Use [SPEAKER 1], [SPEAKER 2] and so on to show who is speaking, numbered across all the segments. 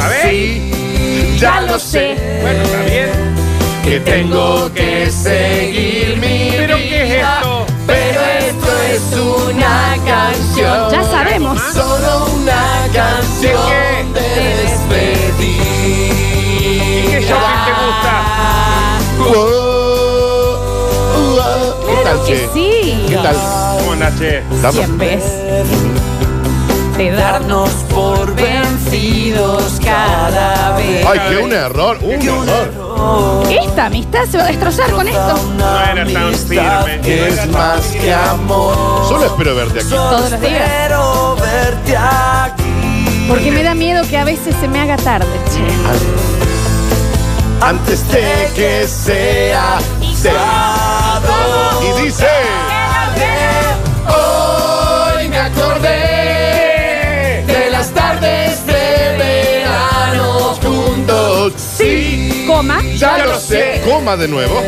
[SPEAKER 1] ahí. Ya lo sé.
[SPEAKER 2] Bueno, está bien.
[SPEAKER 1] que tengo que seguir mi
[SPEAKER 2] ¿Pero qué es
[SPEAKER 1] vida,
[SPEAKER 2] esto?
[SPEAKER 1] Pero esto es una canción.
[SPEAKER 3] Ya sabemos.
[SPEAKER 1] Solo una canción
[SPEAKER 2] qué?
[SPEAKER 1] de despedida.
[SPEAKER 2] ¿Qué shopping te
[SPEAKER 1] Uh,
[SPEAKER 2] gusta?
[SPEAKER 1] uh, uh. ¿Qué tal,
[SPEAKER 3] Claro que
[SPEAKER 1] che?
[SPEAKER 3] sí.
[SPEAKER 1] ¿Qué tal?
[SPEAKER 2] ¿Cómo andás, che?
[SPEAKER 1] Damos-
[SPEAKER 3] Cien veces. Te dar
[SPEAKER 4] por vencidos cada vez.
[SPEAKER 1] Ay, qué un error, un error.
[SPEAKER 3] Esta amistad se va a destrozar con esto.
[SPEAKER 2] No era tan firme. no era tan-
[SPEAKER 1] que amor. Solo espero verte aquí.
[SPEAKER 3] Todos los días.
[SPEAKER 4] Quiero verte aquí.
[SPEAKER 3] Porque me da miedo que a veces se me haga tarde, che.
[SPEAKER 1] Antes de que sea, sea. Y dice. Hoy me acordé de las tardes de verano juntos. Sí,
[SPEAKER 3] Coma.
[SPEAKER 1] ya lo sé. Coma de nuevo.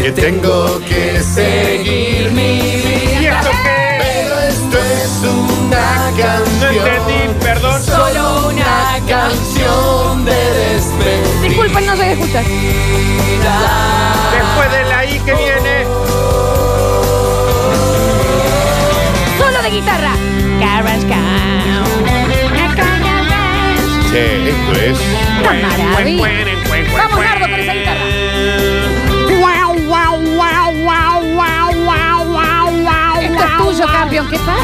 [SPEAKER 1] Que tengo que seguir mi
[SPEAKER 2] ¿Y
[SPEAKER 1] vida.
[SPEAKER 2] esto qué?
[SPEAKER 1] Pero esto es una
[SPEAKER 2] No
[SPEAKER 1] canción.
[SPEAKER 2] entendí, perdón.
[SPEAKER 1] Solo una canción de despedida.
[SPEAKER 3] Disculpen, no se escuchar.
[SPEAKER 2] Después de la I que viene.
[SPEAKER 3] Solo de guitarra. Carrange Cow.
[SPEAKER 1] Che, esto es.
[SPEAKER 3] Una maravilla. Vamos, Nardo, con esa guitarra. Esto es tuyo, campeón. ¿Qué pasa?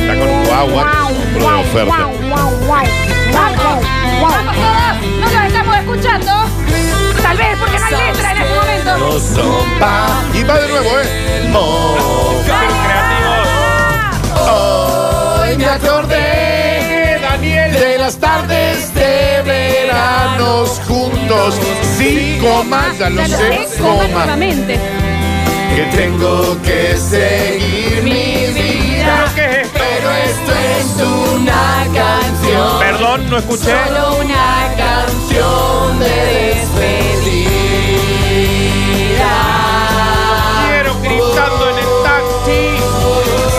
[SPEAKER 1] Está con un guagua. que compró de oferta.
[SPEAKER 3] Vamos, vamos todos. No los estamos escuchando. Tal vez porque no hay letra en este momento.
[SPEAKER 1] Pa. Y va de nuevo, ¿eh?
[SPEAKER 2] Pero creativos.
[SPEAKER 1] Hoy me acordé, Daniel, de las tardes de veranos juntos. Sí, coma, ya lo
[SPEAKER 3] Ya lo
[SPEAKER 1] sé,
[SPEAKER 3] sé, coma
[SPEAKER 1] coma.
[SPEAKER 3] nuevamente.
[SPEAKER 1] Que tengo que seguir mi vida.
[SPEAKER 2] ¿Pero qué es esto?
[SPEAKER 1] Pero esto es una canción.
[SPEAKER 2] Perdón, no escuché.
[SPEAKER 1] Solo una canción de despedida.
[SPEAKER 2] Quiero gritando en el taxi.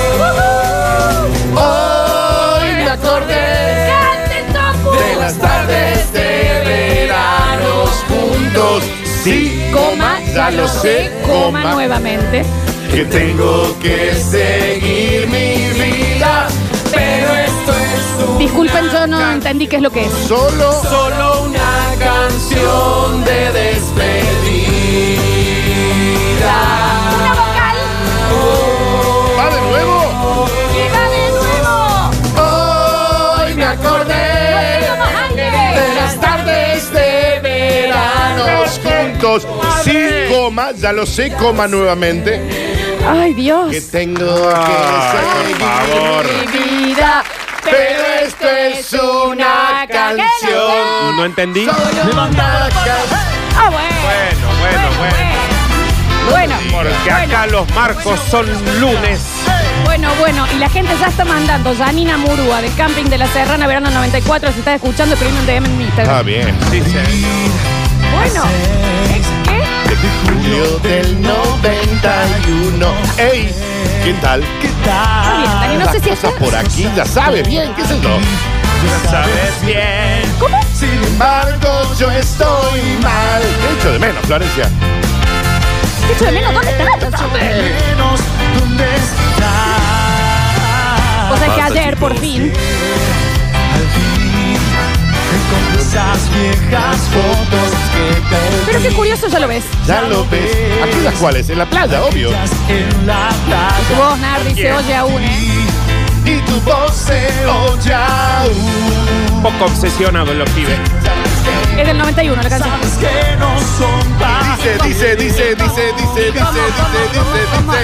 [SPEAKER 1] Hoy me acordé. De las tardes de veranos juntos, sí,
[SPEAKER 3] Coma, ya lo sé, coma nuevamente.
[SPEAKER 1] que tengo que seguir mi vida, pero esto es un-
[SPEAKER 3] Disculpen, yo no entendí qué es lo que es.
[SPEAKER 1] solo, solo una canción de despedida.
[SPEAKER 3] Una vocal
[SPEAKER 1] ¿Va de nuevo?
[SPEAKER 3] y va de nuevo.
[SPEAKER 1] Hoy me acordé
[SPEAKER 3] Somos
[SPEAKER 1] de
[SPEAKER 3] ángeles.
[SPEAKER 1] las tardes de veranos juntos, sí, coma, ya lo sé, coma nuevamente.
[SPEAKER 3] Ay, Dios.
[SPEAKER 1] que tengo que
[SPEAKER 2] Ay, por favor.
[SPEAKER 1] seguir mi vida. Pero esto es una canción.
[SPEAKER 2] No entendí.
[SPEAKER 1] Solo una canción.
[SPEAKER 3] Ah, bueno.
[SPEAKER 2] Bueno, bueno, bueno.
[SPEAKER 3] Bueno,
[SPEAKER 2] Porque acá los marcos son lunes.
[SPEAKER 3] bueno, bueno. Y la gente ya está mandando. Janina Murúa, del Camping de la Serrana, verano 94. Si estás escuchando, escribime un DM en
[SPEAKER 1] Ah,
[SPEAKER 3] Instagram.
[SPEAKER 1] bien.
[SPEAKER 2] Sí, sí.
[SPEAKER 1] Ah.
[SPEAKER 3] Bueno. ¿eh?
[SPEAKER 1] Julio del 91. ¡Ey! ¿Qué tal? ¿Qué
[SPEAKER 3] Muy bien, Dani, no sé
[SPEAKER 1] Ah, Las
[SPEAKER 3] si está...
[SPEAKER 1] cosas por aquí ya sabes bien. ¿Qué es eso?
[SPEAKER 2] Sabes bien.
[SPEAKER 3] ¿Cómo?
[SPEAKER 1] Sin embargo, yo estoy mal. Te echo de menos, Florencia.
[SPEAKER 3] ¿Qué echo de menos? ¿Dónde estás? Vos sabés que
[SPEAKER 1] Basta,
[SPEAKER 3] ayer, por
[SPEAKER 1] chicos.
[SPEAKER 3] fin, Pero qué curioso ya lo ves.
[SPEAKER 1] Ya lo ves. ¿Aquí las cuales? En la playa, obvio.
[SPEAKER 3] Tu voz, Nardi, se oye aún, ¿eh?
[SPEAKER 1] Y tu voz se oye aún.
[SPEAKER 2] Un poco obsesionado los pibes.
[SPEAKER 3] Es del 91 la canción.
[SPEAKER 1] Dice, dice, dice, dice, dice, dice, dice, dice,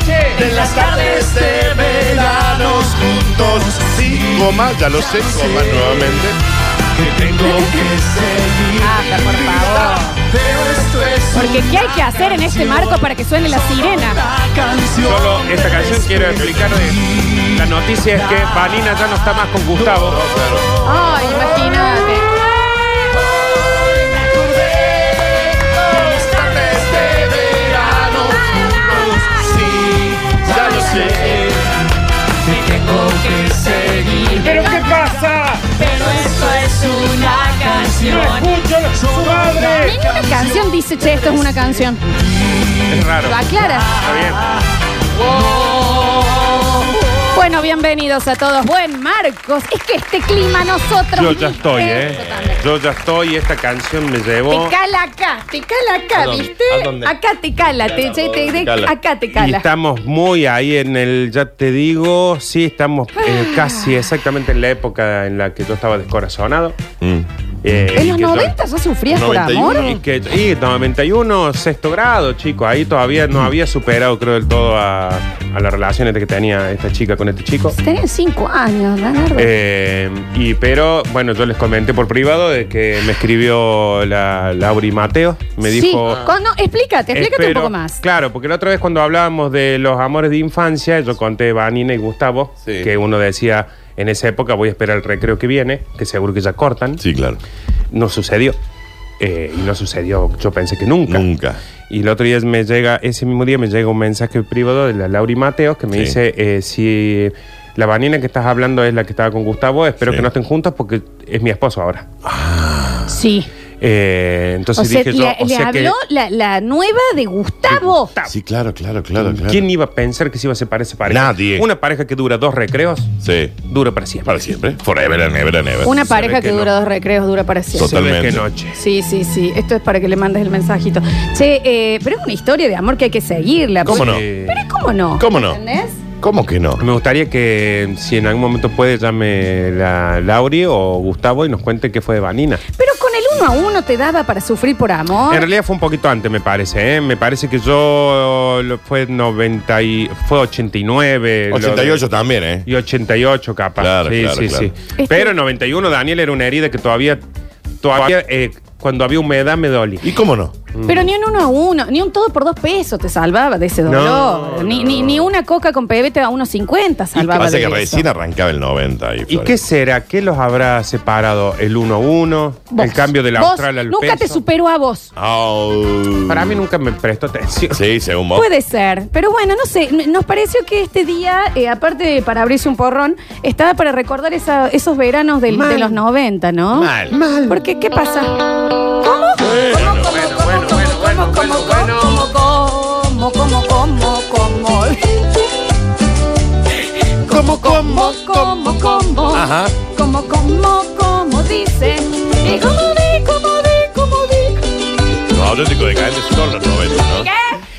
[SPEAKER 1] dice. De las tardes de veranos juntos. Sí, coma, ya lo sé, coma nuevamente. Que tengo que seguir.
[SPEAKER 3] Anda, Ah, por favor. Porque ¿qué hay que hacer en este marco para que suene la sirena?
[SPEAKER 2] Solo esta canción quiero explicar. eh, La noticia es que Vanina ya no está más con Gustavo.
[SPEAKER 3] Ay, imagínate.
[SPEAKER 1] Sí, ya lo sé.
[SPEAKER 2] ¿Pero qué pasa?
[SPEAKER 3] dice, che, esto es una canción.
[SPEAKER 2] Es raro.
[SPEAKER 3] Lo aclara.
[SPEAKER 2] Está bien.
[SPEAKER 3] Bueno, bienvenidos a todos. Buen Marcos. Es que este clima nosotros.
[SPEAKER 2] Yo ya estoy, ¿eh?
[SPEAKER 3] Yo también.
[SPEAKER 2] Yo ya estoy, esta canción me llevó.
[SPEAKER 3] Te cala acá, te cala
[SPEAKER 1] ¿A
[SPEAKER 3] acá,
[SPEAKER 1] dónde?
[SPEAKER 3] ¿viste?
[SPEAKER 1] ¿A dónde?
[SPEAKER 3] Acá te cala, te,
[SPEAKER 1] Cala,
[SPEAKER 3] te- te-
[SPEAKER 1] te
[SPEAKER 3] te-
[SPEAKER 1] cala.
[SPEAKER 3] acá te
[SPEAKER 2] Y
[SPEAKER 3] cala.
[SPEAKER 2] estamos muy ahí en el, ya te digo, sí, estamos eh, casi exactamente en la época en la que yo estaba descorazonado.
[SPEAKER 1] Mm.
[SPEAKER 2] Eh,
[SPEAKER 3] ¿En
[SPEAKER 2] y
[SPEAKER 3] los
[SPEAKER 2] que yo-
[SPEAKER 3] 90 ya sufrías por
[SPEAKER 1] 91.
[SPEAKER 3] amor?
[SPEAKER 2] Y que y 91, sexto grado, chicos. Ahí todavía no había superado, creo, del todo a, a las relaciones que tenía esta chica con este chico.
[SPEAKER 3] Tenían 5 años, Leonardo.
[SPEAKER 2] Eh, y pero, bueno, yo les comenté por privado de que me escribió la Lauri Mateo. Me
[SPEAKER 3] Sí.
[SPEAKER 2] dijo.
[SPEAKER 3] Con- no, explícate, explícate
[SPEAKER 2] Espero-
[SPEAKER 3] un poco más.
[SPEAKER 2] Claro, porque la otra vez cuando hablábamos de los amores de infancia, yo conté Vanina y Gustavo,
[SPEAKER 1] Sí.
[SPEAKER 2] que uno decía, en esa época voy a esperar el recreo que viene, que seguro que ya cortan.
[SPEAKER 1] Sí, claro.
[SPEAKER 2] No sucedió. Eh, y no sucedió, yo pensé que nunca.
[SPEAKER 1] Nunca.
[SPEAKER 2] Y el otro día me llega, ese mismo día me llega un mensaje privado de la Lauri Mateos que me
[SPEAKER 1] Sí.
[SPEAKER 2] dice, eh, si la Vanina que estás hablando es la que estaba con Gustavo, espero
[SPEAKER 1] Sí.
[SPEAKER 2] que no estén juntos porque es mi esposo ahora.
[SPEAKER 3] Sí.
[SPEAKER 2] Eh, entonces
[SPEAKER 3] o sea,
[SPEAKER 2] dije
[SPEAKER 3] le,
[SPEAKER 2] yo, o
[SPEAKER 3] le
[SPEAKER 2] sea que...
[SPEAKER 3] habló la, la nueva de Gustavo.
[SPEAKER 1] Sí, claro, claro, claro, claro.
[SPEAKER 2] ¿Quién iba a pensar que se iba a separar esa pareja?
[SPEAKER 1] Nadie.
[SPEAKER 2] Una pareja que dura dos recreos,
[SPEAKER 1] Sí.
[SPEAKER 2] dura para siempre.
[SPEAKER 1] Para siempre. Forever and ever and ever.
[SPEAKER 3] Una
[SPEAKER 2] se ve
[SPEAKER 3] pareja que,
[SPEAKER 2] que no.
[SPEAKER 3] dura dos recreos, dura para siempre.
[SPEAKER 1] Total. Totalmente.
[SPEAKER 2] Se ve que noche.
[SPEAKER 3] Sí, sí, sí. Esto es para que le mandes el mensajito. Che, eh, pero es una historia de amor que hay que seguirla.
[SPEAKER 1] ¿Cómo no?
[SPEAKER 2] Eh,
[SPEAKER 3] Pero ¿cómo no?
[SPEAKER 1] ¿Cómo no?
[SPEAKER 3] ¿Entendés?
[SPEAKER 1] ¿Cómo que no?
[SPEAKER 2] Me gustaría que si en algún momento puede llame la Lauri o Gustavo y nos cuente qué fue de Vanina.
[SPEAKER 3] Pero con el uno a uno te daba para sufrir por amor.
[SPEAKER 2] En realidad fue un poquito antes, me parece. ¿eh? Me parece que yo lo- fue 90 y, fue 89. lo de-
[SPEAKER 1] 88 también, ¿eh?
[SPEAKER 2] y 88 capaz.
[SPEAKER 1] Claro,
[SPEAKER 2] sí,
[SPEAKER 1] claro,
[SPEAKER 2] sí,
[SPEAKER 1] claro.
[SPEAKER 2] sí. Pero en 91 Daniel era una herida que todavía, todavía eh, cuando había humedad me dolía.
[SPEAKER 1] ¿Y cómo no?
[SPEAKER 3] Pero ni un uno a uno, ni un todo por dos pesos te salvaba de ese dolor.
[SPEAKER 2] No,
[SPEAKER 3] ni,
[SPEAKER 2] no.
[SPEAKER 3] Ni, ni una coca con pebete a unos 50 salvaba
[SPEAKER 1] Pasa
[SPEAKER 3] de
[SPEAKER 1] que
[SPEAKER 3] eso.
[SPEAKER 1] recién arrancaba el 90.
[SPEAKER 2] ¿Y qué será? ¿Qué los habrá separado? ¿El 1 a 1?
[SPEAKER 3] Vos,
[SPEAKER 2] ¿El cambio del
[SPEAKER 3] vos
[SPEAKER 2] austral al
[SPEAKER 3] Nunca te
[SPEAKER 2] peso?
[SPEAKER 3] superó a vos.
[SPEAKER 1] Oh.
[SPEAKER 2] Para mí nunca me prestó atención.
[SPEAKER 1] Sí, según vos.
[SPEAKER 3] Puede ser, pero bueno, no sé, n- nos pareció que este día, eh, aparte de para abrirse un porrón, estaba para recordar esa- esos veranos del- de los 90, ¿no?
[SPEAKER 1] Mal.
[SPEAKER 3] Porque, ¿qué pasa? ¿Cómo? ¿Cómo, cómo, cómo, cómo, cómo, cómo, cómo, cómo, cómo, cómo?
[SPEAKER 1] ¿Cómo,
[SPEAKER 3] ¿Cómo, cómo, cómo?
[SPEAKER 1] Ajá.
[SPEAKER 3] ¿Cómo, cómo, cómo dice? Y cómo di, cómo di, cómo di.
[SPEAKER 1] No, yo digo de caer son los 90, ¿no?
[SPEAKER 3] ¿Qué?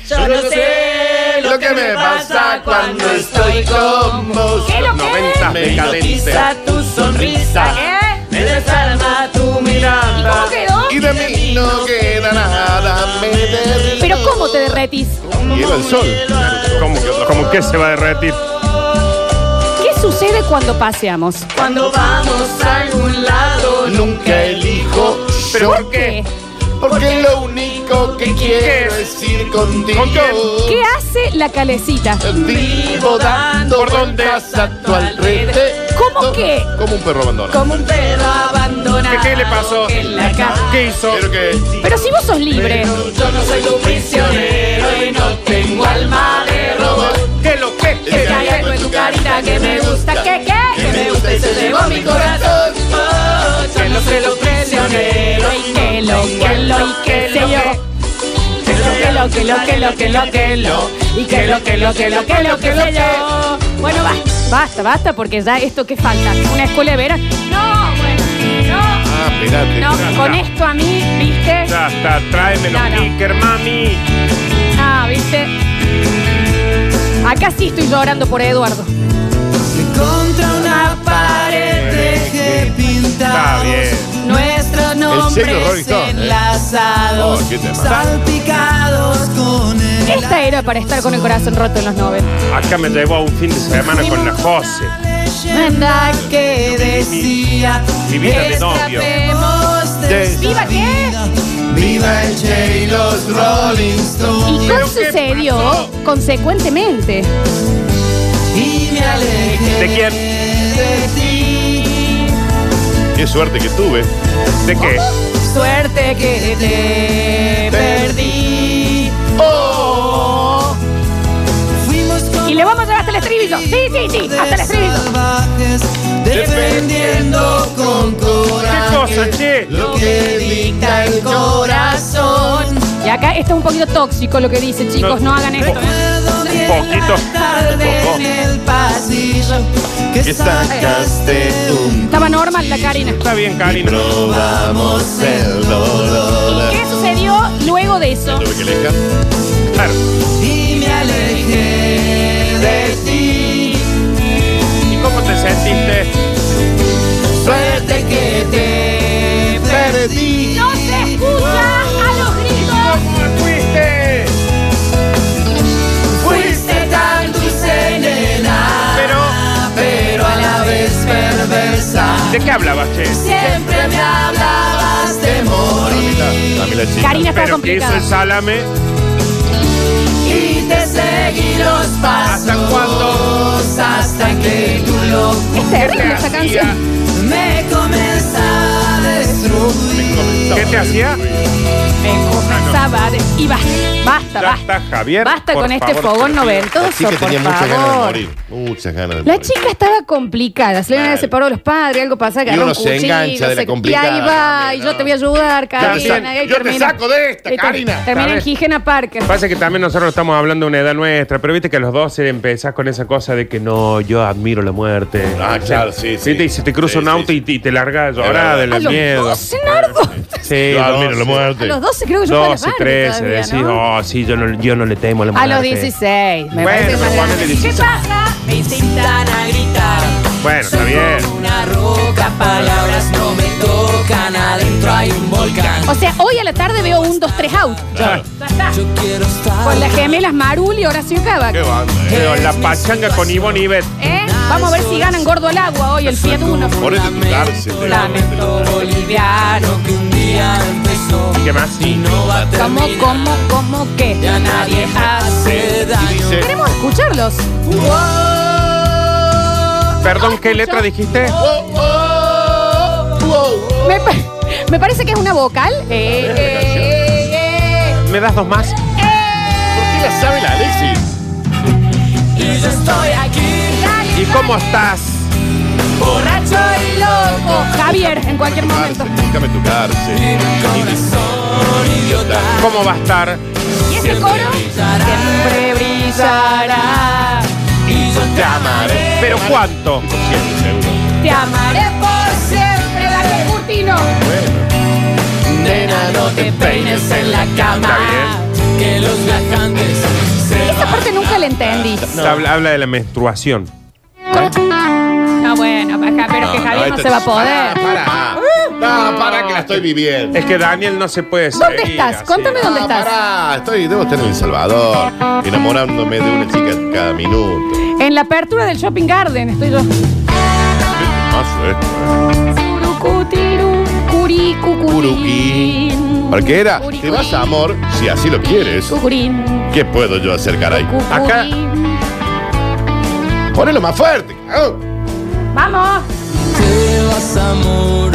[SPEAKER 4] Yo no sé lo que me pasa cuando estoy con vos.
[SPEAKER 3] ¿Qué lo que?
[SPEAKER 2] 90 decadente.
[SPEAKER 4] Quizá tu sonrisa
[SPEAKER 3] ¿Qué?
[SPEAKER 4] me desarma tu
[SPEAKER 3] ¿Y cómo
[SPEAKER 4] mirada.
[SPEAKER 3] quedó?
[SPEAKER 1] Y de mí no queda nada. Me derrito.
[SPEAKER 3] ¿Pero cómo te derretís?
[SPEAKER 1] Y era el sol.
[SPEAKER 2] ¿Cómo que, cómo que se va a derretir?
[SPEAKER 3] ¿Qué sucede cuando paseamos?
[SPEAKER 4] Cuando vamos a algún lado,
[SPEAKER 1] Nunca elijo.
[SPEAKER 2] ¿Pero
[SPEAKER 1] yo,
[SPEAKER 2] por qué?
[SPEAKER 1] Porque lo único que quiero
[SPEAKER 2] ¿Qué?
[SPEAKER 1] es ir contigo.
[SPEAKER 2] ¿Con quién?
[SPEAKER 3] ¿Qué hace la calecita?
[SPEAKER 1] Vivo dando
[SPEAKER 2] ¿Por dónde?
[SPEAKER 1] vueltas a tu alrededor.
[SPEAKER 3] ¿Cómo qué?
[SPEAKER 1] Como un perro abandonado.
[SPEAKER 4] como un perro abandonado.
[SPEAKER 2] ¿Qué, qué le pasó?
[SPEAKER 4] En la cama.
[SPEAKER 2] ¿Qué hizo?
[SPEAKER 1] Pero que.
[SPEAKER 3] Pero si vos sos libre.
[SPEAKER 4] Yo no soy tu prisionero y no tengo alma de robot.
[SPEAKER 2] ¿Qué lo que?
[SPEAKER 1] Que
[SPEAKER 4] Que hay algo en tu carita que me gusta, que, que, que me gusta y se llevó mi corazón. Oh, yo no soy tu prisionero y
[SPEAKER 3] Que lo, que lo, y que se yo. Que lo, que lo, que lo, que lo, que lo, y que lo, que lo, que lo, que lo, que lo, yo. Bueno, va, basta, basta, porque ya esto que falta, una escuela de verano. No, bueno,
[SPEAKER 1] Ah, espérate.
[SPEAKER 3] no, no, con esto a mí, viste,
[SPEAKER 2] Ya está, tráeme los
[SPEAKER 3] No, no.
[SPEAKER 2] kicker, mami.
[SPEAKER 3] ah, viste. Acá sí estoy llorando por Eduardo.
[SPEAKER 4] Contra una pared dejé
[SPEAKER 2] Está bien.
[SPEAKER 4] nuestros
[SPEAKER 1] sello Rolling
[SPEAKER 4] nombres
[SPEAKER 1] Stone, ¿eh?
[SPEAKER 4] enlazados,
[SPEAKER 1] Oh, qué tema.
[SPEAKER 4] salpicados con el
[SPEAKER 3] Esta era para estar con el corazón roto en los 90.
[SPEAKER 2] Acá me llevó a un fin de semana con la Jose.
[SPEAKER 4] leyenda que decía
[SPEAKER 2] Mi vida de novio.
[SPEAKER 4] escapemos de
[SPEAKER 3] ¿Viva
[SPEAKER 4] esta
[SPEAKER 3] qué?
[SPEAKER 4] vida. Viva el Che y los Rolling
[SPEAKER 3] ¿Y
[SPEAKER 4] Stones
[SPEAKER 3] cómo sucedió consecuentemente?
[SPEAKER 4] y me alejé
[SPEAKER 2] ¿De quién?
[SPEAKER 4] de ti.
[SPEAKER 1] Qué suerte que tuve.
[SPEAKER 2] ¿De qué?
[SPEAKER 4] Suerte que te perdí. Oh. Fuimos con
[SPEAKER 3] Y le vamos a llevar hasta el estribillo. Sí, sí, sí, hasta el estribillo.
[SPEAKER 4] salvajes
[SPEAKER 5] defendiendo con
[SPEAKER 2] ¿Qué cosa,
[SPEAKER 5] coraje
[SPEAKER 2] che?
[SPEAKER 5] lo que dicta el corazón.
[SPEAKER 3] Y acá está un poquito tóxico lo que dice, chicos, no,
[SPEAKER 2] No.
[SPEAKER 3] hagan esto. ¿eh?
[SPEAKER 5] Puedo bien
[SPEAKER 2] Poquito.
[SPEAKER 5] la tarde en el pasillo que
[SPEAKER 1] Que sacaste
[SPEAKER 5] sacaste tú.
[SPEAKER 3] Estaba normal la Karina.
[SPEAKER 2] Está bien, Karina.
[SPEAKER 5] Probamos el dolor
[SPEAKER 3] ¿Qué sucedió luego de eso?
[SPEAKER 1] Tuve que leer.
[SPEAKER 2] Claro.
[SPEAKER 5] y me alejé de ti.
[SPEAKER 2] ¿Y cómo te sentiste?
[SPEAKER 5] Suerte que te perdí.
[SPEAKER 3] ¡No se escucha a los gritos!
[SPEAKER 2] ¿Cómo ¡Ah, fuiste?
[SPEAKER 5] Fuiste tan dulce, nena,
[SPEAKER 2] Pero,
[SPEAKER 5] pero a la vez perversa.
[SPEAKER 2] ¿de qué hablabas, che?
[SPEAKER 5] Siempre me hablabas de morir
[SPEAKER 1] A mí la chica.
[SPEAKER 3] Karina está
[SPEAKER 2] Pero que hizo
[SPEAKER 3] complicada.
[SPEAKER 2] el salame.
[SPEAKER 5] y te seguí los pasos
[SPEAKER 2] ¿Hasta cuándo?
[SPEAKER 5] hasta que tu locura
[SPEAKER 3] Es
[SPEAKER 2] ¿Qué te
[SPEAKER 3] terrible esa
[SPEAKER 2] hacía?
[SPEAKER 3] canción.
[SPEAKER 5] me comenzaba a destruir.
[SPEAKER 2] ¿Qué te hacía?
[SPEAKER 3] Me comenzaba de... Y basta, basta,
[SPEAKER 2] Ya
[SPEAKER 3] basta.
[SPEAKER 2] está, Javier.
[SPEAKER 3] Basta
[SPEAKER 2] por
[SPEAKER 3] con este
[SPEAKER 2] favor,
[SPEAKER 3] fogón
[SPEAKER 2] te lo pido.
[SPEAKER 1] La
[SPEAKER 3] noventoso,
[SPEAKER 1] chica
[SPEAKER 3] por
[SPEAKER 1] tenía muchas ganas de
[SPEAKER 3] favor.
[SPEAKER 1] morir. Muchas ganas de morir.
[SPEAKER 3] La chica estaba complicada, se le habían
[SPEAKER 1] Claro.
[SPEAKER 3] separado los padres, algo pasa, agarró
[SPEAKER 1] uno
[SPEAKER 3] un
[SPEAKER 1] se
[SPEAKER 3] cuchillo,
[SPEAKER 1] engancha de la
[SPEAKER 3] se-
[SPEAKER 1] complicada
[SPEAKER 3] y ahí va,
[SPEAKER 1] también,
[SPEAKER 3] y
[SPEAKER 1] ¿no?
[SPEAKER 3] yo te voy a ayudar,
[SPEAKER 1] te
[SPEAKER 3] Karina.
[SPEAKER 1] sa-
[SPEAKER 3] y ahí
[SPEAKER 1] yo te
[SPEAKER 3] termina.
[SPEAKER 1] saco de esta,
[SPEAKER 3] Y te-
[SPEAKER 1] Karina.
[SPEAKER 3] Termina en
[SPEAKER 2] ¿Sabes?
[SPEAKER 3] Gijena Parker.
[SPEAKER 2] Pasa que también nosotros estamos hablando de una edad nuestra, pero viste que a los 12 empezás con esa cosa de que no, yo admiro la muerte.
[SPEAKER 1] Ah, claro, sí, sí.
[SPEAKER 2] Viste, y se te cruza
[SPEAKER 1] Sí,
[SPEAKER 2] un
[SPEAKER 1] sí,
[SPEAKER 2] auto
[SPEAKER 1] sí.
[SPEAKER 2] y te- y te largas
[SPEAKER 1] verdad.
[SPEAKER 2] llorar del
[SPEAKER 3] A los
[SPEAKER 2] miedo.
[SPEAKER 3] 12, Nardo.
[SPEAKER 2] Sí,
[SPEAKER 1] Yo admiro
[SPEAKER 2] 12.
[SPEAKER 1] la muerte.
[SPEAKER 3] A los 12 creo que yo fui a la
[SPEAKER 2] 12,
[SPEAKER 3] Barbie
[SPEAKER 2] 13,
[SPEAKER 3] todavía,
[SPEAKER 2] decís,
[SPEAKER 3] ¿no?
[SPEAKER 2] oh, sí, yo no, yo no le temo a la
[SPEAKER 3] A
[SPEAKER 2] muerte.
[SPEAKER 3] los 16. Me
[SPEAKER 2] Bueno,
[SPEAKER 3] parece
[SPEAKER 2] pero
[SPEAKER 3] más
[SPEAKER 2] ponele
[SPEAKER 3] grande.
[SPEAKER 2] 16.
[SPEAKER 3] ¿Qué pasa?
[SPEAKER 4] Me incitan a gritar.
[SPEAKER 2] Bueno, está
[SPEAKER 4] Soy
[SPEAKER 2] bien.
[SPEAKER 4] como Una roca, palabras no me tocan. Adentro hay un volcán.
[SPEAKER 3] O sea, hoy a la tarde veo un 2-3 out.
[SPEAKER 2] Claro.
[SPEAKER 3] Ya está.
[SPEAKER 4] Yo quiero estar.
[SPEAKER 3] Con las gemelas Marul y Horacio Cava.
[SPEAKER 1] Qué banda, eh.
[SPEAKER 2] Pero la pachanga con Ivonne y Bet.
[SPEAKER 3] ¿Eh? Vamos a ver si ganan gordo al agua hoy el Fiat Uno.
[SPEAKER 1] Por eso tu cárcel. de-
[SPEAKER 4] Lamento boliviano que un día empezó.
[SPEAKER 2] ¿Qué más?
[SPEAKER 4] Y no va a
[SPEAKER 3] Como,
[SPEAKER 4] terminar.
[SPEAKER 3] como, como que
[SPEAKER 4] Ya nadie hace daño.
[SPEAKER 1] Dice,
[SPEAKER 3] Queremos escucharlos.
[SPEAKER 2] Perdón, ¿qué letra dijiste?
[SPEAKER 3] Me, pa- me parece que es una vocal. Eh, eh, eh, eh.
[SPEAKER 2] ¿Me das dos más?
[SPEAKER 1] ¿Por qué la sabe la Alexis?
[SPEAKER 4] Y yo estoy aquí,
[SPEAKER 2] ¿Y cómo estás?
[SPEAKER 4] borracho y loco.
[SPEAKER 3] Javier, en cualquier momento.
[SPEAKER 1] Cárcel, Dígame tu cárcel.
[SPEAKER 4] En un corazón idiota.
[SPEAKER 2] ¿Cómo va a estar?
[SPEAKER 3] ¿Y ese coro? Siempre brillará.
[SPEAKER 4] Y yo te
[SPEAKER 1] amaré.
[SPEAKER 2] ¿Pero cuánto?
[SPEAKER 1] Por siempre, seguro.
[SPEAKER 3] Te amaré por siempre, Daniel Curtino.
[SPEAKER 1] Bueno.
[SPEAKER 4] Nena, no te peines en la cama. Que los viajantes se
[SPEAKER 3] Esa parte nunca la entendí.
[SPEAKER 2] Habla, habla de la menstruación.
[SPEAKER 3] No, bueno, baja, pero que Javier no
[SPEAKER 1] esta-
[SPEAKER 3] se va a poder.
[SPEAKER 1] este
[SPEAKER 3] Ah.
[SPEAKER 1] Pará, pará. No, pará que la estoy viviendo.
[SPEAKER 2] Es que Daniel no se puede
[SPEAKER 3] ¿Dónde
[SPEAKER 2] seguir
[SPEAKER 3] estás?
[SPEAKER 2] así.
[SPEAKER 3] Contame dónde
[SPEAKER 1] No,
[SPEAKER 3] estás.
[SPEAKER 1] Pará, estoy, debo estar en El Salvador, enamorándome de una chica cada minuto.
[SPEAKER 3] En la apertura del Shopping Garden estoy yo.
[SPEAKER 1] Más esto, eh.
[SPEAKER 3] Curucutiru, curicucurín.
[SPEAKER 1] Curuquín. ¿Para qué era?
[SPEAKER 3] Curicurín.
[SPEAKER 1] Te vas a amor si así lo quieres.
[SPEAKER 3] Cucurín,
[SPEAKER 1] ¿Qué puedo yo hacer, caray?
[SPEAKER 3] cucurín.
[SPEAKER 2] Acá.
[SPEAKER 1] Ponelo más fuerte. cagón.
[SPEAKER 3] ¡Vamos!
[SPEAKER 4] te vas, amor.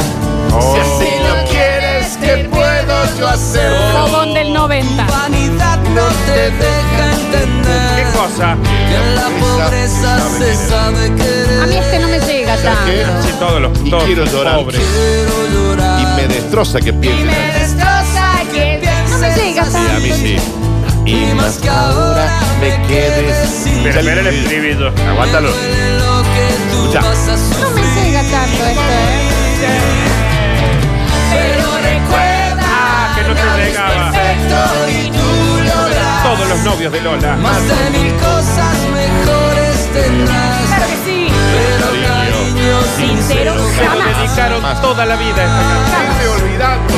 [SPEAKER 2] Oh.
[SPEAKER 1] Si así lo quieres, ¿qué puedo yo hacer?
[SPEAKER 3] Fogón del 90.
[SPEAKER 4] Vanidad no te deja
[SPEAKER 2] ¿Qué
[SPEAKER 4] entender.
[SPEAKER 2] cosa?
[SPEAKER 4] Que en la pobreza se sabe
[SPEAKER 3] A mí
[SPEAKER 4] querer.
[SPEAKER 3] este no me llega
[SPEAKER 1] qué?
[SPEAKER 3] tanto.
[SPEAKER 2] Sí, todos los
[SPEAKER 1] Y
[SPEAKER 2] todos
[SPEAKER 1] quiero llorar.
[SPEAKER 2] pobres.
[SPEAKER 4] Quiero llorar.
[SPEAKER 1] Y me destroza que pienses así.
[SPEAKER 4] destroza
[SPEAKER 3] No me llega
[SPEAKER 4] así.
[SPEAKER 1] Y a
[SPEAKER 3] tanto. ¿eh?
[SPEAKER 1] mí sí.
[SPEAKER 4] Y más que ahora me quedes sin
[SPEAKER 2] Pero espera el estribillo.
[SPEAKER 1] Aguántalo.
[SPEAKER 4] duele lo que tú
[SPEAKER 1] Escucha.
[SPEAKER 4] vas a
[SPEAKER 3] No me
[SPEAKER 4] sufrir.
[SPEAKER 3] llega tanto esto, ¿eh?
[SPEAKER 4] Pero recuerda
[SPEAKER 2] Ah, que no te
[SPEAKER 4] nadie es
[SPEAKER 2] llegaba.
[SPEAKER 4] perfecto y tú lo harás.
[SPEAKER 2] Todos los novios de Lola.
[SPEAKER 4] Más de mil cosas mejores
[SPEAKER 3] Claro
[SPEAKER 4] tendrás.
[SPEAKER 3] que sí.
[SPEAKER 4] Pero cariño sincero
[SPEAKER 2] Se lo
[SPEAKER 4] jamás.
[SPEAKER 2] dedicaron toda la vida a esta
[SPEAKER 1] Vete olvidando.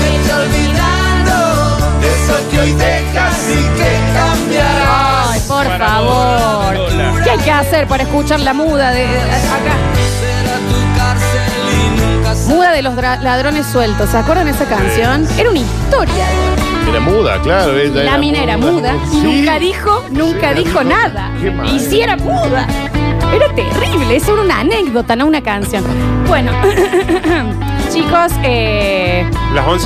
[SPEAKER 4] Vete olvidando de eso que hoy dejas y que
[SPEAKER 2] Ah.
[SPEAKER 4] cambiarás.
[SPEAKER 3] Ay, por
[SPEAKER 2] Para
[SPEAKER 3] favor.
[SPEAKER 2] Lola.
[SPEAKER 3] ¿Qué hay que hacer para escuchar la muda de acá?
[SPEAKER 4] Será tu cárcel y nunca
[SPEAKER 3] Muda de los dra- ladrones sueltos. ¿Se acuerdan esa canción? Era una historia.
[SPEAKER 1] Era muda, claro. ella
[SPEAKER 3] La
[SPEAKER 1] era
[SPEAKER 3] minera muda
[SPEAKER 1] Sí.
[SPEAKER 3] nunca dijo, nunca
[SPEAKER 1] Sí,
[SPEAKER 3] dijo
[SPEAKER 1] dijo-
[SPEAKER 3] nada.
[SPEAKER 1] qué mal.
[SPEAKER 3] Y si era muda. Era terrible, eso era una anécdota, no una canción. Bueno, chicos, eh,
[SPEAKER 2] Las 11.54.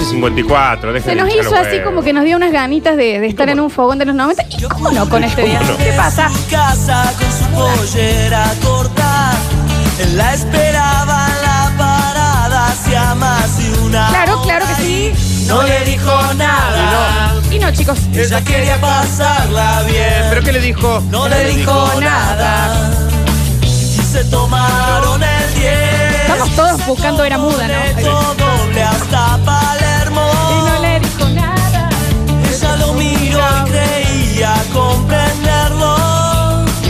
[SPEAKER 3] se
[SPEAKER 2] dejen de
[SPEAKER 3] nos
[SPEAKER 2] hinchar
[SPEAKER 3] hizo
[SPEAKER 2] los
[SPEAKER 3] así
[SPEAKER 2] huevos.
[SPEAKER 3] como que nos dio unas ganitas de, de estar en un fogón de los 90. ¿Y este cómo no con este día?
[SPEAKER 1] no?
[SPEAKER 3] ¿Qué pasa?
[SPEAKER 4] casa con su pollera corta La esperaba en la parada hacía más de una
[SPEAKER 3] Claro,
[SPEAKER 4] hora
[SPEAKER 3] claro que sí.
[SPEAKER 4] y No le dijo nada.
[SPEAKER 3] Y no, chicos.
[SPEAKER 4] Ella quería pasarla bien,
[SPEAKER 2] ¿Pero qué le dijo?
[SPEAKER 4] no le dijo nada. Y se tomaron el 10.
[SPEAKER 3] Estamos todos buscando era muda, ¿no?
[SPEAKER 4] Boleto doble hasta Palermo.
[SPEAKER 3] Y no le dijo nada.
[SPEAKER 4] Ella lo miró y creía comprenderlo.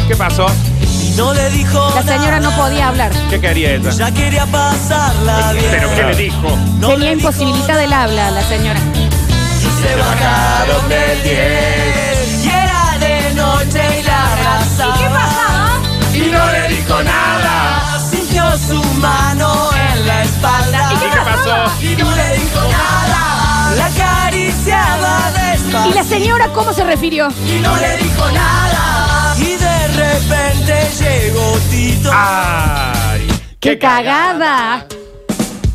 [SPEAKER 2] ¿Qué pasó?
[SPEAKER 4] Y no le dijo
[SPEAKER 3] La señora no
[SPEAKER 4] nada.
[SPEAKER 3] podía hablar.
[SPEAKER 2] ¿Qué quería ella?
[SPEAKER 4] Ya quería pasarla bien.
[SPEAKER 2] ¿Pero qué le dijo?
[SPEAKER 4] No
[SPEAKER 3] Tenía
[SPEAKER 4] le dijo
[SPEAKER 3] imposibilidad del habla la señora.
[SPEAKER 4] Y se bajaron del 10. Y era de noche y la abrazaba.
[SPEAKER 3] ¿Y qué pasaba?
[SPEAKER 4] Y no le dijo nada. Sintió su mano en la espalda.
[SPEAKER 3] ¿Y qué pasaba?
[SPEAKER 4] Y no le dijo nada. La acariciaba despacio.
[SPEAKER 3] ¿Y la señora cómo se refirió?
[SPEAKER 4] Y no le dijo nada. Y de repente llegó Tito.
[SPEAKER 3] Ah.
[SPEAKER 2] ¡Ay!
[SPEAKER 3] ¡Qué cagada!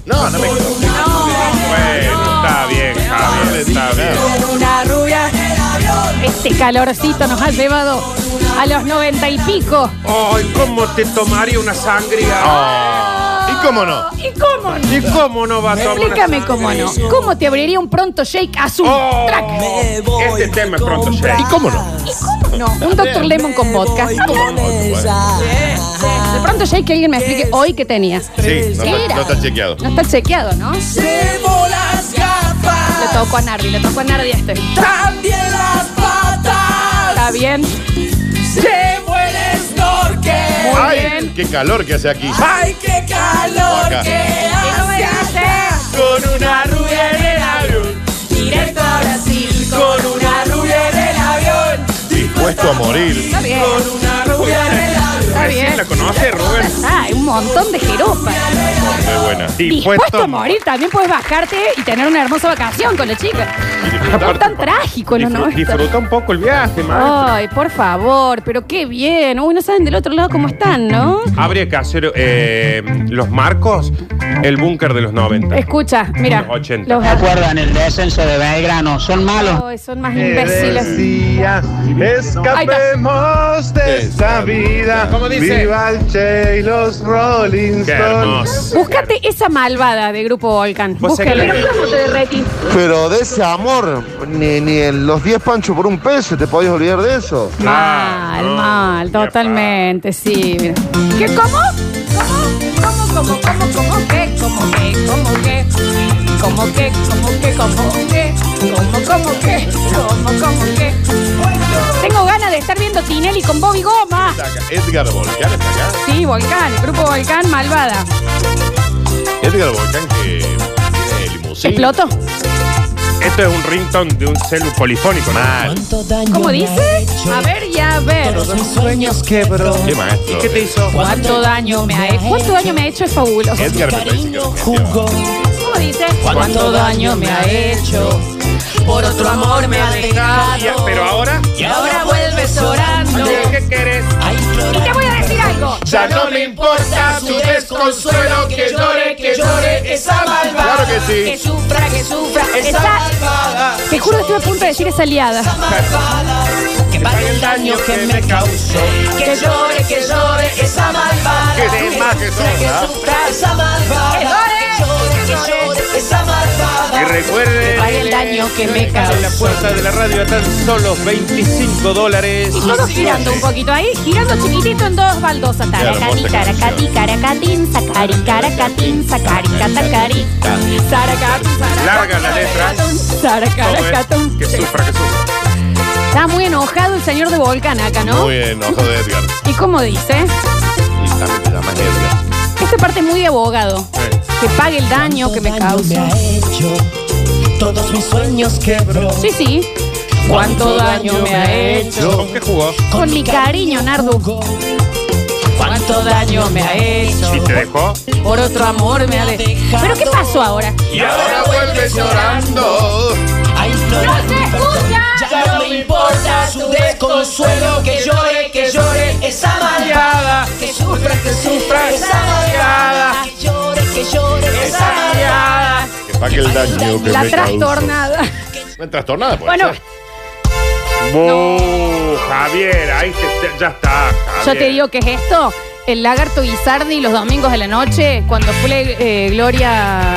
[SPEAKER 1] No, no me
[SPEAKER 2] Bueno, está bien, Javier, está bien.
[SPEAKER 4] Con una rubia en el avión.
[SPEAKER 3] Este calorcito nos ha llevado a los noventa y pico.
[SPEAKER 2] ¡Ay, cómo te tomaría una sangría!
[SPEAKER 1] Oh. ¿Y cómo no?
[SPEAKER 3] ¿Y cómo no?
[SPEAKER 2] ¿Y cómo no va a tomar? una
[SPEAKER 3] Explícame cómo no.
[SPEAKER 2] sangría?
[SPEAKER 3] ¿Cómo te abriría un pronto shake azul?
[SPEAKER 2] Oh,
[SPEAKER 3] Track.
[SPEAKER 2] este tema es pronto llega.
[SPEAKER 1] ¿Y cómo no?
[SPEAKER 3] ¿Y cómo no? Un Dr. Lemon con vodka.
[SPEAKER 4] Voy
[SPEAKER 3] ¿Cómo
[SPEAKER 4] con
[SPEAKER 3] no?
[SPEAKER 4] ella.
[SPEAKER 3] De pronto shake que alguien me explique hoy qué tenía.
[SPEAKER 1] Sí, no,
[SPEAKER 3] ¿Qué
[SPEAKER 1] está-
[SPEAKER 3] era?
[SPEAKER 1] no está chequeado.
[SPEAKER 3] No está chequeado, ¿no?
[SPEAKER 4] Llevo las
[SPEAKER 3] Le
[SPEAKER 4] gafas.
[SPEAKER 3] tocó a Nardi, le tocó a Nardi a este.
[SPEAKER 4] También las patas.
[SPEAKER 3] Está bien.
[SPEAKER 4] Llevo el snorkel.
[SPEAKER 1] ¡Ay!
[SPEAKER 3] bien.
[SPEAKER 1] ¡Qué calor que hace aquí!
[SPEAKER 4] ¡Ay, qué calor
[SPEAKER 1] Acá.
[SPEAKER 4] que hace acá! Con una rubia en el avión Directo a Brasil Con una rubia en el avión
[SPEAKER 1] Dispuesto a morir.
[SPEAKER 3] Está bien.
[SPEAKER 4] Con una rubia en el avión
[SPEAKER 3] Está
[SPEAKER 2] ¿Sí
[SPEAKER 3] bien.
[SPEAKER 2] la conoce, Rubén?
[SPEAKER 3] Ah, un montón de jeropas.
[SPEAKER 1] Muy buena.
[SPEAKER 3] Dispuesto a morir, también puedes bajarte y tener una hermosa vacación con la chica.
[SPEAKER 1] Y disfrutar.
[SPEAKER 3] Aparte- Tan trágico, ¿no?
[SPEAKER 2] Disfru-
[SPEAKER 3] ¿No? Oh.
[SPEAKER 2] Disfruta un poco el viaje, maestro.
[SPEAKER 3] Ay, por favor, pero qué bien. Uy, no saben del otro lado cómo están, ¿no?
[SPEAKER 2] Habría que hacer eh, los marcos, el búnker de los 90.
[SPEAKER 3] Escucha, mira.
[SPEAKER 2] Los 80.
[SPEAKER 6] ¿Se acuerdan el descenso de Belgrano? Son malos.
[SPEAKER 3] Ay, son más imbéciles.
[SPEAKER 7] escapemos de esta vida.
[SPEAKER 2] ¿Cómo dice?
[SPEAKER 7] Viva el Che y los Rolling
[SPEAKER 2] Qué
[SPEAKER 7] Stones.
[SPEAKER 2] hermoso.
[SPEAKER 3] Búscate esa malvada de Grupo Volcán.
[SPEAKER 2] Vos sabés
[SPEAKER 3] Búscala.
[SPEAKER 2] que-
[SPEAKER 8] Pero de ese amor, ni, ni en los 10 panchos por un peso, te podías olvidar de eso.
[SPEAKER 2] Ah,
[SPEAKER 3] Mal,
[SPEAKER 2] no.
[SPEAKER 3] mal,
[SPEAKER 2] Qué
[SPEAKER 3] totalmente, sí. Mira. ¿Qué, cómo?
[SPEAKER 9] ¿Cómo, cómo, cómo, cómo, qué? ¿Cómo qué? ¿Cómo qué? ¿Cómo qué? ¿Cómo qué? ¿Cómo qué? ¿Cómo, cómo qué? ¿Cómo, cómo qué?
[SPEAKER 3] Tengo ganas de estar viendo Tinelli con Bobby Goma.
[SPEAKER 1] Está acá. Edgar Volcán está acá.
[SPEAKER 3] Sí, Volcán, Grupo Volcán, malvada.
[SPEAKER 1] Edgar Volcán que tiene limusina.
[SPEAKER 3] ¿Exploto?
[SPEAKER 2] Esto es un ringtone de un celu polifónico, ¿no?
[SPEAKER 10] ¿Cuánto daño
[SPEAKER 3] ¿Cómo
[SPEAKER 10] me ha
[SPEAKER 3] dice?
[SPEAKER 10] hecho?
[SPEAKER 3] A ver y a ver.
[SPEAKER 10] Todos mis sueños quebró.
[SPEAKER 1] Qué maestro.
[SPEAKER 2] ¿Qué te hizo?
[SPEAKER 3] ¿Cuánto daño me ha hecho? ¿Cuánto daño me ha hecho? Es fabuloso.
[SPEAKER 1] Edgar me parece que
[SPEAKER 10] Cariño
[SPEAKER 1] lo
[SPEAKER 10] jugó.
[SPEAKER 3] ¿Cómo dice?
[SPEAKER 10] ¿Cuánto daño me ha hecho?
[SPEAKER 4] Por otro amor me ha dejado
[SPEAKER 2] Ya, Pero ahora,
[SPEAKER 10] Y
[SPEAKER 4] Ahora
[SPEAKER 10] ahora
[SPEAKER 4] vuelves orando
[SPEAKER 2] ¿qué querés?
[SPEAKER 10] hay
[SPEAKER 3] Y te voy a decir algo.
[SPEAKER 1] Ya no me importa su desconsuelo, que llore, que llore esa malvada. Claro que
[SPEAKER 9] Que
[SPEAKER 1] sí.
[SPEAKER 9] sufra, que sufra.
[SPEAKER 3] Esa- Te juro que estoy a punto de decir esa aliada.
[SPEAKER 10] que pagar el daño que me causó.
[SPEAKER 4] Que llore, que llore esa malvada
[SPEAKER 1] Que de más que sobra.
[SPEAKER 4] sufra esa malvada
[SPEAKER 3] Que llore.
[SPEAKER 4] Que llore, que llore esa malvada
[SPEAKER 2] Y recuerden.
[SPEAKER 10] Pague el daño que me
[SPEAKER 2] En la
[SPEAKER 10] causó.
[SPEAKER 2] puerta de la radio a tan solo 25 dólares.
[SPEAKER 3] Y todos girando un poquito ahí, girando chiquitito en dos baldosas. Taracati,
[SPEAKER 1] hermosa
[SPEAKER 3] caracati, caracatín, sacari, caracatín, sacari, catacari. Saracati,
[SPEAKER 2] Larga la letra. Todo es
[SPEAKER 3] Saracaracatón.
[SPEAKER 2] Que sufra, que sufra.
[SPEAKER 3] Está muy enojado el señor de Volcán acá, ¿no?
[SPEAKER 1] Muy enojado de Edgar.
[SPEAKER 3] ¿Y cómo dice?
[SPEAKER 1] Y también te llamas Edgar.
[SPEAKER 3] Esta parte es muy de abogado. Que pague el daño que me
[SPEAKER 10] Cuánto daño
[SPEAKER 3] causó.
[SPEAKER 10] me ha hecho. Todos mis sueños quebró.
[SPEAKER 3] Sí, sí.
[SPEAKER 10] ¿Cuánto daño me ha hecho?
[SPEAKER 2] ¿Con qué jugó?
[SPEAKER 3] Con mi cariño, Nardu.
[SPEAKER 10] ¿Cuánto daño me ha hecho?
[SPEAKER 2] ¿Y te dejó?
[SPEAKER 10] Por otro amor me ha dejado.
[SPEAKER 3] ¿Pero qué pasó ahora?
[SPEAKER 1] Y ahora vuelves llorando.
[SPEAKER 10] Ay,
[SPEAKER 3] ¡No se escucha!
[SPEAKER 10] Ya no me importa su desconsuelo. Que llore, que llore.
[SPEAKER 4] Esa malvada Que sufra, que sufra esa malvada Que llore, que llore esa malvada
[SPEAKER 1] Que pague el daño que
[SPEAKER 3] La
[SPEAKER 1] me causó.
[SPEAKER 3] trastornada.
[SPEAKER 1] Una trastornada, pues.
[SPEAKER 3] Bueno,
[SPEAKER 2] ¡Buh! Javier, ahí te- te- ya está.
[SPEAKER 3] Yo
[SPEAKER 2] Javier.
[SPEAKER 3] te digo que es esto. el lagarto Guisardi los domingos de la noche cuando fue eh, Gloria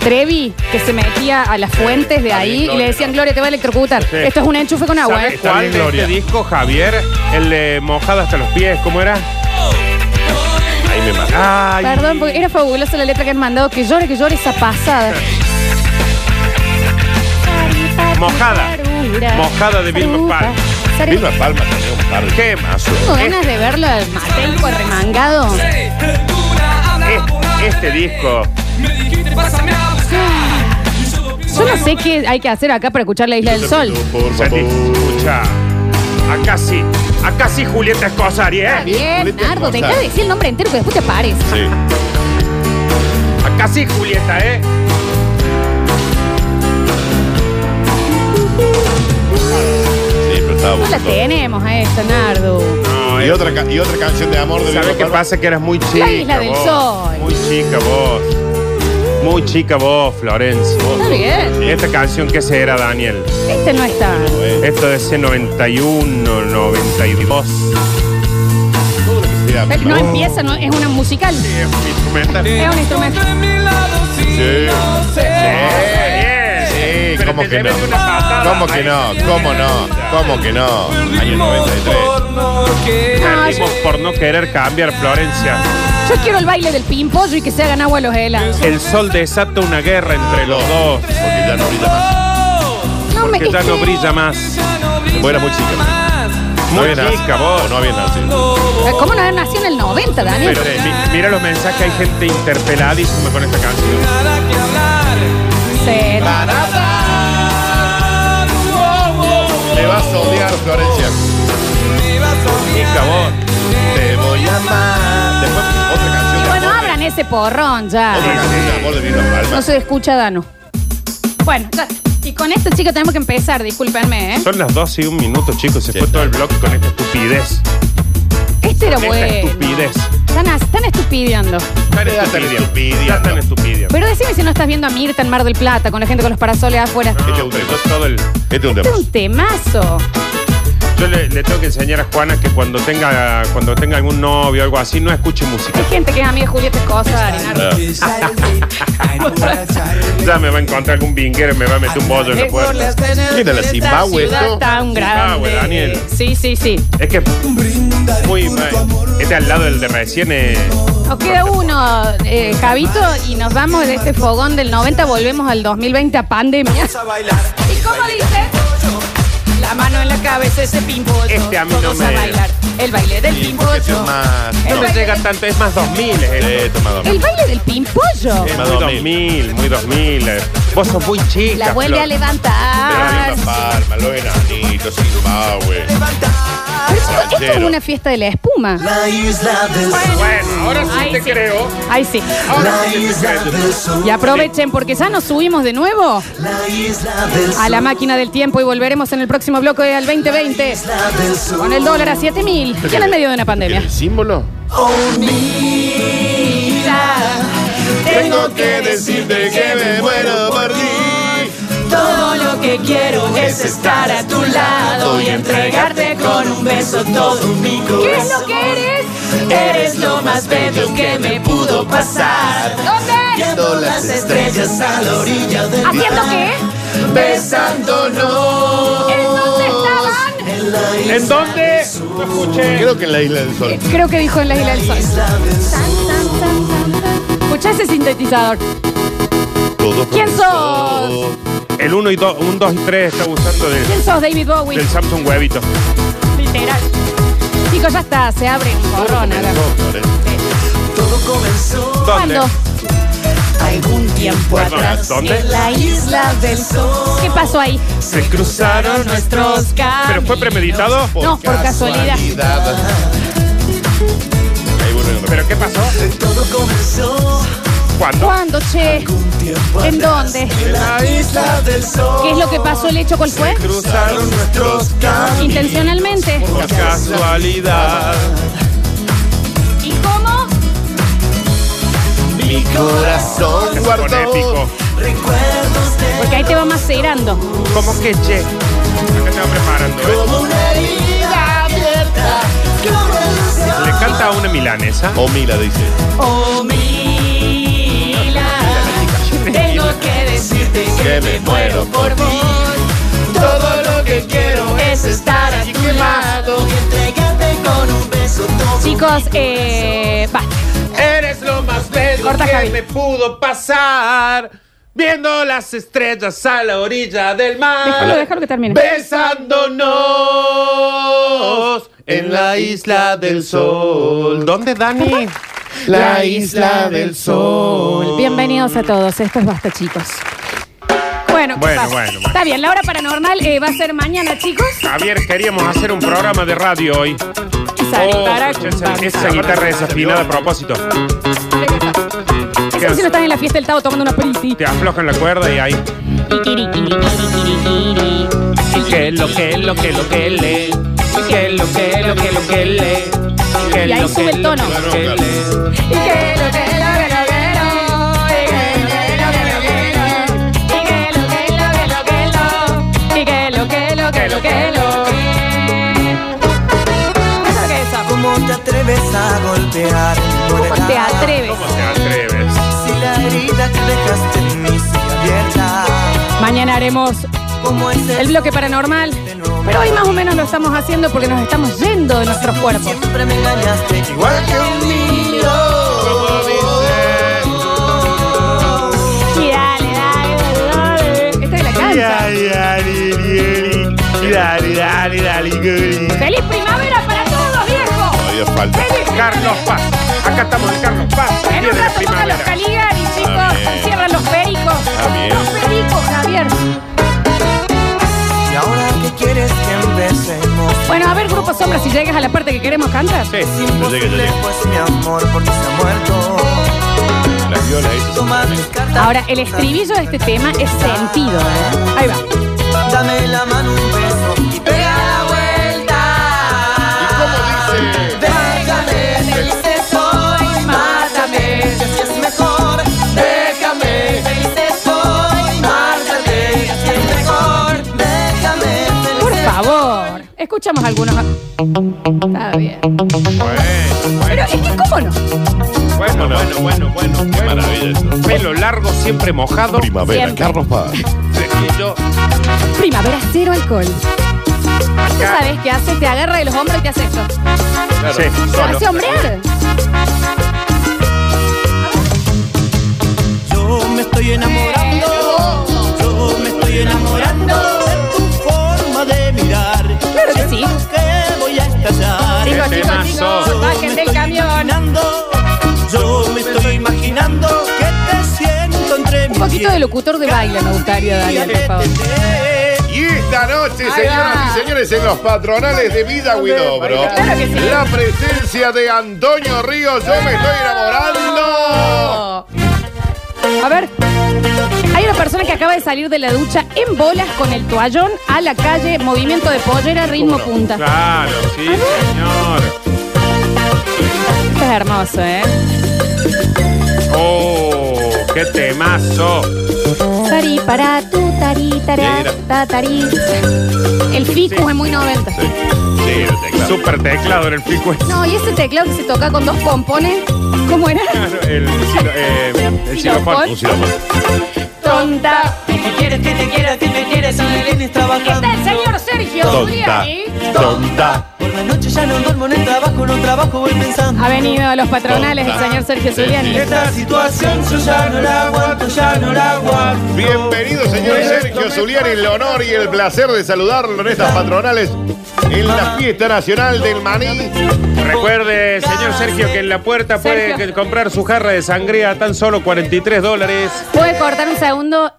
[SPEAKER 3] Trevi, que se metía a las fuentes de ahí y le decían, Gloria, te va a electrocutar.
[SPEAKER 2] Sí.
[SPEAKER 3] Esto es un enchufe con agua,
[SPEAKER 2] ¿Sabes
[SPEAKER 3] ¿eh?
[SPEAKER 2] cuál de este disco, Javier? El de mojado hasta los pies, ¿cómo era?
[SPEAKER 1] Ahí me mató.
[SPEAKER 2] Ay,
[SPEAKER 3] Perdón, porque era fabulosa la letra que han mandado. Que llore, que llore esa pasada.
[SPEAKER 2] Mojada. Mojada de Vilma Palma.
[SPEAKER 1] Vilma Palma tenía un par de
[SPEAKER 2] Qué mazo.
[SPEAKER 3] Tengo ganas de verlo al Matenco arremangado.
[SPEAKER 2] Es- Este disco.
[SPEAKER 3] Yo no sé qué hay que hacer acá para escuchar la Isla del Sol.
[SPEAKER 1] Por
[SPEAKER 2] Se te escucha. Acá sí. Acá sí, Julieta Escosari,
[SPEAKER 3] Está
[SPEAKER 2] ¿eh?
[SPEAKER 3] bien,
[SPEAKER 1] Julieta
[SPEAKER 3] Nardo,
[SPEAKER 1] Escozar.
[SPEAKER 3] deja de decir el nombre entero que después te pares.
[SPEAKER 1] Sí.
[SPEAKER 2] Acá sí, Julieta, ¿eh?
[SPEAKER 1] Sí, pero estaba
[SPEAKER 3] No la
[SPEAKER 1] bonito.
[SPEAKER 3] tenemos a esta, Nardo.
[SPEAKER 2] No,
[SPEAKER 1] Y
[SPEAKER 2] es-
[SPEAKER 1] otra, ca- y otra canción de amor de
[SPEAKER 2] ¿Sabes
[SPEAKER 1] Vilma
[SPEAKER 2] qué
[SPEAKER 1] Palma.
[SPEAKER 2] pasa? Que eras muy chica.
[SPEAKER 3] Isla del
[SPEAKER 2] vos.
[SPEAKER 3] Sol.
[SPEAKER 2] Muy chica vos. Muy chica vos, Florencia.
[SPEAKER 3] Está bien.
[SPEAKER 2] Esta canción que se era, Daniel.
[SPEAKER 3] Este no está.
[SPEAKER 2] Esto es ese 91, 92.
[SPEAKER 1] Todo lo que sea,
[SPEAKER 3] Pero No
[SPEAKER 1] Palma.
[SPEAKER 3] empieza, no, es una musical.
[SPEAKER 2] Es un instrumental.
[SPEAKER 3] Es un instrumento.
[SPEAKER 1] Sí.
[SPEAKER 2] Bien.
[SPEAKER 1] Oh, Sí,
[SPEAKER 2] Pero
[SPEAKER 1] ¿cómo
[SPEAKER 2] te
[SPEAKER 1] que no?
[SPEAKER 2] llevé de una patada.
[SPEAKER 1] ¿Cómo que no? ¿Cómo no? ¿Cómo que no? Año 93.
[SPEAKER 2] Perdimos por no querer cambiar, Florencia.
[SPEAKER 3] Yo quiero el baile del pimpollo y que se hagan agua los helados.
[SPEAKER 2] El sol desata una guerra entre los dos.
[SPEAKER 1] Porque ya no brilla más.
[SPEAKER 3] No me
[SPEAKER 2] Que ya no brilla más.
[SPEAKER 1] Bueno, muy chica. No
[SPEAKER 2] Muy
[SPEAKER 1] había nacido.
[SPEAKER 2] chica vos.
[SPEAKER 1] No había nacido.
[SPEAKER 3] ¿Cómo no haber nacido en el 90, Daniel?
[SPEAKER 2] Pero mi- mira los mensajes, hay gente interpeladísima con esta canción.
[SPEAKER 3] Sí.
[SPEAKER 1] Me vas a odiar, Florencia.
[SPEAKER 2] Chica vos.
[SPEAKER 1] Te voy a amar. Después, otra canción.
[SPEAKER 3] Y
[SPEAKER 1] de
[SPEAKER 3] bueno,
[SPEAKER 1] amor.
[SPEAKER 3] abran ese porrón ya.
[SPEAKER 1] Otra canción de amor de Vilma Palma.
[SPEAKER 3] No se escucha Dano. Bueno, ya. y con esta chica tenemos que empezar, discúlpenme, ¿eh?
[SPEAKER 2] Son las 12 y un minuto, chicos. Se
[SPEAKER 1] Sí,
[SPEAKER 2] fue
[SPEAKER 1] está.
[SPEAKER 2] todo el bloque con esta estupidez.
[SPEAKER 3] Este era
[SPEAKER 2] Con esta
[SPEAKER 3] bueno.
[SPEAKER 2] estupidez.
[SPEAKER 3] Están, as- están estupideando.
[SPEAKER 2] Tan
[SPEAKER 1] Ya están estupidiando.
[SPEAKER 2] Ya están estupidiando.
[SPEAKER 3] Pero decime si no estás viendo a Mirta en Mar del Plata con la gente con los parasoles afuera.
[SPEAKER 2] No,
[SPEAKER 1] Este es un
[SPEAKER 2] pero
[SPEAKER 1] tema.
[SPEAKER 2] todo el-
[SPEAKER 1] Este es un
[SPEAKER 3] Este
[SPEAKER 1] tema.
[SPEAKER 3] es un temazo.
[SPEAKER 2] Yo le, le tengo que enseñar a Juana que cuando tenga cuando tenga algún novio o algo así, no escuche música.
[SPEAKER 3] Hay gente que es amiga de Julieta Escosa, Arenardo.
[SPEAKER 2] Ya me va a encontrar algún vinguero y me va a meter un bollo en la puerta.
[SPEAKER 1] Mira la Zimbabue
[SPEAKER 3] Ciudad
[SPEAKER 1] esto.
[SPEAKER 3] tan grande.
[SPEAKER 2] Zimbabue, Daniel.
[SPEAKER 3] Sí, sí, sí.
[SPEAKER 2] Es que muy mal. Este al lado del de recién eh,
[SPEAKER 3] Nos queda uno, eh, Javito, y nos vamos de este fogón del 90, volvemos al 2020 a pandemia.
[SPEAKER 11] ¿Y cómo dice? La mano en la cabeza, ese pimpollo.
[SPEAKER 2] Este a mí no
[SPEAKER 11] Todos a
[SPEAKER 2] me-
[SPEAKER 11] bailar. El baile del
[SPEAKER 1] Sí, porque este es
[SPEAKER 11] pimpollo.
[SPEAKER 1] más.
[SPEAKER 2] No
[SPEAKER 1] No,
[SPEAKER 2] le llega tanto, es más 2000. Es
[SPEAKER 1] Sí,
[SPEAKER 2] esto.
[SPEAKER 1] este es más
[SPEAKER 3] El
[SPEAKER 1] domingo.
[SPEAKER 3] baile del pimpollo.
[SPEAKER 2] Es
[SPEAKER 1] Más
[SPEAKER 2] muy
[SPEAKER 1] 2000.
[SPEAKER 2] 2000, muy 2000. eh. Vos sos muy chica.
[SPEAKER 3] La vuelve
[SPEAKER 2] Flor.
[SPEAKER 3] a levantar.
[SPEAKER 1] Pero Vilma Palma, los enanitos, Zimbabue.
[SPEAKER 3] Pero chicos, esto es
[SPEAKER 1] Ranchero.
[SPEAKER 3] una fiesta de la espuma.
[SPEAKER 2] Bueno, ahora sí
[SPEAKER 3] Ay,
[SPEAKER 2] te
[SPEAKER 3] sí.
[SPEAKER 2] creo.
[SPEAKER 3] Ahí sí.
[SPEAKER 2] Ahora sí te creo.
[SPEAKER 3] Y aprovechen porque ya nos subimos de nuevo a la máquina del tiempo y volveremos en el próximo bloque al 2020 con el dólar a 7000 y en el medio de una pandemia.
[SPEAKER 1] ¿El símbolo? Tengo que decirte que me muero por ti.
[SPEAKER 11] Todo lo que quiero es estar a tu lado y entregarte con un beso todo mi
[SPEAKER 3] ¿Qué es lo
[SPEAKER 11] corazón.
[SPEAKER 3] que eres?
[SPEAKER 11] Eres lo más bello que me pudo pasar.
[SPEAKER 3] ¿Dónde?
[SPEAKER 11] Viendo las estrellas a la orilla del
[SPEAKER 3] ¿Haciendo
[SPEAKER 11] mar,
[SPEAKER 3] qué?
[SPEAKER 11] besándonos.
[SPEAKER 3] ¿En dónde estaban?
[SPEAKER 2] ¿En dónde? No escuché.
[SPEAKER 1] Creo que en la Isla del Sol.
[SPEAKER 3] Creo que dijo en la Isla del Sol. Escucha ese sintetizador.
[SPEAKER 1] Todo
[SPEAKER 3] ¿Quién
[SPEAKER 1] comenzó.
[SPEAKER 3] sos?
[SPEAKER 2] El 1 y 2, 1, 2 y 3 está usando de-
[SPEAKER 3] ¿Quién sos David Bowie?
[SPEAKER 2] del Samsung Huevito.
[SPEAKER 3] Literal. Chicos, ya está, se abre un porrón acá.
[SPEAKER 12] Todo comenzó
[SPEAKER 2] ¿Dónde?
[SPEAKER 3] ¿Cuándo?
[SPEAKER 12] algún tiempo
[SPEAKER 2] Perdón,
[SPEAKER 12] atrás
[SPEAKER 2] ¿dónde?
[SPEAKER 12] en la isla del sol.
[SPEAKER 3] ¿Qué pasó ahí?
[SPEAKER 2] Se cruzaron
[SPEAKER 11] nuestros caminos.
[SPEAKER 2] ¿Pero fue premeditado?
[SPEAKER 3] No, por casualidad.
[SPEAKER 1] Ahí vuelven otra vez.
[SPEAKER 2] ¿Pero qué pasó?
[SPEAKER 12] Todo comenzó
[SPEAKER 2] ¿Cuándo?
[SPEAKER 3] ¿Cuándo, che? ¿En dónde?
[SPEAKER 12] en la isla del sol.
[SPEAKER 3] ¿Qué es lo que pasó? ¿El hecho cuál fue?
[SPEAKER 2] Cruzaron
[SPEAKER 12] Nuestros caminos.
[SPEAKER 3] Intencionalmente.
[SPEAKER 2] por casualidad.
[SPEAKER 3] ¿Y cómo?
[SPEAKER 1] Mi corazón
[SPEAKER 2] Se pone épico.
[SPEAKER 1] guardó.
[SPEAKER 12] Recuerdos de
[SPEAKER 3] Porque ahí te va macerando.
[SPEAKER 2] ¿Cómo que che? Acá te va preparando, ¿eh?
[SPEAKER 12] como una herida abierta. que
[SPEAKER 2] Le canta a una milanesa?
[SPEAKER 1] O Mila dice.
[SPEAKER 13] Oh, Mila, tengo que decirte que me muero por ti. Todo lo que quiero es estar a tu lado y entregarte con un beso todo.
[SPEAKER 3] Chicos, eh, basta.
[SPEAKER 2] Eres lo más bello
[SPEAKER 3] Corta,
[SPEAKER 2] que
[SPEAKER 3] Javi.
[SPEAKER 2] me pudo pasar. Viendo las estrellas a la orilla del
[SPEAKER 3] Déjalo,
[SPEAKER 2] mar.
[SPEAKER 3] déjalo que termine.
[SPEAKER 2] Besándonos en la isla del sol. ¿Dónde, Dani?
[SPEAKER 1] La isla del sol.
[SPEAKER 3] Bienvenidos a todos. Esto es Basta, chicos. Bueno, ¿qué
[SPEAKER 2] Bueno,
[SPEAKER 3] pasa?
[SPEAKER 2] bueno, bueno.
[SPEAKER 3] Está bien, la hora paranormal eh, va a ser mañana, chicos.
[SPEAKER 2] Javier, queríamos hacer un programa de radio hoy.
[SPEAKER 3] Sari, para,
[SPEAKER 2] escucha esa-
[SPEAKER 3] para.
[SPEAKER 2] Oh, esa guitarra desafinada a propósito.
[SPEAKER 3] Es como si no estás en la fiesta del Tao tomando una priti.
[SPEAKER 2] Te aflojan la cuerda y ahí.
[SPEAKER 14] Que lo que lo que lo que le. Que lo que lo que lo que le.
[SPEAKER 3] Y ahí sube el tono.
[SPEAKER 14] Y que lo que lo que lo que lo, y que lo que lo que lo que lo, y que lo que lo que lo que lo, y que lo que lo que lo que lo.
[SPEAKER 3] Eso es lo que es eso.
[SPEAKER 4] ¿Cómo te atreves a golpear?
[SPEAKER 3] ¿Cómo te atreves?
[SPEAKER 2] ¿Cómo te atreves?
[SPEAKER 4] Si la herida que dejaste en mí sigue abierta.
[SPEAKER 3] Mañana haremos
[SPEAKER 4] ¿Cómo es
[SPEAKER 3] el bloque paranormal. Pero hoy más o menos lo estamos haciendo porque nos estamos yendo de nuestros cuerpos.
[SPEAKER 4] Siempre me engañaste.
[SPEAKER 1] Igual que un niño. Como dice.
[SPEAKER 3] Y dale, dale, dale, dale. Esta es la cancha.
[SPEAKER 1] Yari, yari, yari, yari, yari, yari, yari.
[SPEAKER 3] ¡Feliz primavera para todos, viejo!
[SPEAKER 1] Todavía falta.
[SPEAKER 3] ¡Feliz primavera!
[SPEAKER 2] Carlos Paz. Acá estamos en Carlos Paz.
[SPEAKER 3] En
[SPEAKER 2] Viene
[SPEAKER 3] un
[SPEAKER 2] la
[SPEAKER 3] rato tocan los
[SPEAKER 2] primavera.
[SPEAKER 3] Caligari,
[SPEAKER 1] Está
[SPEAKER 3] chicos.
[SPEAKER 1] bien.
[SPEAKER 3] Cierran los pericos.
[SPEAKER 1] bien.
[SPEAKER 3] Los pericos, Javier.
[SPEAKER 4] Y ahora que quieres que empecemos.
[SPEAKER 3] Bueno, a ver, Grupo Sombra, si llegas a la parte que queremos cantar.
[SPEAKER 2] Sí.
[SPEAKER 4] Es
[SPEAKER 1] Ya llegué, ya
[SPEAKER 4] imposible,
[SPEAKER 1] llegué.
[SPEAKER 4] pues mi amor, porque se ha muerto.
[SPEAKER 1] La viola esa.
[SPEAKER 4] Toma mis cartas.
[SPEAKER 3] Ahora, el estribillo de este tema es sentido, ¿eh? Ahí va.
[SPEAKER 4] Dame la mano, un beso y pega la
[SPEAKER 1] ¿Y
[SPEAKER 4] vuelta.
[SPEAKER 1] cómo dice?
[SPEAKER 4] Déjame, felices soy, mátame, que así es mejor. Déjame, felices soy, mátame, que así es mejor. Déjame,
[SPEAKER 3] Por
[SPEAKER 4] felices
[SPEAKER 3] favor. Escuchamos algunos. Está bien.
[SPEAKER 2] Bueno,
[SPEAKER 3] Pero
[SPEAKER 2] bueno,
[SPEAKER 3] es que, ¿cómo no?
[SPEAKER 2] bueno, bueno, bueno, bueno,
[SPEAKER 1] Qué
[SPEAKER 2] bueno.
[SPEAKER 1] maravilla eso.
[SPEAKER 2] Pelo largo, siempre mojado.
[SPEAKER 1] Primavera,
[SPEAKER 3] Siempre.
[SPEAKER 1] Carlos Paz.
[SPEAKER 2] Fresquillo.
[SPEAKER 3] Primavera cero alcohol. ¿Tú sabes qué hace? Te agarra de los hombros y te hace esto.
[SPEAKER 1] Claro.
[SPEAKER 2] Sí,
[SPEAKER 3] ¿Te
[SPEAKER 2] solo.
[SPEAKER 3] hace hombrear?
[SPEAKER 4] Yo me estoy enamorando, yo me estoy enamorando de tu forma de mirar.
[SPEAKER 3] Claro que sí.
[SPEAKER 4] Siento que voy a estallar.
[SPEAKER 3] Chicos,
[SPEAKER 2] Qué
[SPEAKER 3] chicos,
[SPEAKER 2] temazo.
[SPEAKER 3] chicos.
[SPEAKER 4] me
[SPEAKER 3] Bajen del
[SPEAKER 4] estoy
[SPEAKER 3] camión.
[SPEAKER 4] imaginando, yo me estoy imaginando que te siento entre mis
[SPEAKER 3] Un poquito de locutor de baile me gustaría, Daniel, por favor.
[SPEAKER 1] Y esta noche, señoras y señores, en los patronales de Vida Widobro,
[SPEAKER 3] Claro que sí.
[SPEAKER 1] la presencia de Antonio Ríos, yo me estoy enamorando.
[SPEAKER 3] A ver. Hay una persona que acaba de salir de la ducha en bolas con el toallón a la calle, movimiento de pollera, ritmo punta.
[SPEAKER 2] Claro, sí, señor.
[SPEAKER 3] Esto es hermoso, ¿eh?
[SPEAKER 2] Oh, qué temazo.
[SPEAKER 3] Tari, para, tu, tari, tará,
[SPEAKER 1] Mira.
[SPEAKER 3] ta, tari. El ficus
[SPEAKER 2] Sí.
[SPEAKER 3] es muy 90.
[SPEAKER 1] Sí, el teclado.
[SPEAKER 2] Súper teclado en el pico.
[SPEAKER 3] No, y ese teclado que se toca con dos pompones, ¿cómo era?
[SPEAKER 2] Claro, el, xilo- eh, el xilofón.
[SPEAKER 1] Un sílabo.
[SPEAKER 3] Tonta.
[SPEAKER 13] Que te quieres, que te quieras, que te quieres, San Helenes trabajando.
[SPEAKER 3] Está el señor Sergio
[SPEAKER 1] Tonta,
[SPEAKER 3] Giuliani.
[SPEAKER 1] tonta.
[SPEAKER 13] Por la noche ya no duermo en el trabajo, no trabajo, voy pensando.
[SPEAKER 3] Ha venido a los patronales el
[SPEAKER 1] Tonta.
[SPEAKER 3] señor Sergio
[SPEAKER 1] Sí,
[SPEAKER 3] Giuliani.
[SPEAKER 1] sí.
[SPEAKER 13] Esta situación yo ya no la aguanto, ya no la aguanto.
[SPEAKER 1] Bienvenido, señor Sergio Zuliani, el honor y el placer de saludarlo en estas patronales en la fiesta nacional del maní.
[SPEAKER 2] Recuerde, señor Sergio, que en la puerta puede
[SPEAKER 3] Sergio.
[SPEAKER 2] que- comprar su jarra de sangría a tan solo 43 dólares.
[SPEAKER 3] ¿Puede cortar un segundo?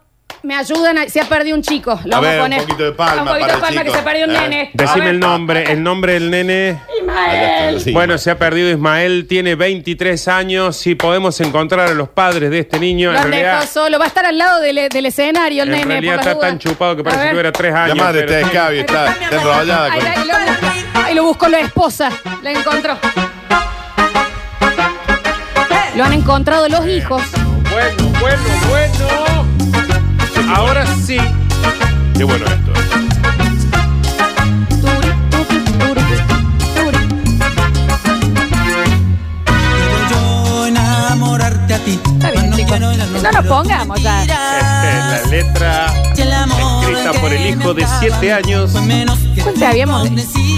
[SPEAKER 3] Me ayudan, a- se ha perdido un chico. Lo
[SPEAKER 1] A
[SPEAKER 3] vamos
[SPEAKER 1] ver,
[SPEAKER 3] a
[SPEAKER 1] un
[SPEAKER 3] poner.
[SPEAKER 1] poquito de palma
[SPEAKER 3] Un poquito
[SPEAKER 1] para
[SPEAKER 3] de
[SPEAKER 1] el
[SPEAKER 3] palma que
[SPEAKER 1] chico.
[SPEAKER 3] se perdió un
[SPEAKER 1] A ver.
[SPEAKER 3] nene. A
[SPEAKER 2] Decime
[SPEAKER 3] ver.
[SPEAKER 2] el nombre, el nombre del nene.
[SPEAKER 3] Ismael.
[SPEAKER 1] Sí.
[SPEAKER 2] Bueno, se ha perdido Ismael, tiene 23 años. Si podemos encontrar a los padres de este niño,
[SPEAKER 3] Lo
[SPEAKER 2] en
[SPEAKER 3] han dejado
[SPEAKER 2] realidad,
[SPEAKER 3] solo. Va a estar al lado del, del escenario el
[SPEAKER 2] en
[SPEAKER 3] nene.
[SPEAKER 2] realidad
[SPEAKER 3] por las
[SPEAKER 2] está
[SPEAKER 3] dudas.
[SPEAKER 2] tan chupado que parece
[SPEAKER 3] A
[SPEAKER 2] que tuviera
[SPEAKER 3] ver.
[SPEAKER 2] 3
[SPEAKER 1] La
[SPEAKER 2] años.
[SPEAKER 1] madre
[SPEAKER 2] pero
[SPEAKER 1] está
[SPEAKER 2] está-
[SPEAKER 1] escabio, está está enrollada
[SPEAKER 3] Ahí,
[SPEAKER 1] con
[SPEAKER 3] ahí lo buscó. Ahí lo buscó la esposa. La encontró. Lo han encontrado los hijos.
[SPEAKER 2] Bueno, bueno, bueno. Ahora sí.
[SPEAKER 1] Qué bueno esto.
[SPEAKER 3] Turi, tupi, turi, turi.
[SPEAKER 2] por el hijo de 7 años.
[SPEAKER 3] ¿Cuánto habíamos?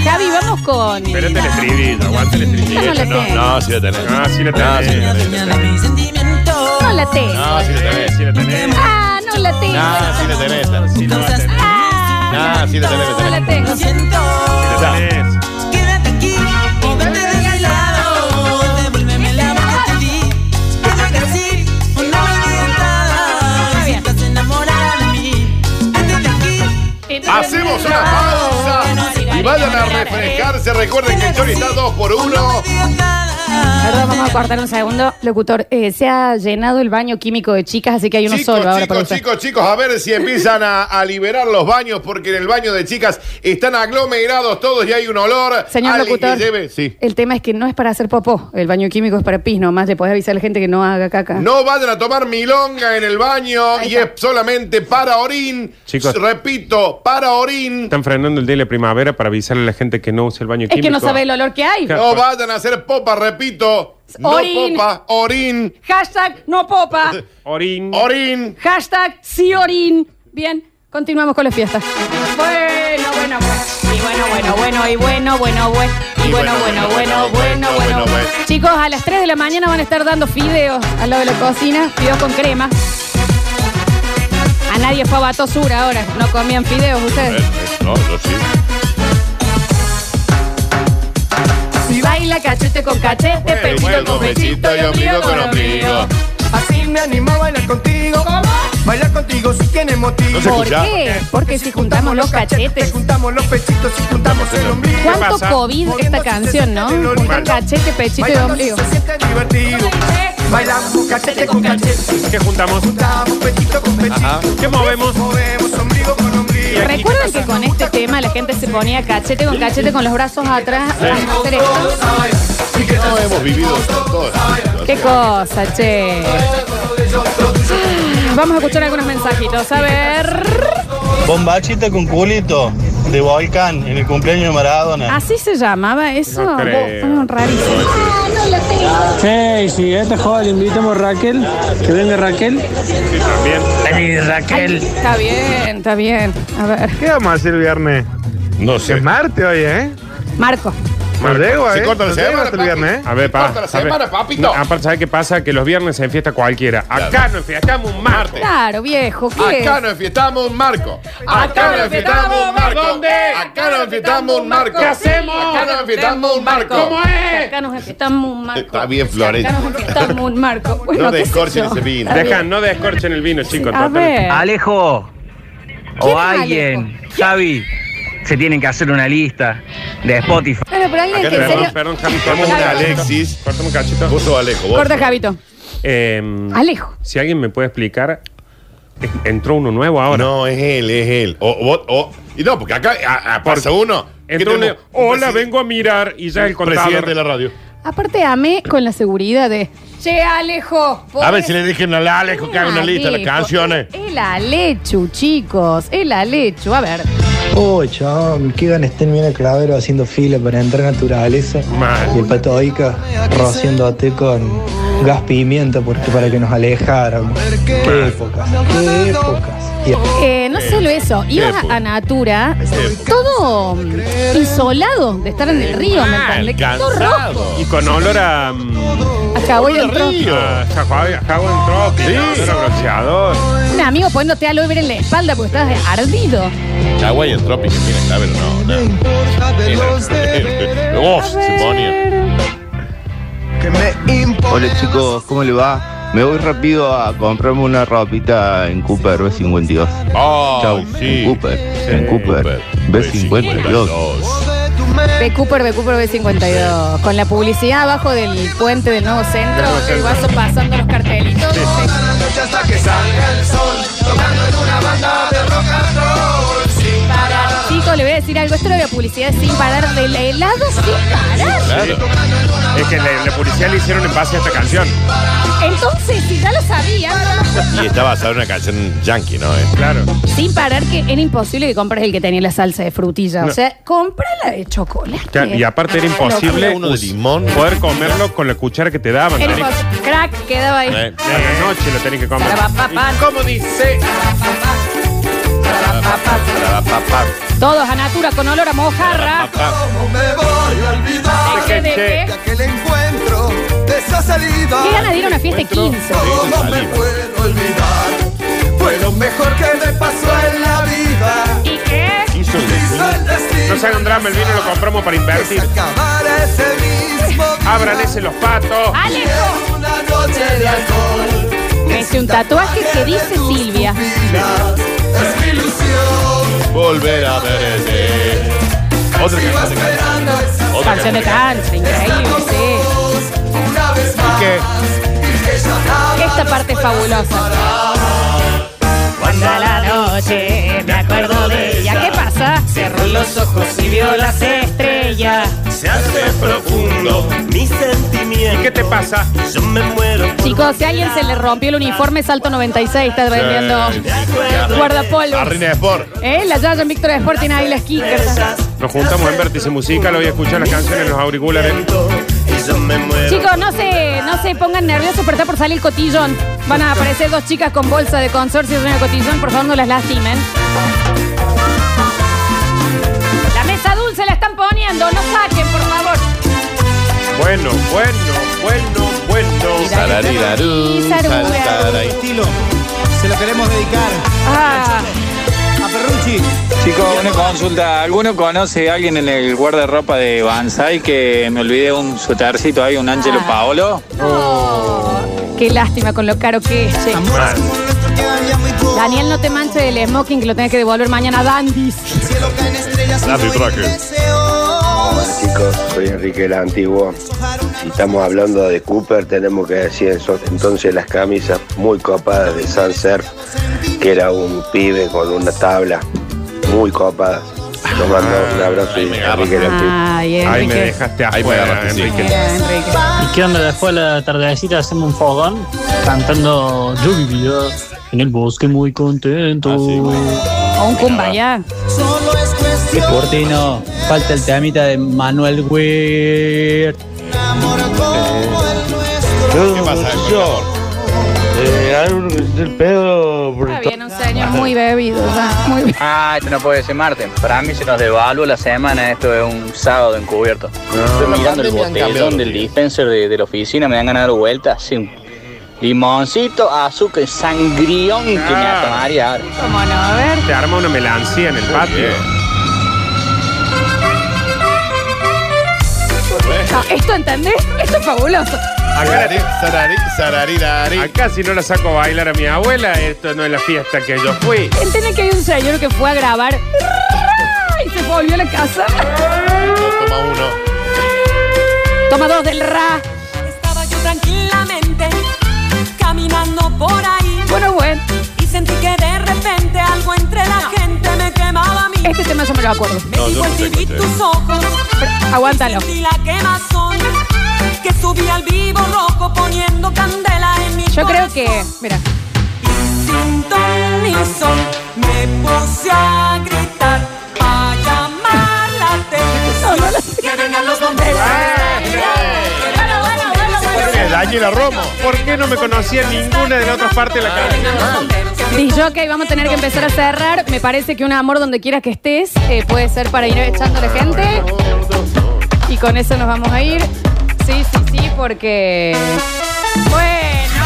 [SPEAKER 3] Javi, vamos con.
[SPEAKER 2] Pero el estribillo, aguanta el estribillo.
[SPEAKER 3] Yo no la tengo.
[SPEAKER 1] No, sí la tenés.
[SPEAKER 2] Ah, sí la
[SPEAKER 1] No, sí la
[SPEAKER 2] tenés.
[SPEAKER 1] tenés.
[SPEAKER 3] No la tengo.
[SPEAKER 1] No, sí la tenés.
[SPEAKER 2] Sí la tenés.
[SPEAKER 3] Ah, no la tengo.
[SPEAKER 1] No, sí la tenés. No, sí la tenés.
[SPEAKER 3] Ah,
[SPEAKER 1] No, sí la tenés.
[SPEAKER 3] no la tengo.
[SPEAKER 2] Sí la tenés.
[SPEAKER 5] Quédate aquí y vete de mi lado. Devuélveme el amor que te di. Quédate así, una vez Si estás enamorada de mí, vete de aquí.
[SPEAKER 1] Hacemos una pausa y vayan a refrescarse. Recuerden que el Chori está 2 por 1
[SPEAKER 3] Oh. Perdón, vamos a cortar un segundo. Locutor, eh, se ha llenado el baño químico de chicas, así que hay uno
[SPEAKER 1] Chicos,
[SPEAKER 3] solo ahora para
[SPEAKER 1] chicos,
[SPEAKER 3] usted.
[SPEAKER 1] chicos, chicos, a ver si empiezan a, a liberar los baños, porque en el baño de chicas están aglomerados todos y hay un olor.
[SPEAKER 3] Señor
[SPEAKER 1] Alguien que
[SPEAKER 3] locutor,
[SPEAKER 1] lleve- sí.
[SPEAKER 3] el tema es que no es para hacer popó. El baño químico es para pis nomás. Le podés avisar a la gente que no haga caca.
[SPEAKER 1] No vayan a tomar milonga en el baño
[SPEAKER 3] Ahí
[SPEAKER 1] y es
[SPEAKER 3] está.
[SPEAKER 1] solamente para orín.
[SPEAKER 2] Chicos.
[SPEAKER 1] Repito, para orín.
[SPEAKER 2] Están frenando el día de la primavera para avisarle a la gente que no use el baño
[SPEAKER 3] es
[SPEAKER 2] químico.
[SPEAKER 3] que no sabe el olor que hay.
[SPEAKER 2] Claro.
[SPEAKER 1] No vayan a hacer popa, repito.
[SPEAKER 3] Orín.
[SPEAKER 1] No popa, orín.
[SPEAKER 3] Hashtag no popa.
[SPEAKER 2] Orín.
[SPEAKER 1] Orín.
[SPEAKER 3] Hashtag sí orín. Bien, continuamos con las fiestas. Bueno, bueno, bueno. Y bueno, bueno, bueno, y bueno, bueno, bueno. Y bueno, bueno, bueno, bueno, bueno. Chicos, a las 3 de la mañana van a estar dando fideos al lado de la cocina, fideos con crema. A nadie fue a Batosura ahora, no comían fideos ustedes.
[SPEAKER 1] No, yo sí.
[SPEAKER 3] Baila cachete con cachete,
[SPEAKER 1] Bueno,
[SPEAKER 3] pechito
[SPEAKER 1] bueno,
[SPEAKER 3] con pechito y ombligo con ombligo.
[SPEAKER 12] Así me animo a bailar contigo. Bailar contigo si tienes motivo.
[SPEAKER 1] No se
[SPEAKER 3] ¿Por
[SPEAKER 1] escucha.
[SPEAKER 3] qué? Porque si juntamos los cachetes.
[SPEAKER 12] Juntamos los pechitos y juntamos el ombligo.
[SPEAKER 3] ¿Cuánto
[SPEAKER 2] pasa?
[SPEAKER 3] COVID esta canción, no? Juntar cachete, pechito y
[SPEAKER 12] Bailando si
[SPEAKER 3] ombligo.
[SPEAKER 12] se siente divertido. Bailamos con cachete con cachete.
[SPEAKER 2] ¿Qué juntamos?
[SPEAKER 12] Juntamos pechito con pechito.
[SPEAKER 2] ¿Qué movemos?
[SPEAKER 12] Movemos ombligo con ombligo.
[SPEAKER 3] ¿Recuerdan que con este tema la gente se ponía cachete con cachete con los brazos atrás? a hacer esto?
[SPEAKER 1] Y que no hemos vivido todas las situaciones.
[SPEAKER 3] ¡Qué cosa, che! Ah, Vamos a escuchar algunos mensajitos. A ver.
[SPEAKER 15] Bombachita con culito de Volcán en el cumpleaños de Maradona.
[SPEAKER 3] ¿Así se llamaba eso?
[SPEAKER 2] No creo.
[SPEAKER 3] Vos, ah, rarísimo.
[SPEAKER 16] Hey, si este joven le invitamos a Raquel, que venga Raquel.
[SPEAKER 2] Bien.
[SPEAKER 15] Raquel.
[SPEAKER 3] Está bien, está bien. A ver.
[SPEAKER 17] ¿Qué vamos a hacer el viernes?
[SPEAKER 1] No sé.
[SPEAKER 17] Es martes hoy, ¿eh?
[SPEAKER 3] Marco.
[SPEAKER 17] No llego,
[SPEAKER 1] Se
[SPEAKER 17] ¿eh?
[SPEAKER 1] corta la
[SPEAKER 17] No llego
[SPEAKER 1] semana,
[SPEAKER 17] hasta el
[SPEAKER 1] papi.
[SPEAKER 17] viernes, ¿eh?
[SPEAKER 2] A ver, pa,
[SPEAKER 1] Corta la
[SPEAKER 2] a ver.
[SPEAKER 1] semana, papito.
[SPEAKER 2] No, aparte, ¿sabes qué pasa? Que los viernes se enfiesta cualquiera. Acá no enfiestamos un martes.
[SPEAKER 3] Claro, viejo. ¿Qué?
[SPEAKER 1] Acá nos enfiestamos un marco. Acá nos enfiestamos un marco. Acá nos enfiestamos un marco.
[SPEAKER 2] ¿Qué hacemos?
[SPEAKER 1] Acá nos enfiestamos un marco.
[SPEAKER 2] ¿Cómo es?
[SPEAKER 3] Acá nos enfrentamos un marco.
[SPEAKER 1] Está bien, Florencia.
[SPEAKER 3] Acá nos enfrentamos un marco. Bueno,
[SPEAKER 1] No
[SPEAKER 3] qué sé
[SPEAKER 1] descorchen
[SPEAKER 3] yo.
[SPEAKER 1] ese vino.
[SPEAKER 2] Dejan, no descorchen el vino, chicos.
[SPEAKER 3] A
[SPEAKER 2] total.
[SPEAKER 3] ver.
[SPEAKER 15] Alejo
[SPEAKER 3] ¿Quién
[SPEAKER 15] o
[SPEAKER 3] es
[SPEAKER 15] alguien,
[SPEAKER 3] Alejo?
[SPEAKER 15] Javi, se tienen que hacer una lista de Spotify.
[SPEAKER 3] Bueno, pero alguien
[SPEAKER 1] Acá
[SPEAKER 3] que en
[SPEAKER 1] tenemos-
[SPEAKER 3] serio.
[SPEAKER 2] Perdón, perdón, Javi.
[SPEAKER 1] Tenemos
[SPEAKER 2] cortame
[SPEAKER 1] una
[SPEAKER 2] un cachito.
[SPEAKER 1] Alexis.
[SPEAKER 2] Cortame un cachito.
[SPEAKER 1] Vos sos Alejo, vos.
[SPEAKER 3] Corta, Javito.
[SPEAKER 2] Eh,
[SPEAKER 3] Alejo.
[SPEAKER 2] Si alguien me puede explicar, eh, entró uno nuevo ahora.
[SPEAKER 1] No, es él, es él. O, o, o- Y no, porque acá a, a- pasa uno. ¿Qué
[SPEAKER 2] Entró uno.
[SPEAKER 1] tenemos?
[SPEAKER 2] Hola,
[SPEAKER 1] Presi-
[SPEAKER 2] vengo a mirar y ya el contador.
[SPEAKER 1] Presidente de la radio.
[SPEAKER 3] Aparte, amé con la seguridad de. Che, Alejo.
[SPEAKER 1] A
[SPEAKER 3] ¿podés-
[SPEAKER 1] ver si le dejen al Alejo que haga una lista de las
[SPEAKER 3] Alejo,
[SPEAKER 1] canciones.
[SPEAKER 3] El Alechu, chicos. El Alechu. A ver.
[SPEAKER 15] Oh, chabón, qué ganas estén bien a clavero haciendo fila para entrar a naturaleza.
[SPEAKER 2] Mal.
[SPEAKER 15] Y el pato Oica rociándote con gas pimienta porque para que nos alejáramos. Qué épocas, qué épocas. Y-
[SPEAKER 3] Eh, no solo eso. Ibas
[SPEAKER 1] época.
[SPEAKER 3] a Natura.
[SPEAKER 1] época.
[SPEAKER 3] Todo mm, isolado de estar en el río, ¿me
[SPEAKER 1] Mal,
[SPEAKER 3] entiendes? Todo rojo.
[SPEAKER 1] cansado.
[SPEAKER 2] Y con olor a. mm,
[SPEAKER 3] Acá voy
[SPEAKER 1] Hola,
[SPEAKER 3] entró.
[SPEAKER 1] Río.
[SPEAKER 2] a Jaguar entró. Sí. Olor a bronceador.
[SPEAKER 3] Un amigo poniéndote aloe vera en la espalda porque estás ardido.
[SPEAKER 1] Chaguay en Tropic, miren, está, pero no, no. Uf, se ponía.
[SPEAKER 8] Hola chicos, ¿cómo le va? Me voy rápido a comprarme una ropita en Cooper B52.
[SPEAKER 1] Ah, sí.
[SPEAKER 8] en Cooper, en Cooper B52.
[SPEAKER 3] B Cooper, B Cooper B52. Con la publicidad abajo del puente del nuevo centro, el vaso pasando los cartelitos. Parar. Chicos, le voy a decir algo. Esto lo de la publicidad sin parar, del helado sin parar.
[SPEAKER 1] Claro.
[SPEAKER 2] Es que la, la policía le hicieron en base a esta canción.
[SPEAKER 3] Entonces, si ya lo sabían,
[SPEAKER 1] Y está basada en una canción yankee, ¿no? Eh?
[SPEAKER 2] Claro.
[SPEAKER 3] sin parar que era imposible que compres el que tenía la salsa de frutilla. O sea, compra la de chocolate. Ah,
[SPEAKER 2] Claro, Y aparte era imposible
[SPEAKER 1] Había uno de limón.
[SPEAKER 2] poder comerlo con la cuchara que te daban.
[SPEAKER 3] Era
[SPEAKER 2] tenés-
[SPEAKER 3] imposible. Crack, quedaba ahí.
[SPEAKER 1] Eh,
[SPEAKER 2] A la noche lo tenés que comer.
[SPEAKER 3] Sarabapapán.
[SPEAKER 2] ¿Y ¿Cómo dice?
[SPEAKER 3] Todos a natura con olor a mojarra.
[SPEAKER 4] ¿Cómo me voy a olvidar
[SPEAKER 3] ¿De qué, de qué?
[SPEAKER 4] de aquel encuentro, de esa salida?
[SPEAKER 3] Qué ganas de ir a una fiesta de 15.
[SPEAKER 4] ¿Cómo me puedo olvidar? Fue lo mejor que me pasó en la vida.
[SPEAKER 3] ¿Y qué?
[SPEAKER 2] Hizo el destino. No se hagan drama, el vino lo compramos para invertir.
[SPEAKER 4] Para ese mismo día.
[SPEAKER 2] Abran ese los patos.
[SPEAKER 3] ¡Alejo!
[SPEAKER 4] en Una noche de alcohol.
[SPEAKER 3] Me hice un tatuaje que dice Silvia.
[SPEAKER 4] Es mi ilusión.
[SPEAKER 1] Volver a verte. Otra
[SPEAKER 4] Sigo
[SPEAKER 1] canción. de Cali.
[SPEAKER 4] esperando esa
[SPEAKER 1] Otra
[SPEAKER 3] Canción de cancha, increíble,
[SPEAKER 4] Estamos
[SPEAKER 3] sí.
[SPEAKER 4] dos, Una vez
[SPEAKER 2] Ah.
[SPEAKER 4] más.
[SPEAKER 1] qué?
[SPEAKER 4] Y que ya nada
[SPEAKER 3] Esta
[SPEAKER 4] nos
[SPEAKER 3] parte es
[SPEAKER 4] pueda
[SPEAKER 3] fabulosa. Cuando a la noche me acuerdo de ella. ¿Qué pasa?
[SPEAKER 18] Cerró los ojos y vio las estrellas. Se hace profundo mi sentimiento.
[SPEAKER 2] ¿Y qué te pasa?
[SPEAKER 18] Yo me muero. por
[SPEAKER 3] Chicos, si a alguien se le rompió el uniforme, salto 96, está vendiendo
[SPEAKER 1] Sí.
[SPEAKER 3] guardapolvos.
[SPEAKER 1] Arruina Sport.
[SPEAKER 3] ¿Eh? La Yaya en Víctor Sporting ahí las kickers.
[SPEAKER 2] Nos juntamos en Vértice Musical, voy a escuchar las canciones en los auriculares.
[SPEAKER 18] Y yo me muero.
[SPEAKER 3] Chicos, no se, no se pongan nerviosos, pero está por salir cotillón. Van a aparecer dos chicas con bolsa de consorcio en el cotillón, por favor no las lastimen. La mesa dulce la están poniendo, no saquen, por favor.
[SPEAKER 2] Bueno, bueno, bueno, bueno.
[SPEAKER 1] Sararidarú,
[SPEAKER 3] Sararú.
[SPEAKER 1] saltaray.
[SPEAKER 15] Estilo, se lo queremos dedicar
[SPEAKER 3] Ah,
[SPEAKER 15] a Ferrucci.
[SPEAKER 6] Chicos, una consulta. ¿Alguno conoce a alguien en el guardarropa de Banzai que me olvide un suétercito ahí, un Angelo
[SPEAKER 3] Ah.
[SPEAKER 6] Paolo?
[SPEAKER 3] Oh, qué lástima con lo caro que es. che.
[SPEAKER 2] Mal.
[SPEAKER 3] Daniel, no te manches el smoking que lo tenés que devolver mañana a Dandis.
[SPEAKER 1] Lápiz Rocker.
[SPEAKER 8] Hola chicos, soy Enrique el Antiguo. Si estamos hablando de Cooper, tenemos que decir eso. entonces las camisas muy copadas de Sunsurf, que era un pibe con una tabla, muy copadas. Nos mandamos un abrazo y Enrique el Antiguo.
[SPEAKER 3] Ay,
[SPEAKER 2] Ahí me
[SPEAKER 3] Enrique.
[SPEAKER 2] dejaste
[SPEAKER 1] Ahí me
[SPEAKER 2] afuera,
[SPEAKER 1] agarraste, sí.
[SPEAKER 2] Enrique.
[SPEAKER 3] Bien, Enrique.
[SPEAKER 6] ¿Y qué onda? Después de la tardecita hacemos un fogón cantando Yo vivía en el bosque muy contento.
[SPEAKER 3] O un cumbaya.
[SPEAKER 18] Solo es cuestión
[SPEAKER 19] Curtino, falta el temita de Manuel Weir.
[SPEAKER 20] ¿Qué
[SPEAKER 1] pasa,
[SPEAKER 20] Yo, eh, algo que es el pedo, porque
[SPEAKER 3] Está bien, un señor muy bebido. ya, Muy bebido.
[SPEAKER 15] Ah, esto no puede ser martes. Para mí se nos devaluó la semana. Esto es un sábado encubierto. Estoy mirando el
[SPEAKER 1] pandemia han cambiado
[SPEAKER 15] botellón del
[SPEAKER 1] los
[SPEAKER 15] dispenser de, de la oficina. Me dan ganas de dar vueltas. Sí. Limoncito, azúcar, sangrión que me
[SPEAKER 2] Ah.
[SPEAKER 15] tomaría ahora.
[SPEAKER 3] ¿Cómo no? A ver.
[SPEAKER 2] Te arma una melancía en el patio.
[SPEAKER 3] No, Ah, ¿Esto entendés? Esto es fabuloso.
[SPEAKER 2] Acá,
[SPEAKER 1] Sarari, sarari, sararidarí.
[SPEAKER 2] acá si no la saco a bailar a mi abuela, esto no es la fiesta que yo fui.
[SPEAKER 3] ¿Entienden que hay un señor que fue a grabar y se volvió a la casa?
[SPEAKER 1] Toma uno.
[SPEAKER 3] Toma dos del ra.
[SPEAKER 5] Estaba yo tranquilamente caminando por ahí
[SPEAKER 3] Bueno, bueno.
[SPEAKER 5] y sentí que de repente algo entre la gente me quemaba a mí.
[SPEAKER 3] Este tema yo me lo acuerdo.
[SPEAKER 5] Me
[SPEAKER 1] No, yo
[SPEAKER 5] dijo el
[SPEAKER 1] no sé
[SPEAKER 5] vi
[SPEAKER 1] qué
[SPEAKER 5] tus ojos
[SPEAKER 3] Pero aguántalo.
[SPEAKER 5] y la quemazón que subí al vivo rojo poniendo candela en mi
[SPEAKER 3] Yo creo
[SPEAKER 5] corazón.
[SPEAKER 3] que. Mira.
[SPEAKER 5] Sin ton ni son, me puse a gritar para llamar la atención. Que vengan los bomberos. Ah, Bueno, bueno, bueno, bueno.
[SPEAKER 3] Eh,
[SPEAKER 1] ¿Qué? Daniela Romo.
[SPEAKER 2] ¿Por qué no me conocía ninguna de la otra parte de la
[SPEAKER 5] Vengan los
[SPEAKER 2] calle?
[SPEAKER 5] bomberos.
[SPEAKER 3] Dijo, ok, vamos a tener que empezar a cerrar. Me parece que un amor donde quieras que estés eh, puede ser para ir echando a la gente. Y con eso nos vamos a ir. Sí, sí, sí, porque. Bueno,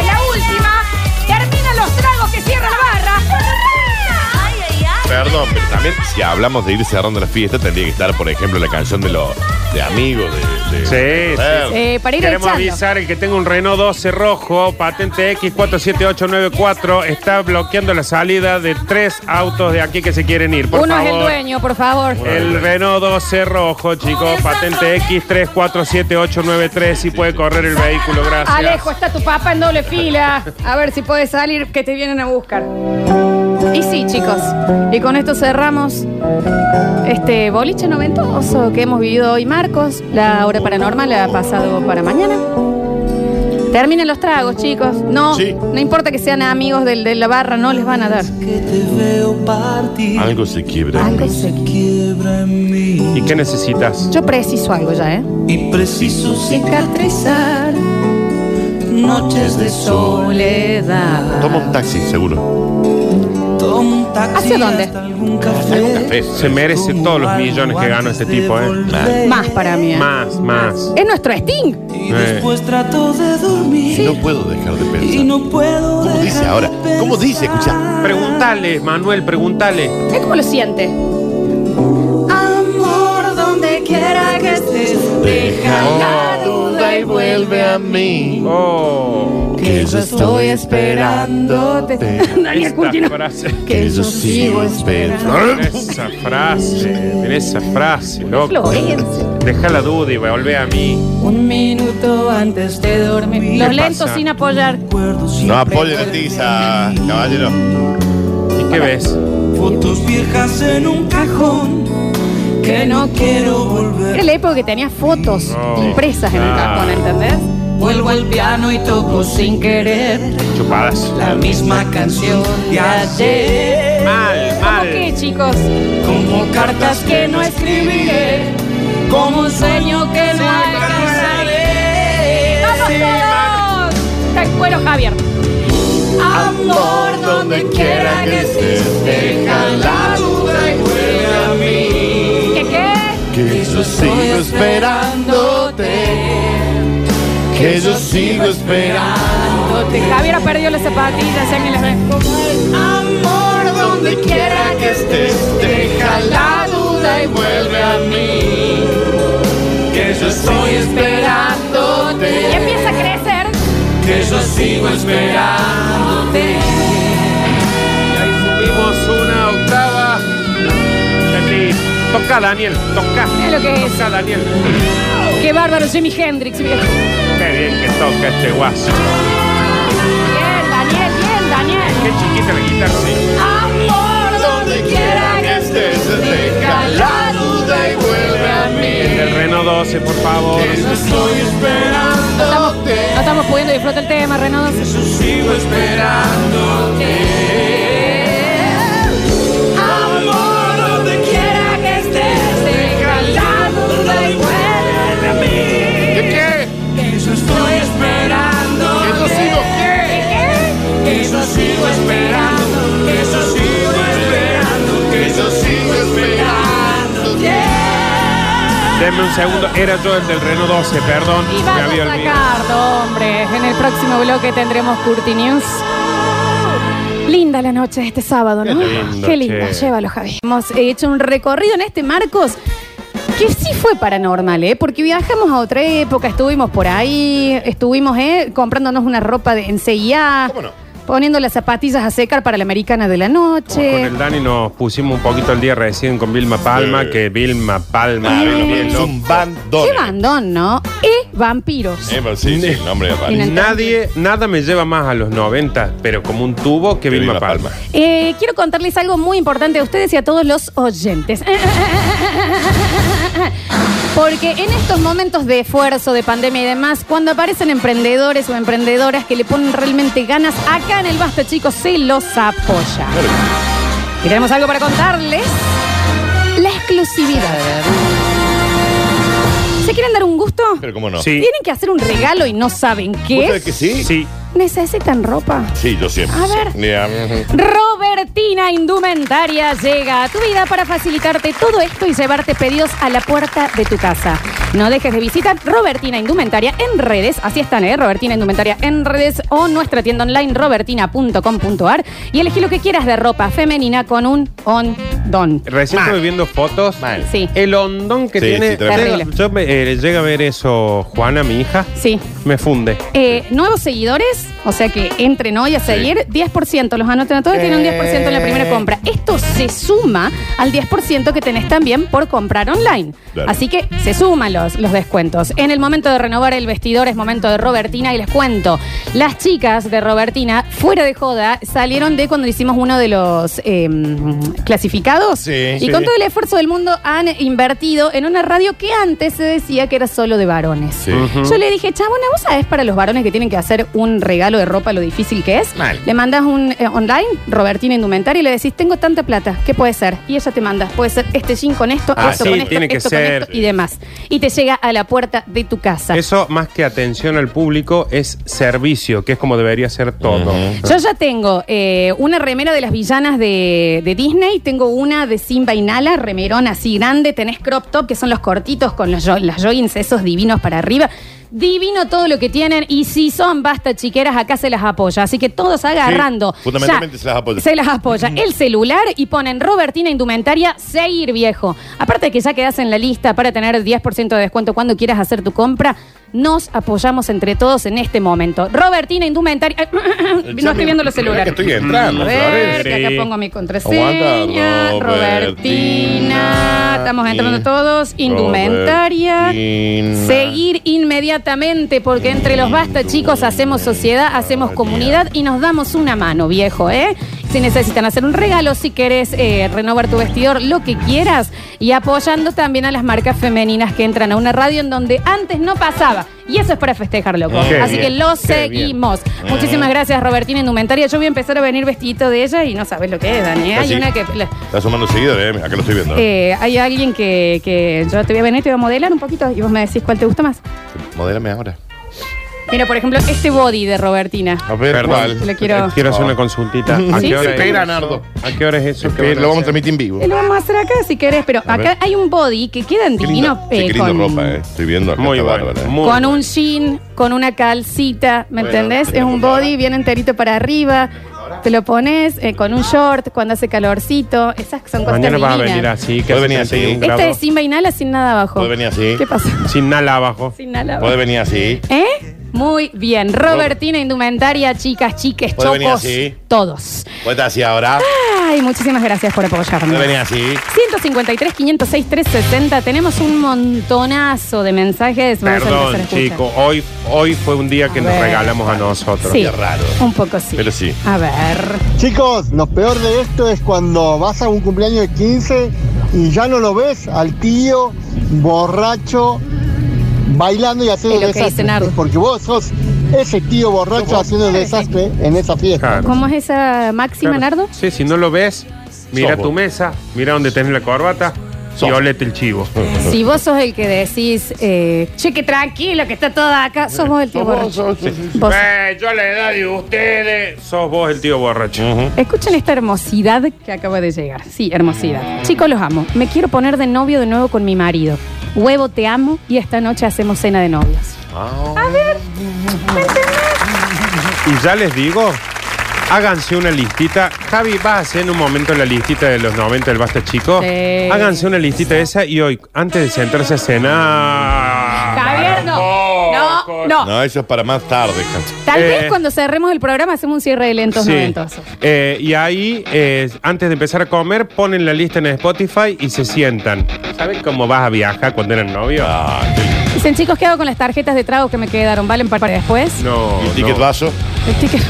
[SPEAKER 3] es la última. Terminan los tragos que cierra la barra.
[SPEAKER 5] Ay, ay, ay.
[SPEAKER 1] Perdón, pero también si hablamos de ir cerrando la fiesta, tendría que estar, por ejemplo, la canción de los de amigos de, de-
[SPEAKER 2] Sí,
[SPEAKER 1] de-
[SPEAKER 2] sí,
[SPEAKER 3] Eh, para ir
[SPEAKER 2] Queremos
[SPEAKER 3] echando.
[SPEAKER 2] avisar el que tenga un Renault 12 rojo, patente X47894, está bloqueando la salida de tres autos de aquí que se quieren ir. Por
[SPEAKER 3] Uno es el
[SPEAKER 2] favor.
[SPEAKER 3] dueño, por favor.
[SPEAKER 2] El Renault 12 rojo, chicos, patente X347893, si puede correr el vehículo, gracias.
[SPEAKER 3] Alejo, está tu papá en doble fila. A ver si puedes salir, que te vienen a buscar. Y sí, chicos. Y con esto cerramos este boliche noventoso que hemos vivido hoy, Marcos. La hora paranormal la ha pasado para mañana. Terminen los tragos, chicos. No,
[SPEAKER 1] Sí.
[SPEAKER 3] no importa que sean amigos del, de la barra, no les van a dar.
[SPEAKER 1] Algo se quiebra. en
[SPEAKER 3] Algo
[SPEAKER 1] mí.
[SPEAKER 3] se
[SPEAKER 2] ¿Y qué necesitas?
[SPEAKER 3] Yo preciso algo ya, ¿eh?
[SPEAKER 18] Y preciso
[SPEAKER 3] Cicatrizar
[SPEAKER 18] noches de sol.
[SPEAKER 3] soledad.
[SPEAKER 1] Toma un taxi, seguro.
[SPEAKER 18] Tomo un
[SPEAKER 3] ¿Hacia dónde?
[SPEAKER 2] Se merece todos los millones que ganó este tipo, ¿eh?
[SPEAKER 3] Más para mí. ¿eh?
[SPEAKER 2] Más, más.
[SPEAKER 3] Es nuestro Sting.
[SPEAKER 2] Eh.
[SPEAKER 5] trato de dormir
[SPEAKER 1] No puedo dejar de pensar.
[SPEAKER 5] y no puedo
[SPEAKER 1] ¿Cómo dice ahora? ¿Cómo dice? Escucha.
[SPEAKER 2] Preguntale, Manuel, preguntale.
[SPEAKER 3] ¿Sabes cómo lo siente?
[SPEAKER 5] Amor, donde quiera que estés, deja la duda y vuelve a mí.
[SPEAKER 2] Oh.
[SPEAKER 5] Que yo estoy esperándote.
[SPEAKER 3] Daniel Curtino.
[SPEAKER 5] Que yo sigo esperando.
[SPEAKER 2] En esa frase, en esa frase, loco.
[SPEAKER 3] Florencia.
[SPEAKER 2] Deja la duda y vuelve a mí.
[SPEAKER 5] Un minuto antes de dormir.
[SPEAKER 3] Los
[SPEAKER 2] ¿Qué
[SPEAKER 3] lentos
[SPEAKER 2] pasa?
[SPEAKER 3] sin apoyar.
[SPEAKER 1] No apoye la tiza, caballero.
[SPEAKER 2] ¿Y qué ves?
[SPEAKER 5] Fotos viejas en un cajón. Que no quiero volver.
[SPEAKER 3] Era la época que tenía fotos
[SPEAKER 2] No.
[SPEAKER 3] impresas en el
[SPEAKER 2] Ah.
[SPEAKER 3] cajón, ¿entendés?
[SPEAKER 5] Vuelvo al piano y toco sin querer
[SPEAKER 2] Chupadas.
[SPEAKER 5] la misma canción de ayer.
[SPEAKER 2] Mal,
[SPEAKER 3] ¿Cómo
[SPEAKER 2] mal.
[SPEAKER 3] qué, chicos?
[SPEAKER 5] Como cartas que no escribiré, como un sueño que no alcanzaré.
[SPEAKER 3] ¡Vamos todos! Está en cuero Javier.
[SPEAKER 5] Amor, donde quiera que estés, deja la duda y vuelve a mí.
[SPEAKER 3] ¿Qué qué?
[SPEAKER 1] Que yo sigo esperándote. Que yo sigo esperando.
[SPEAKER 3] Javier ha perdido las zapatillas, ya ni las ve.
[SPEAKER 5] Amor, donde quiera que estés, deja la duda y vuelve a mí. Que yo estoy
[SPEAKER 3] Y
[SPEAKER 5] esperándote,
[SPEAKER 3] empieza a crecer.
[SPEAKER 5] que yo sigo esperándote.
[SPEAKER 2] Ahí subimos una octava. Aquí. Toca, Daniel. Toca.
[SPEAKER 3] Mira lo que es.
[SPEAKER 2] Toca, Daniel.
[SPEAKER 3] Qué bárbaro, Jimi Hendrix. viejo.
[SPEAKER 2] Qué bien que toca este guaso.
[SPEAKER 3] Bien, Daniel, bien, Daniel.
[SPEAKER 2] Qué chiquita la guitarra. ¿sí?
[SPEAKER 5] Amor, donde quiera que estés, deja la duda y vuelve a mí.
[SPEAKER 2] El Renault 12, por favor.
[SPEAKER 5] Yo estoy
[SPEAKER 3] No estamos,
[SPEAKER 5] esperándote,
[SPEAKER 3] no estamos pudiendo disfrutar el tema, Renato.
[SPEAKER 5] yo sigo esperándote. Amor, donde quiera que estés, deja la duda y vuelve a mí.
[SPEAKER 1] ¿Qué?
[SPEAKER 5] Que yo estoy esperando.
[SPEAKER 1] Que yo sigo qué?
[SPEAKER 5] Que yo sigo esperando. Que yo sigo esperando.
[SPEAKER 1] Que yo sigo
[SPEAKER 5] Esperándote.
[SPEAKER 2] Denme un segundo. Era yo el del Renault 12, perdón.
[SPEAKER 3] Y
[SPEAKER 2] Me
[SPEAKER 3] vamos
[SPEAKER 2] había
[SPEAKER 3] a
[SPEAKER 2] olvidado.
[SPEAKER 3] sacarlo, hombre. En el próximo bloque tendremos Curti News. Linda la noche de este sábado, ¿no?
[SPEAKER 2] Qué lindo,
[SPEAKER 3] Qué linda,
[SPEAKER 2] che.
[SPEAKER 3] llévalo, Javi. Hemos hecho un recorrido en este Marcos que sí fue paranormal, ¿eh? Porque viajamos a otra época, estuvimos por ahí, estuvimos, ¿eh? Comprándonos una ropa de, en CIA.
[SPEAKER 1] ¿Cómo no?
[SPEAKER 3] Poniendo las zapatillas a secar para la americana de la noche.
[SPEAKER 2] Con el Dani nos pusimos un poquito el día recién con Vilma Palma,
[SPEAKER 1] Sí.
[SPEAKER 2] que Vilma Palma bien
[SPEAKER 1] Es
[SPEAKER 2] loco.
[SPEAKER 1] un bandón.
[SPEAKER 3] Qué bandón, ¿no? Y vampiros.
[SPEAKER 1] Eh, pero sí, sí, el nombre es raro.
[SPEAKER 3] Inentendible.
[SPEAKER 2] Nadie, nada me lleva más a los 90, pero como un tubo que Vilma Palma.
[SPEAKER 3] Eh, quiero contarles algo muy importante a ustedes y a todos los oyentes. Porque en estos momentos de esfuerzo, de pandemia y demás, cuando aparecen emprendedores o emprendedoras que le ponen realmente ganas, acá en el Basta, chicos, se los apoya. Y tenemos algo para contarles. La exclusividad. ¿Se quieren dar un gusto?
[SPEAKER 1] Pero cómo no.
[SPEAKER 2] Sí,
[SPEAKER 3] Tienen que hacer un regalo y no saben
[SPEAKER 1] ¿Vos
[SPEAKER 3] qué
[SPEAKER 1] sabés
[SPEAKER 3] es.
[SPEAKER 1] que sí?
[SPEAKER 2] sí.
[SPEAKER 3] ¿Necesitan ropa?
[SPEAKER 1] Sí, yo siempre.
[SPEAKER 3] A ver.
[SPEAKER 1] Ya, ujú.
[SPEAKER 3] Robertina Indumentaria llega a tu vida para facilitarte todo esto y llevarte pedidos a la puerta de tu casa. No dejes de visitar Robertina Indumentaria en redes, así están, ¿eh? Robertina Indumentaria en redes o nuestra tienda online robertina.com.ar y elegí lo que quieras de ropa femenina con un ondón.
[SPEAKER 2] Recién estuve viendo fotos.
[SPEAKER 3] Sí.
[SPEAKER 2] El hondón que
[SPEAKER 1] Sí,
[SPEAKER 2] tiene.
[SPEAKER 1] sí, tremendo.
[SPEAKER 2] Llega- yo me, eh, llega a ver eso Juana, mi hija.
[SPEAKER 3] Sí.
[SPEAKER 2] Me funde.
[SPEAKER 3] Eh, nuevos seguidores, o sea que entren hoy a seguir, 10%, los anoten a todos, tienen un 10% en la
[SPEAKER 1] Eh.
[SPEAKER 3] primera compra. Esto se suma al 10% que tenés también por comprar online.
[SPEAKER 1] Claro.
[SPEAKER 3] Así que se suman los, los descuentos. En el momento de renovar el vestidor es momento de Robertina y les cuento, las chicas de Robertina, fuera de joda, salieron de cuando hicimos uno de los eh, invitados.
[SPEAKER 1] Sí.
[SPEAKER 3] Y
[SPEAKER 1] Sí.
[SPEAKER 3] con todo el esfuerzo del mundo han invertido en una radio que antes se decía que era solo de varones.
[SPEAKER 1] Sí. Ujú.
[SPEAKER 3] Yo le dije, chabona, ¿vos sabés para los varones que tienen que hacer un regalo de ropa lo difícil que es?
[SPEAKER 1] Mal.
[SPEAKER 3] Le mandas un eh, online, Robertina Indumentaria, y le decís, tengo tanta plata, ¿qué puede ser? Y ella te manda, puede ser este jean con esto,
[SPEAKER 2] Ah,
[SPEAKER 3] esto
[SPEAKER 2] sí,
[SPEAKER 3] con esto,
[SPEAKER 2] tiene que
[SPEAKER 3] esto con
[SPEAKER 2] ser.
[SPEAKER 3] esto y demás. Y te llega a la puerta de tu casa.
[SPEAKER 2] Eso, más que atención al público, es servicio, que es como debería ser todo.
[SPEAKER 3] Yo ya tengo eh, una remera de las villanas de, de Disney, tengo una de Simba y Nala, remerón así grande, tenés crop top, que son los cortitos con los, jo- las joggings esos divinos para arriba. Divino todo lo que tienen y si son basta chiqueras, acá se las apoya. Así que todos agarrando.
[SPEAKER 1] Sí, fundamentalmente
[SPEAKER 3] ya,
[SPEAKER 1] se las apoya.
[SPEAKER 3] Se las apoya. El celular y ponen Robertina Indumentaria, Seguir Viejo. Aparte de que ya quedás en la lista para tener 10% de descuento cuando quieras hacer tu compra, nos apoyamos entre todos en este momento. Robertina Indumentaria. No estoy viendo los
[SPEAKER 1] Mirá que
[SPEAKER 3] celulares.
[SPEAKER 1] Estoy entrando,
[SPEAKER 3] A ver,
[SPEAKER 1] Florencia.
[SPEAKER 3] que acá
[SPEAKER 2] Sí.
[SPEAKER 3] pongo mi
[SPEAKER 1] Aguanta,
[SPEAKER 3] contraseña.
[SPEAKER 1] Robertina.
[SPEAKER 3] Robertina. Estamos entrando todos. Indumentaria. Seguir inmediatamente, porque entre los basta, chicos, hacemos sociedad, hacemos comunidad y nos damos una mano, viejo, ¿eh? Si necesitan hacer un regalo, si querés eh, renovar tu vestidor, lo que quieras. Y apoyando también a las marcas femeninas que entran a una radio en donde antes no pasaba. Y eso es para festejar, loco.
[SPEAKER 1] Qué
[SPEAKER 3] Así que
[SPEAKER 1] bien, qué bien.
[SPEAKER 3] lo
[SPEAKER 1] Ah.
[SPEAKER 3] seguimos. Muchísimas gracias, Robertina Indumentaria. Yo voy a empezar a venir vestidito de ella y no sabes lo que es, Dani. ¿eh? Hay
[SPEAKER 1] Así.
[SPEAKER 3] una que. la-
[SPEAKER 1] Está sumando seguidores, eh. Acá lo estoy viendo.
[SPEAKER 3] eh, hay alguien que, que yo te voy a venir, te voy a modelar un poquito y vos me decís cuál te gusta más.
[SPEAKER 1] Modélame ahora.
[SPEAKER 3] Mira, por ejemplo, este body de Robertina.
[SPEAKER 1] A ver,
[SPEAKER 2] Perdón.
[SPEAKER 1] ¿cuál?
[SPEAKER 3] Lo quiero-
[SPEAKER 2] Quiero hacer una consultita. ¿A
[SPEAKER 3] Sí,
[SPEAKER 2] qué hora
[SPEAKER 3] sí.
[SPEAKER 2] es?
[SPEAKER 3] Espera,
[SPEAKER 1] Nardo.
[SPEAKER 2] ¿A qué hora es eso?
[SPEAKER 1] Espera, lo vamos a transmitir en vivo.
[SPEAKER 3] Eh, Lo vamos a hacer acá si querés, pero
[SPEAKER 1] A
[SPEAKER 3] acá
[SPEAKER 1] ver.
[SPEAKER 3] hay un body que queda en
[SPEAKER 1] Qué
[SPEAKER 3] divino
[SPEAKER 1] lindo, sí,
[SPEAKER 3] eh,
[SPEAKER 1] qué lindo
[SPEAKER 3] con,
[SPEAKER 1] ropa, eh. Estoy viendo acá.
[SPEAKER 2] Muy
[SPEAKER 1] está
[SPEAKER 2] bueno,
[SPEAKER 1] bárbara, eh.
[SPEAKER 2] muy
[SPEAKER 3] con un jean, con una calcita, ¿me
[SPEAKER 1] Bueno,
[SPEAKER 3] entendés?
[SPEAKER 1] te
[SPEAKER 3] Es
[SPEAKER 1] lo
[SPEAKER 3] un body bien enterito para arriba. Te lo pones eh, con un short cuando hace calorcito. Esas son cosas
[SPEAKER 2] Mañana vas a
[SPEAKER 3] divinas.
[SPEAKER 2] venir así. que
[SPEAKER 1] Puede
[SPEAKER 2] hace
[SPEAKER 1] venir así.
[SPEAKER 2] 31
[SPEAKER 1] Esta
[SPEAKER 3] Este
[SPEAKER 2] grados.
[SPEAKER 3] es sin vainala, sin nada abajo.
[SPEAKER 1] Puede venir así.
[SPEAKER 3] ¿Qué pasa?
[SPEAKER 2] Sin nada abajo.
[SPEAKER 3] Sin nada abajo.
[SPEAKER 1] Puede venir así.
[SPEAKER 3] ¿Eh? Muy bien. Robertina, indumentaria, chicas, chiques,
[SPEAKER 1] Puede venir
[SPEAKER 3] chocos,
[SPEAKER 1] así.
[SPEAKER 3] todos.
[SPEAKER 1] Puede estar así ahora.
[SPEAKER 3] Ay, muchísimas gracias por
[SPEAKER 1] Puede venir
[SPEAKER 3] apoyarme.
[SPEAKER 1] así.
[SPEAKER 3] 153, 506, 360. Tenemos un montonazo de mensajes. Vamos a empezar a
[SPEAKER 2] Perdón,
[SPEAKER 3] escuchar.
[SPEAKER 2] chico. Hoy, hoy fue un día que nos
[SPEAKER 3] ver.
[SPEAKER 2] regalamos a nosotros.
[SPEAKER 3] Sí, un poco sí.
[SPEAKER 1] Pero sí.
[SPEAKER 3] A ver.
[SPEAKER 21] Chicos, lo peor de esto es cuando vas a un cumpleaños de 15 y ya no lo ves al tío borracho bailando y haciendo
[SPEAKER 3] Es lo que dice
[SPEAKER 21] desastre.
[SPEAKER 3] Nardo.
[SPEAKER 21] Porque vos sos ese tío borracho haciendo desastre en esa fiesta.
[SPEAKER 3] ¿Cómo es esa máxima,
[SPEAKER 2] Claro.
[SPEAKER 3] Nardo?
[SPEAKER 2] Sí, si no lo ves, mira
[SPEAKER 1] Sos vos.
[SPEAKER 2] tu mesa, mira donde tenés la corbata y olete el chivo.
[SPEAKER 3] Si vos sos el que decís, eh, che, que tranquilo, que está toda acá, sos vos el tío borracho. Vos-
[SPEAKER 2] Eh, yo a la edad de ustedes, sos vos el tío borracho.
[SPEAKER 3] Escuchen esta hermosidad que acaba de llegar. Sí, hermosidad. Chicos, los amo. Me quiero poner de novio de nuevo con mi marido. Huevo, te amo y esta noche hacemos cena de novios.
[SPEAKER 2] A ver. Y ya les digo, háganse una listita. Javi, vas a hacer en un momento la listita de los 90 del Basta Chico.
[SPEAKER 3] Sí.
[SPEAKER 2] Háganse una listita esa y hoy, antes de sentarse a cenar.
[SPEAKER 3] Javier, no. No, no.
[SPEAKER 1] No, eso es para más tarde, Cacho.
[SPEAKER 3] Tal
[SPEAKER 2] Eh.
[SPEAKER 3] vez cuando cerremos el programa hacemos un cierre de lentos
[SPEAKER 2] Sí.
[SPEAKER 3] noventosos.
[SPEAKER 2] Eh, y ahí, eh, antes de empezar a comer, ponen la lista en Spotify y se sientan. ¿Saben cómo vas a viajar cuando eran novios?
[SPEAKER 1] Ah,
[SPEAKER 3] Dicen, chicos, ¿qué hago con las tarjetas de trago que me quedaron? ¿Valen para después?
[SPEAKER 2] no.
[SPEAKER 1] ¿Y el ticket vaso?
[SPEAKER 3] El ticket-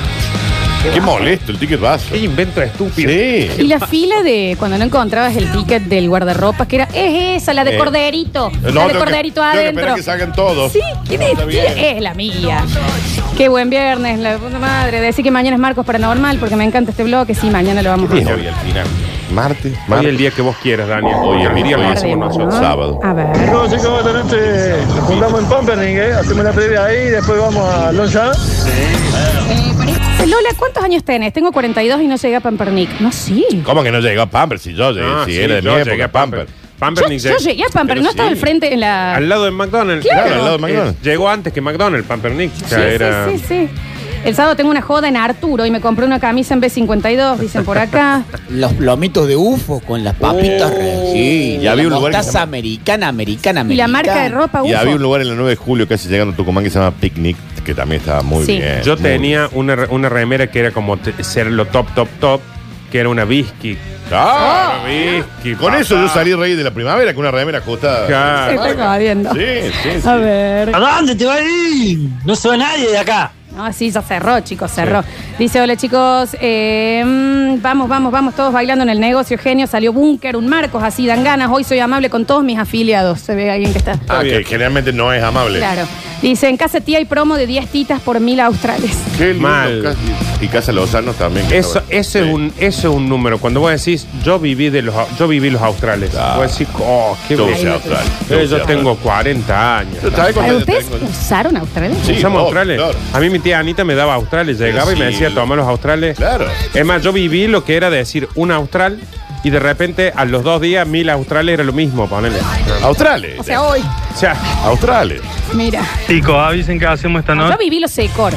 [SPEAKER 1] Qué molesto el ticket vaso.
[SPEAKER 2] Qué invento estúpido.
[SPEAKER 1] Sí.
[SPEAKER 3] Y la fila de cuando no encontrabas el ticket del guardarropas, que era, es esa, la de
[SPEAKER 1] Eh.
[SPEAKER 3] corderito.
[SPEAKER 1] No,
[SPEAKER 3] la
[SPEAKER 1] tengo
[SPEAKER 3] de
[SPEAKER 1] que-
[SPEAKER 3] corderito
[SPEAKER 1] tengo que esperar
[SPEAKER 3] adentro.
[SPEAKER 1] que salgan todos.
[SPEAKER 3] Sí, ¿qué
[SPEAKER 1] No, está
[SPEAKER 3] bestia?
[SPEAKER 1] bien.
[SPEAKER 3] es la mía. Qué buen viernes, la puta madre. Decir que mañana es Marcos Paranormal porque me encanta este blog, que sí, mañana lo vamos a
[SPEAKER 1] Bien,
[SPEAKER 3] hacer.
[SPEAKER 1] hoy al final. Martes.
[SPEAKER 2] Hoy el día que vos quieras, Daniel.
[SPEAKER 1] Hoy el día
[SPEAKER 2] lo
[SPEAKER 1] que
[SPEAKER 2] hacemos
[SPEAKER 3] Tardemos,
[SPEAKER 2] nosotros.
[SPEAKER 3] ¿no?
[SPEAKER 1] Sábado.
[SPEAKER 3] A ver.
[SPEAKER 17] No, chicos, esta noche nos juntamos en Pampering, ¿eh? Hacemos la previa ahí y después vamos a Lonja.
[SPEAKER 3] Eh, Lola, ¿cuántos años tenés? Tengo 42 y no llegué a Pampernick. No, sí.
[SPEAKER 1] ¿Cómo que no llegó a Pamper? Si yo llegué,
[SPEAKER 2] Ah,
[SPEAKER 1] si
[SPEAKER 2] sí,
[SPEAKER 1] era de mi
[SPEAKER 2] yo llegué
[SPEAKER 1] época,
[SPEAKER 2] a
[SPEAKER 1] Pamper.
[SPEAKER 2] Pamper.
[SPEAKER 3] Yo,
[SPEAKER 2] Pamper ni
[SPEAKER 3] yo
[SPEAKER 2] sé.
[SPEAKER 3] llegué a Pampernick,
[SPEAKER 1] Pero
[SPEAKER 3] no estaba
[SPEAKER 1] sí.
[SPEAKER 3] al frente en la...
[SPEAKER 2] eh. Al lado de McDonald's.
[SPEAKER 3] Claro.
[SPEAKER 1] Claro, al lado de McDonald's.
[SPEAKER 2] llegó antes que McDonald's, Pampernick. O
[SPEAKER 3] Sí,
[SPEAKER 2] sea, era-
[SPEAKER 3] sí, sí, sí. El sábado tengo una joda en Arturo y me compré una camisa en B52, dicen por acá.
[SPEAKER 22] Los plomitos de UFO con las papitas Regina,
[SPEAKER 1] Y había un
[SPEAKER 22] la
[SPEAKER 1] lugar que
[SPEAKER 22] mostaza
[SPEAKER 1] se llama-
[SPEAKER 22] americana, americana,
[SPEAKER 3] y la
[SPEAKER 22] americana.
[SPEAKER 3] marca de ropa
[SPEAKER 1] Y
[SPEAKER 3] uso.
[SPEAKER 1] había un lugar en la 9 de julio, casi llegando a Tucumán, que se llama Picnic, que también estaba muy
[SPEAKER 3] Sí.
[SPEAKER 1] bien.
[SPEAKER 2] Yo
[SPEAKER 1] muy
[SPEAKER 2] tenía una, re- una remera que era como te- ser lo top, top, top, que era una biscuit.
[SPEAKER 1] Ah,
[SPEAKER 2] Una Bisky,
[SPEAKER 1] Con
[SPEAKER 2] papá.
[SPEAKER 1] eso yo salí rey de la primavera con una remera ajustada.
[SPEAKER 2] Claro.
[SPEAKER 3] Se está jodiendo.
[SPEAKER 1] Sí, sí, sí.
[SPEAKER 3] A ver.
[SPEAKER 23] ¿A dónde te vas a ir? No soy nadie de acá.
[SPEAKER 3] No, sí, ya cerró, chicos, cerró. Dice, hola chicos, eh, mm, vamos, vamos, vamos, todos bailando en el negocio, genio, salió Búnker, un Marcos, así dan ganas, hoy soy amable con todos mis afiliados, se ve alguien que está.
[SPEAKER 1] Ah, que generalmente no es amable.
[SPEAKER 3] Claro. Dice, en casa tía hay promo de 10 titas por mil australes.
[SPEAKER 1] Qué lindo, casi. Y Casa Lozano también. que
[SPEAKER 2] Eso,
[SPEAKER 1] está bueno.
[SPEAKER 2] eso, es un, eso es un número. Cuando vos decís, yo viví de los, au- yo viví los australes. Vos decís, oh, qué
[SPEAKER 1] Yo
[SPEAKER 2] bueno.
[SPEAKER 1] usé austral.
[SPEAKER 2] Eh,
[SPEAKER 1] usé
[SPEAKER 2] Yo
[SPEAKER 1] austral.
[SPEAKER 2] tengo 40 años.
[SPEAKER 1] Yo sabés cuánto
[SPEAKER 3] Ay,
[SPEAKER 1] yo
[SPEAKER 3] ¿Ustedes
[SPEAKER 1] tengo.
[SPEAKER 3] usaron australes?
[SPEAKER 1] Sí,
[SPEAKER 2] Usamos
[SPEAKER 1] obvio,
[SPEAKER 2] australes.
[SPEAKER 1] claro.
[SPEAKER 2] A mí mi tía Anita me daba australes. Llegaba
[SPEAKER 1] Pero
[SPEAKER 2] y me
[SPEAKER 1] sí,
[SPEAKER 2] decía,
[SPEAKER 1] lo-
[SPEAKER 2] toma los australes.
[SPEAKER 1] Claro.
[SPEAKER 2] Es más, yo viví lo que era decir un austral y de repente a los dos días mil australes era lo mismo, ponele.
[SPEAKER 1] Australes.
[SPEAKER 3] O sea, hoy,
[SPEAKER 2] O sea,
[SPEAKER 1] Australes.
[SPEAKER 3] mira.
[SPEAKER 17] Chicos, avisen que hacemos esta
[SPEAKER 3] Yo viví los secor.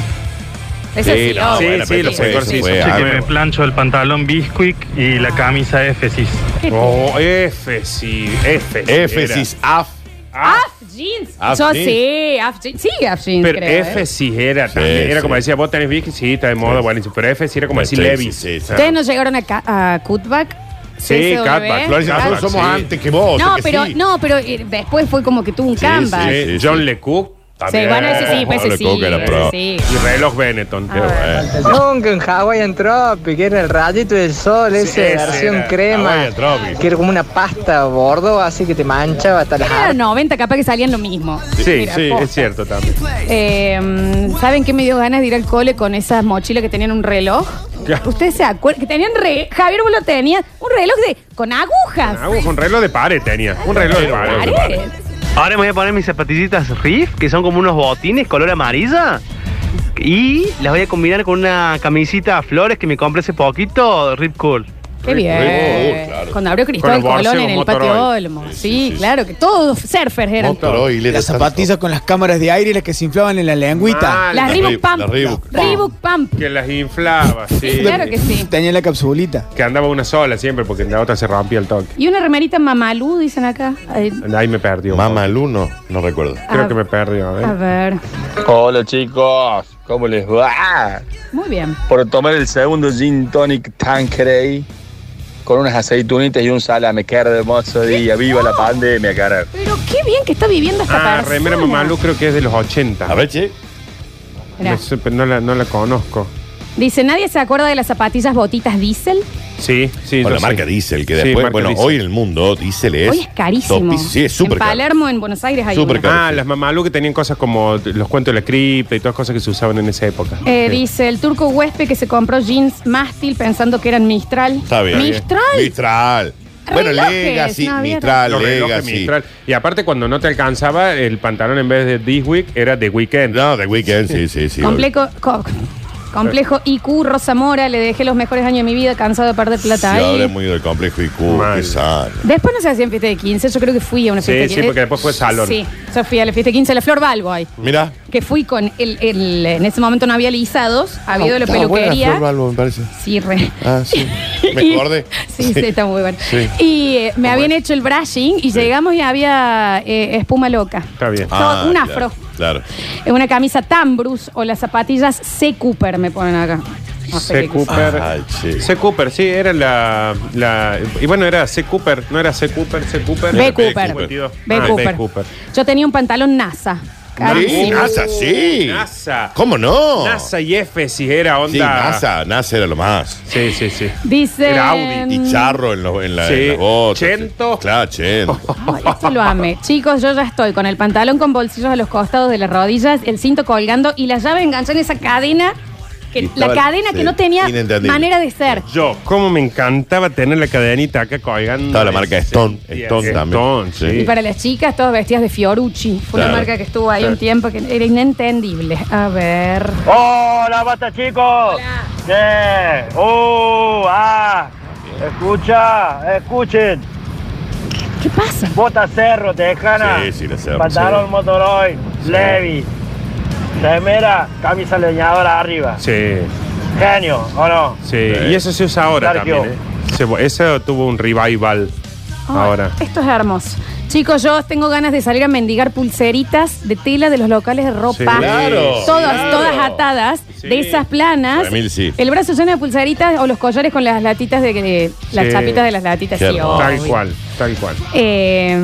[SPEAKER 3] Ese sí,
[SPEAKER 17] Sí, no,
[SPEAKER 3] obvio.
[SPEAKER 17] bueno,
[SPEAKER 2] Ah, sí,
[SPEAKER 17] pero
[SPEAKER 2] los
[SPEAKER 17] eso
[SPEAKER 2] secor,
[SPEAKER 17] fue,
[SPEAKER 2] sí,
[SPEAKER 17] eso
[SPEAKER 2] sí.
[SPEAKER 17] fue.
[SPEAKER 2] Ah,
[SPEAKER 17] Che, que
[SPEAKER 2] bueno.
[SPEAKER 17] me plancho el pantalón Bisquick y la camisa Éfesis.
[SPEAKER 2] Oh, Éfesis. Éfesis.
[SPEAKER 1] Éfesis, AF.
[SPEAKER 2] Ah,
[SPEAKER 3] Af jeans.
[SPEAKER 2] Af
[SPEAKER 3] Yo
[SPEAKER 2] jeans.
[SPEAKER 3] sí, af jeans. Sí, af jeans,
[SPEAKER 2] Pero
[SPEAKER 3] creo. ¿eh?
[SPEAKER 2] F sí era también.
[SPEAKER 1] Sí,
[SPEAKER 2] era
[SPEAKER 1] sí.
[SPEAKER 2] como decía, vos tenés Vicky, sí, está de moda, buenísimo. Pero F sí era como
[SPEAKER 1] Sí,
[SPEAKER 2] decir
[SPEAKER 1] sí,
[SPEAKER 2] Levis.
[SPEAKER 1] sí, sí.
[SPEAKER 3] Ustedes no llegaron a, ca- a Cutback.
[SPEAKER 2] Sí,
[SPEAKER 3] CSW?
[SPEAKER 2] Catback, Florencia,
[SPEAKER 3] Catback.
[SPEAKER 1] Nosotros somos
[SPEAKER 2] sí.
[SPEAKER 1] antes que vos.
[SPEAKER 3] No,
[SPEAKER 1] que
[SPEAKER 3] pero,
[SPEAKER 1] sí.
[SPEAKER 3] no, pero eh, después fue como que tuvo un comeback.
[SPEAKER 1] sí,
[SPEAKER 2] Sí, John LeCoq.
[SPEAKER 3] Sí,
[SPEAKER 2] también.
[SPEAKER 3] bueno, ese sí, pues ese
[SPEAKER 1] Ole,
[SPEAKER 3] sí.
[SPEAKER 1] Cook era pro.
[SPEAKER 3] ese sí. Ah,
[SPEAKER 2] Y reloj Benetton. Qué bueno.
[SPEAKER 23] Nunca en Hawaiian Tropic, era el rayito del sol, ese
[SPEAKER 2] ese
[SPEAKER 23] versión
[SPEAKER 2] era,
[SPEAKER 23] crema,
[SPEAKER 2] Hawaiian Tropic.
[SPEAKER 23] que era como una pasta bordo, así que te manchaba hasta las
[SPEAKER 3] Era los 90, capaz que salían lo mismo.
[SPEAKER 2] Sí,
[SPEAKER 3] Mira,
[SPEAKER 2] sí,
[SPEAKER 3] posta.
[SPEAKER 2] es cierto también.
[SPEAKER 3] Eh, ¿Saben qué me dio ganas de ir al cole con esas mochilas que tenían un reloj?
[SPEAKER 2] Ya.
[SPEAKER 3] ¿Ustedes se acuerdan? Que tenían re- Javier vos lo tenía, un reloj de con agujas.
[SPEAKER 2] Ah, Un reloj de pared tenía. Un reloj de pared.
[SPEAKER 3] Pared.
[SPEAKER 17] Ahora me voy a poner mis zapatillitas Riff, que son como unos botines color amarilla. Y las voy a combinar con una camisita a flores que me compré hace poquito, Rip Cool.
[SPEAKER 3] Qué
[SPEAKER 1] Rico,
[SPEAKER 3] bien.
[SPEAKER 1] uh, claro.
[SPEAKER 3] Cuando abrió Cristóbal
[SPEAKER 2] Con los
[SPEAKER 3] Colón en
[SPEAKER 2] borcegos
[SPEAKER 3] el patio
[SPEAKER 2] Motorola.
[SPEAKER 3] Olmo. Sí, claro, que todos surfers eran.
[SPEAKER 1] Motorola y
[SPEAKER 22] Las
[SPEAKER 1] letras
[SPEAKER 22] zapatillas con las cámaras de aire y las que se inflaban en la lengüita.
[SPEAKER 2] Mal.
[SPEAKER 3] Las
[SPEAKER 1] La
[SPEAKER 3] Reebok
[SPEAKER 1] Reebok,
[SPEAKER 3] Pump.
[SPEAKER 1] la Reebok Pump.
[SPEAKER 3] Reebok Pump.
[SPEAKER 2] Que las inflaba, sí.
[SPEAKER 3] Claro que sí.
[SPEAKER 22] Tenía la capsulita.
[SPEAKER 2] Que andaba una sola siempre porque la otra se rompía el toque.
[SPEAKER 3] Y una remerita Mamalú, dicen acá. Ay,
[SPEAKER 1] ¿Eh?
[SPEAKER 2] Ahí me perdió.
[SPEAKER 1] Mama el uno, no recuerdo.
[SPEAKER 2] Creo que me perdió. ¿eh?
[SPEAKER 3] A
[SPEAKER 2] A ver.
[SPEAKER 3] ver.
[SPEAKER 24] Hola chicos, ¿cómo les va?
[SPEAKER 3] Muy bien.
[SPEAKER 24] Por tomar el segundo gin tonic Tanqueray con unas aceitunitas y un salame, qué hermoso día, viva la pandemia, cara.
[SPEAKER 3] Pero qué bien que está viviendo esta
[SPEAKER 2] Ah,
[SPEAKER 3] persona.
[SPEAKER 2] remera Mamalu creo que es de los 80.
[SPEAKER 1] A ver, che.
[SPEAKER 3] Mirá.
[SPEAKER 2] Me supe- no, la, no la conozco.
[SPEAKER 3] Dice, ¿nadie se acuerda de las zapatillas botitas diésel?
[SPEAKER 2] Sí, sí.
[SPEAKER 1] Con
[SPEAKER 2] yo
[SPEAKER 1] la
[SPEAKER 2] sé.
[SPEAKER 1] marca Diesel, que
[SPEAKER 2] Sí,
[SPEAKER 1] después,
[SPEAKER 2] marca
[SPEAKER 1] bueno,
[SPEAKER 2] Diesel.
[SPEAKER 1] hoy en el mundo Diesel es.
[SPEAKER 3] Hoy es carísimo.
[SPEAKER 1] topísimo. Sí, es súper
[SPEAKER 3] En
[SPEAKER 1] caro.
[SPEAKER 3] Palermo, en Buenos Aires hay
[SPEAKER 1] Súper
[SPEAKER 3] una.
[SPEAKER 1] caro.
[SPEAKER 2] Ah,
[SPEAKER 1] sí.
[SPEAKER 2] las Mamalu que tenían cosas como los cuentos de la cripta y todas cosas que se usaban en esa época.
[SPEAKER 3] Eh,
[SPEAKER 2] Sí.
[SPEAKER 3] Dice, el turco huésped que se compró jeans mástil pensando que eran Mistral.
[SPEAKER 1] Está bien.
[SPEAKER 3] ¿Mistral?
[SPEAKER 1] Mistral. Bueno,
[SPEAKER 3] Relojes,
[SPEAKER 1] Legacy,
[SPEAKER 3] no había
[SPEAKER 1] Mistral,
[SPEAKER 2] Los relojes
[SPEAKER 1] Legacy.
[SPEAKER 2] Mistral. Y aparte, cuando no te alcanzaba, el pantalón en vez de This Week era The Weekend.
[SPEAKER 1] No, The Weeknd, sí, sí, sí.
[SPEAKER 3] Complejo, co- complejo IQ, Rosa Mora, le dejé los mejores años de mi vida, cansado de perder
[SPEAKER 1] Sí,
[SPEAKER 3] plata
[SPEAKER 1] ahora es
[SPEAKER 3] ahí.
[SPEAKER 1] muy del complejo IQ,
[SPEAKER 2] Mal.
[SPEAKER 1] qué sano.
[SPEAKER 3] Después no se hacían fiesta de 15, yo creo que fui a una
[SPEAKER 2] Sí,
[SPEAKER 3] fiesta de
[SPEAKER 2] sí,
[SPEAKER 3] 15.
[SPEAKER 2] porque después fue salón.
[SPEAKER 3] eh, Sí, yo fui a la fiesta de 15 de la Flor Balbo ahí.
[SPEAKER 1] Mira.
[SPEAKER 3] Que fui con el, el- en ese momento no había lisados, había ido a la peluquería.
[SPEAKER 1] álbum, me parece.
[SPEAKER 3] Sí, re.
[SPEAKER 1] Ah, sí.
[SPEAKER 3] Y-
[SPEAKER 1] Me acordé.
[SPEAKER 3] Sí, sí, está muy bueno.
[SPEAKER 1] Sí.
[SPEAKER 3] Y eh, me habían hecho el brushing y llegamos y había eh, espuma loca.
[SPEAKER 2] Está bien.
[SPEAKER 1] Ah,
[SPEAKER 3] un
[SPEAKER 1] claro,
[SPEAKER 3] afro.
[SPEAKER 1] Claro.
[SPEAKER 3] Eh, Una camisa Tambrus o las zapatillas C. Cooper me ponen acá. No sé
[SPEAKER 2] C.
[SPEAKER 3] qué cosa.
[SPEAKER 2] Cooper.
[SPEAKER 1] Ay, che.
[SPEAKER 2] C. Cooper, sí, era la, la- Y bueno, era C. Cooper, no era C. Cooper, C. Cooper.
[SPEAKER 3] B.
[SPEAKER 1] B.
[SPEAKER 3] Cooper.
[SPEAKER 1] Cooper.
[SPEAKER 3] B.
[SPEAKER 2] Ah,
[SPEAKER 3] Cooper.
[SPEAKER 2] B. Cooper.
[SPEAKER 3] Yo tenía un pantalón NASA.
[SPEAKER 1] Sí,
[SPEAKER 3] Carísimo.
[SPEAKER 1] NASA, sí.
[SPEAKER 2] NASA.
[SPEAKER 1] ¿Cómo no?
[SPEAKER 2] NASA y F, si era onda.
[SPEAKER 1] Sí, NASA. NASA era lo más.
[SPEAKER 2] Sí, sí, sí.
[SPEAKER 3] Dice.
[SPEAKER 2] Era Audi
[SPEAKER 3] Mm.
[SPEAKER 1] Y charro en, los en, la,
[SPEAKER 2] Sí.
[SPEAKER 1] en las botas.
[SPEAKER 2] Chento.
[SPEAKER 1] sí. Claro, chento.
[SPEAKER 3] Ay, este lo amé. Chicos, yo ya estoy con el pantalón con bolsillos a los costados de las rodillas, el cinto colgando y la llave enganchada en esa cadena. que-
[SPEAKER 1] Y
[SPEAKER 3] la
[SPEAKER 1] estaba-
[SPEAKER 3] cadena que
[SPEAKER 1] sí,
[SPEAKER 3] no tenía
[SPEAKER 1] inentendible.
[SPEAKER 3] manera de ser.
[SPEAKER 2] Yo, cómo me encantaba tener la cadenita acá colgando.
[SPEAKER 1] Estaba la marca Stone.
[SPEAKER 2] Sí,
[SPEAKER 1] Stone también.
[SPEAKER 2] Stone,
[SPEAKER 1] Sí.
[SPEAKER 3] Y
[SPEAKER 2] sí.
[SPEAKER 3] para las chicas, todas vestidas de Fiorucci. Fue una
[SPEAKER 1] Claro.
[SPEAKER 3] marca que estuvo ahí
[SPEAKER 2] Claro.
[SPEAKER 3] un tiempo que era inentendible. A ver.
[SPEAKER 25] Hola, basta chicos. Che, uh, ah, escucha, escuchen.
[SPEAKER 3] ¿Qué pasa?
[SPEAKER 25] Bota Cerro, Tejana.
[SPEAKER 1] Sí, sí, la Cerro,
[SPEAKER 25] Pantalón
[SPEAKER 1] sí.
[SPEAKER 25] Motorola, Levi. Remera, camisa leñadora arriba.
[SPEAKER 2] Sí,
[SPEAKER 25] Genio, ¿o no?
[SPEAKER 2] sí. Y eso se usa ahora
[SPEAKER 25] Sergio.
[SPEAKER 2] también. ¿eh? Se vo- eso tuvo un revival
[SPEAKER 3] Ay,
[SPEAKER 2] ahora.
[SPEAKER 3] Esto es hermoso. Chicos, yo tengo ganas de salir a mendigar pulseritas de tela de los locales de ropa.
[SPEAKER 2] Sí, claro,
[SPEAKER 3] todas,
[SPEAKER 1] claro.
[SPEAKER 3] todas atadas, de esas planas.
[SPEAKER 1] Para mí sí.
[SPEAKER 3] El brazo lleno de pulseritas o los collares con las latitas de. de- las
[SPEAKER 2] Sí.
[SPEAKER 3] chapitas de las latitas,
[SPEAKER 1] Qué
[SPEAKER 3] sí,
[SPEAKER 1] hermoso.
[SPEAKER 3] obvio.
[SPEAKER 2] Tal cual, tal cual.
[SPEAKER 3] Eh,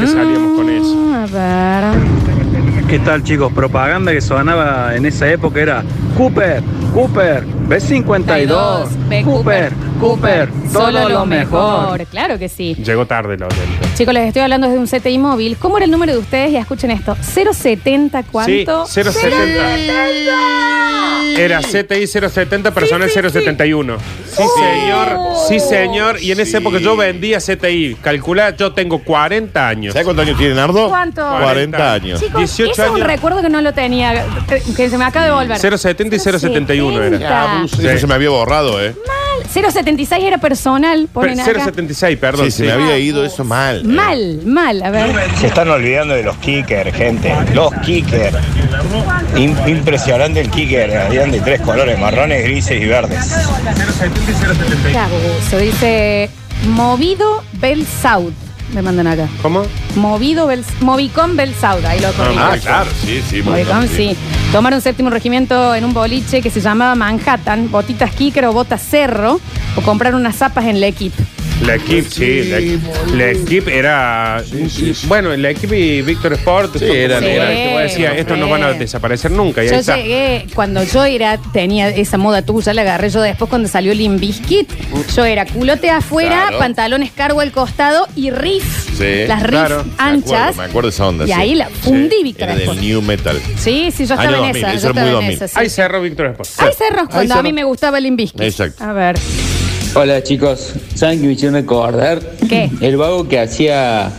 [SPEAKER 2] Que salíamos con eso.
[SPEAKER 3] A ver.
[SPEAKER 26] ¿Qué tal chicos? Propaganda que sonaba en esa época era Cooper, Cooper, B52,
[SPEAKER 3] B,
[SPEAKER 26] Cooper, Cooper, todo lo mejor.
[SPEAKER 3] Claro que sí.
[SPEAKER 2] Llegó tarde la oyente.
[SPEAKER 3] Chicos, les estoy hablando desde un CTI móvil. ¿Cómo era el número de ustedes? Ya escuchen esto. 070, ¿cuánto?
[SPEAKER 2] Sí, 070. Era CTI 070, personal 071. Sí, señor. Sí,
[SPEAKER 3] Oh.
[SPEAKER 2] señor. Y en esa época yo vendía CTI. Calculá, yo tengo 40 años. ¿Sabes
[SPEAKER 1] cuántos años tiene Nardo?
[SPEAKER 3] ¿Cuánto?
[SPEAKER 1] 40 años.
[SPEAKER 3] Chicos, ese es un recuerdo que no lo tenía, que- que se me acaba de volver.
[SPEAKER 2] 070 y 071 era.
[SPEAKER 3] Ya, abuso.
[SPEAKER 1] Eso se me había borrado, ¿eh?
[SPEAKER 3] 076 era personal, ponen
[SPEAKER 1] Pero
[SPEAKER 3] acá.
[SPEAKER 2] 076, perdón.
[SPEAKER 1] Sí, se me había ido eso mal.
[SPEAKER 3] Mal, mal, a ver.
[SPEAKER 27] Se están olvidando de los kickers, gente. Los kickers. Im- impresionante el kicker. Habían de tres colores, marrones, grises y verdes.
[SPEAKER 3] Qué abuso. Dice, movido Bell South. Me mandan acá.
[SPEAKER 2] ¿Cómo?
[SPEAKER 3] Movido Bell, Movicom Bell South. Ahí lo corrijo.
[SPEAKER 1] Ah, claro, sí, sí. muy
[SPEAKER 3] Movicom,
[SPEAKER 1] bien,
[SPEAKER 3] sí. Tomaron séptimo regimiento en un boliche que se llamaba Manhattan, botitas kicker o botas cerro, o compraron unas zapas en Lequip.
[SPEAKER 2] La equipe, sí. La, la equipe era. Bueno, la equipe y Víctor Sport.
[SPEAKER 1] Sí,
[SPEAKER 2] son
[SPEAKER 1] eran,
[SPEAKER 2] como-
[SPEAKER 1] eran.
[SPEAKER 2] que vos decías, estos no van a desaparecer nunca. Y ahí
[SPEAKER 3] Yo
[SPEAKER 2] está.
[SPEAKER 3] llegué, cuando yo era, tenía esa moda tuya, la agarré yo después cuando salió Limbiskit. Yo era culote afuera,
[SPEAKER 1] Claro.
[SPEAKER 3] pantalones cargo al costado y riff.
[SPEAKER 1] Sí,
[SPEAKER 3] las riff
[SPEAKER 1] claro. Me
[SPEAKER 3] anchas.
[SPEAKER 1] acuerdo, me acuerdo de esa onda.
[SPEAKER 3] Y
[SPEAKER 1] sí.
[SPEAKER 3] ahí la fundí Víctor
[SPEAKER 1] Era del
[SPEAKER 3] Sport.
[SPEAKER 1] New Metal.
[SPEAKER 3] Sí, sí, yo estaba
[SPEAKER 1] Año
[SPEAKER 3] en
[SPEAKER 1] 2000, eso
[SPEAKER 3] esa. Yo
[SPEAKER 1] es muy
[SPEAKER 3] estaba en
[SPEAKER 1] 2000.
[SPEAKER 3] esa, sí.
[SPEAKER 2] Ahí cerró Víctor Sport.
[SPEAKER 3] Hay cerros cuando a mí me gustaba el Limbiskit.
[SPEAKER 1] Exacto.
[SPEAKER 3] A ver,
[SPEAKER 6] Hola chicos, ¿saben que me hicieron acordar?
[SPEAKER 3] ¿Qué?
[SPEAKER 6] El vago que hacía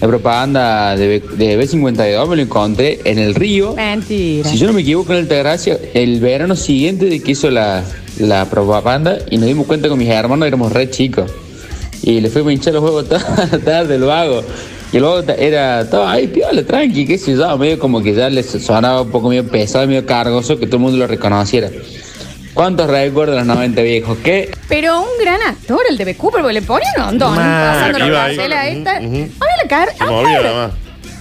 [SPEAKER 6] la propaganda de, B, 52 me lo encontré en el río.
[SPEAKER 3] mentira.
[SPEAKER 6] Si yo no me equivoco, en Altagracia, el verano siguiente de que hizo la, la propaganda y nos dimos cuenta con mis hermanos éramos re chicos. Y le fuimos a hinchar los huevos toda la tarde el vago. Y el vago ta- era todo ahí piola, tranqui, qué sé yo, medio como que ya les sonaba un poco medio pesado, medio cargoso, que todo el mundo lo reconociera. ¿Cuántos recuerdos de los 90 viejos? ¿Qué
[SPEAKER 3] Pero un gran actor, el de B. Cooper, porque le ponían un don.
[SPEAKER 6] Mal,
[SPEAKER 3] Pasando la
[SPEAKER 6] iba ahí.
[SPEAKER 3] carcela esta. A
[SPEAKER 6] Ujú,
[SPEAKER 3] ver la cara.
[SPEAKER 1] Se movía nada más.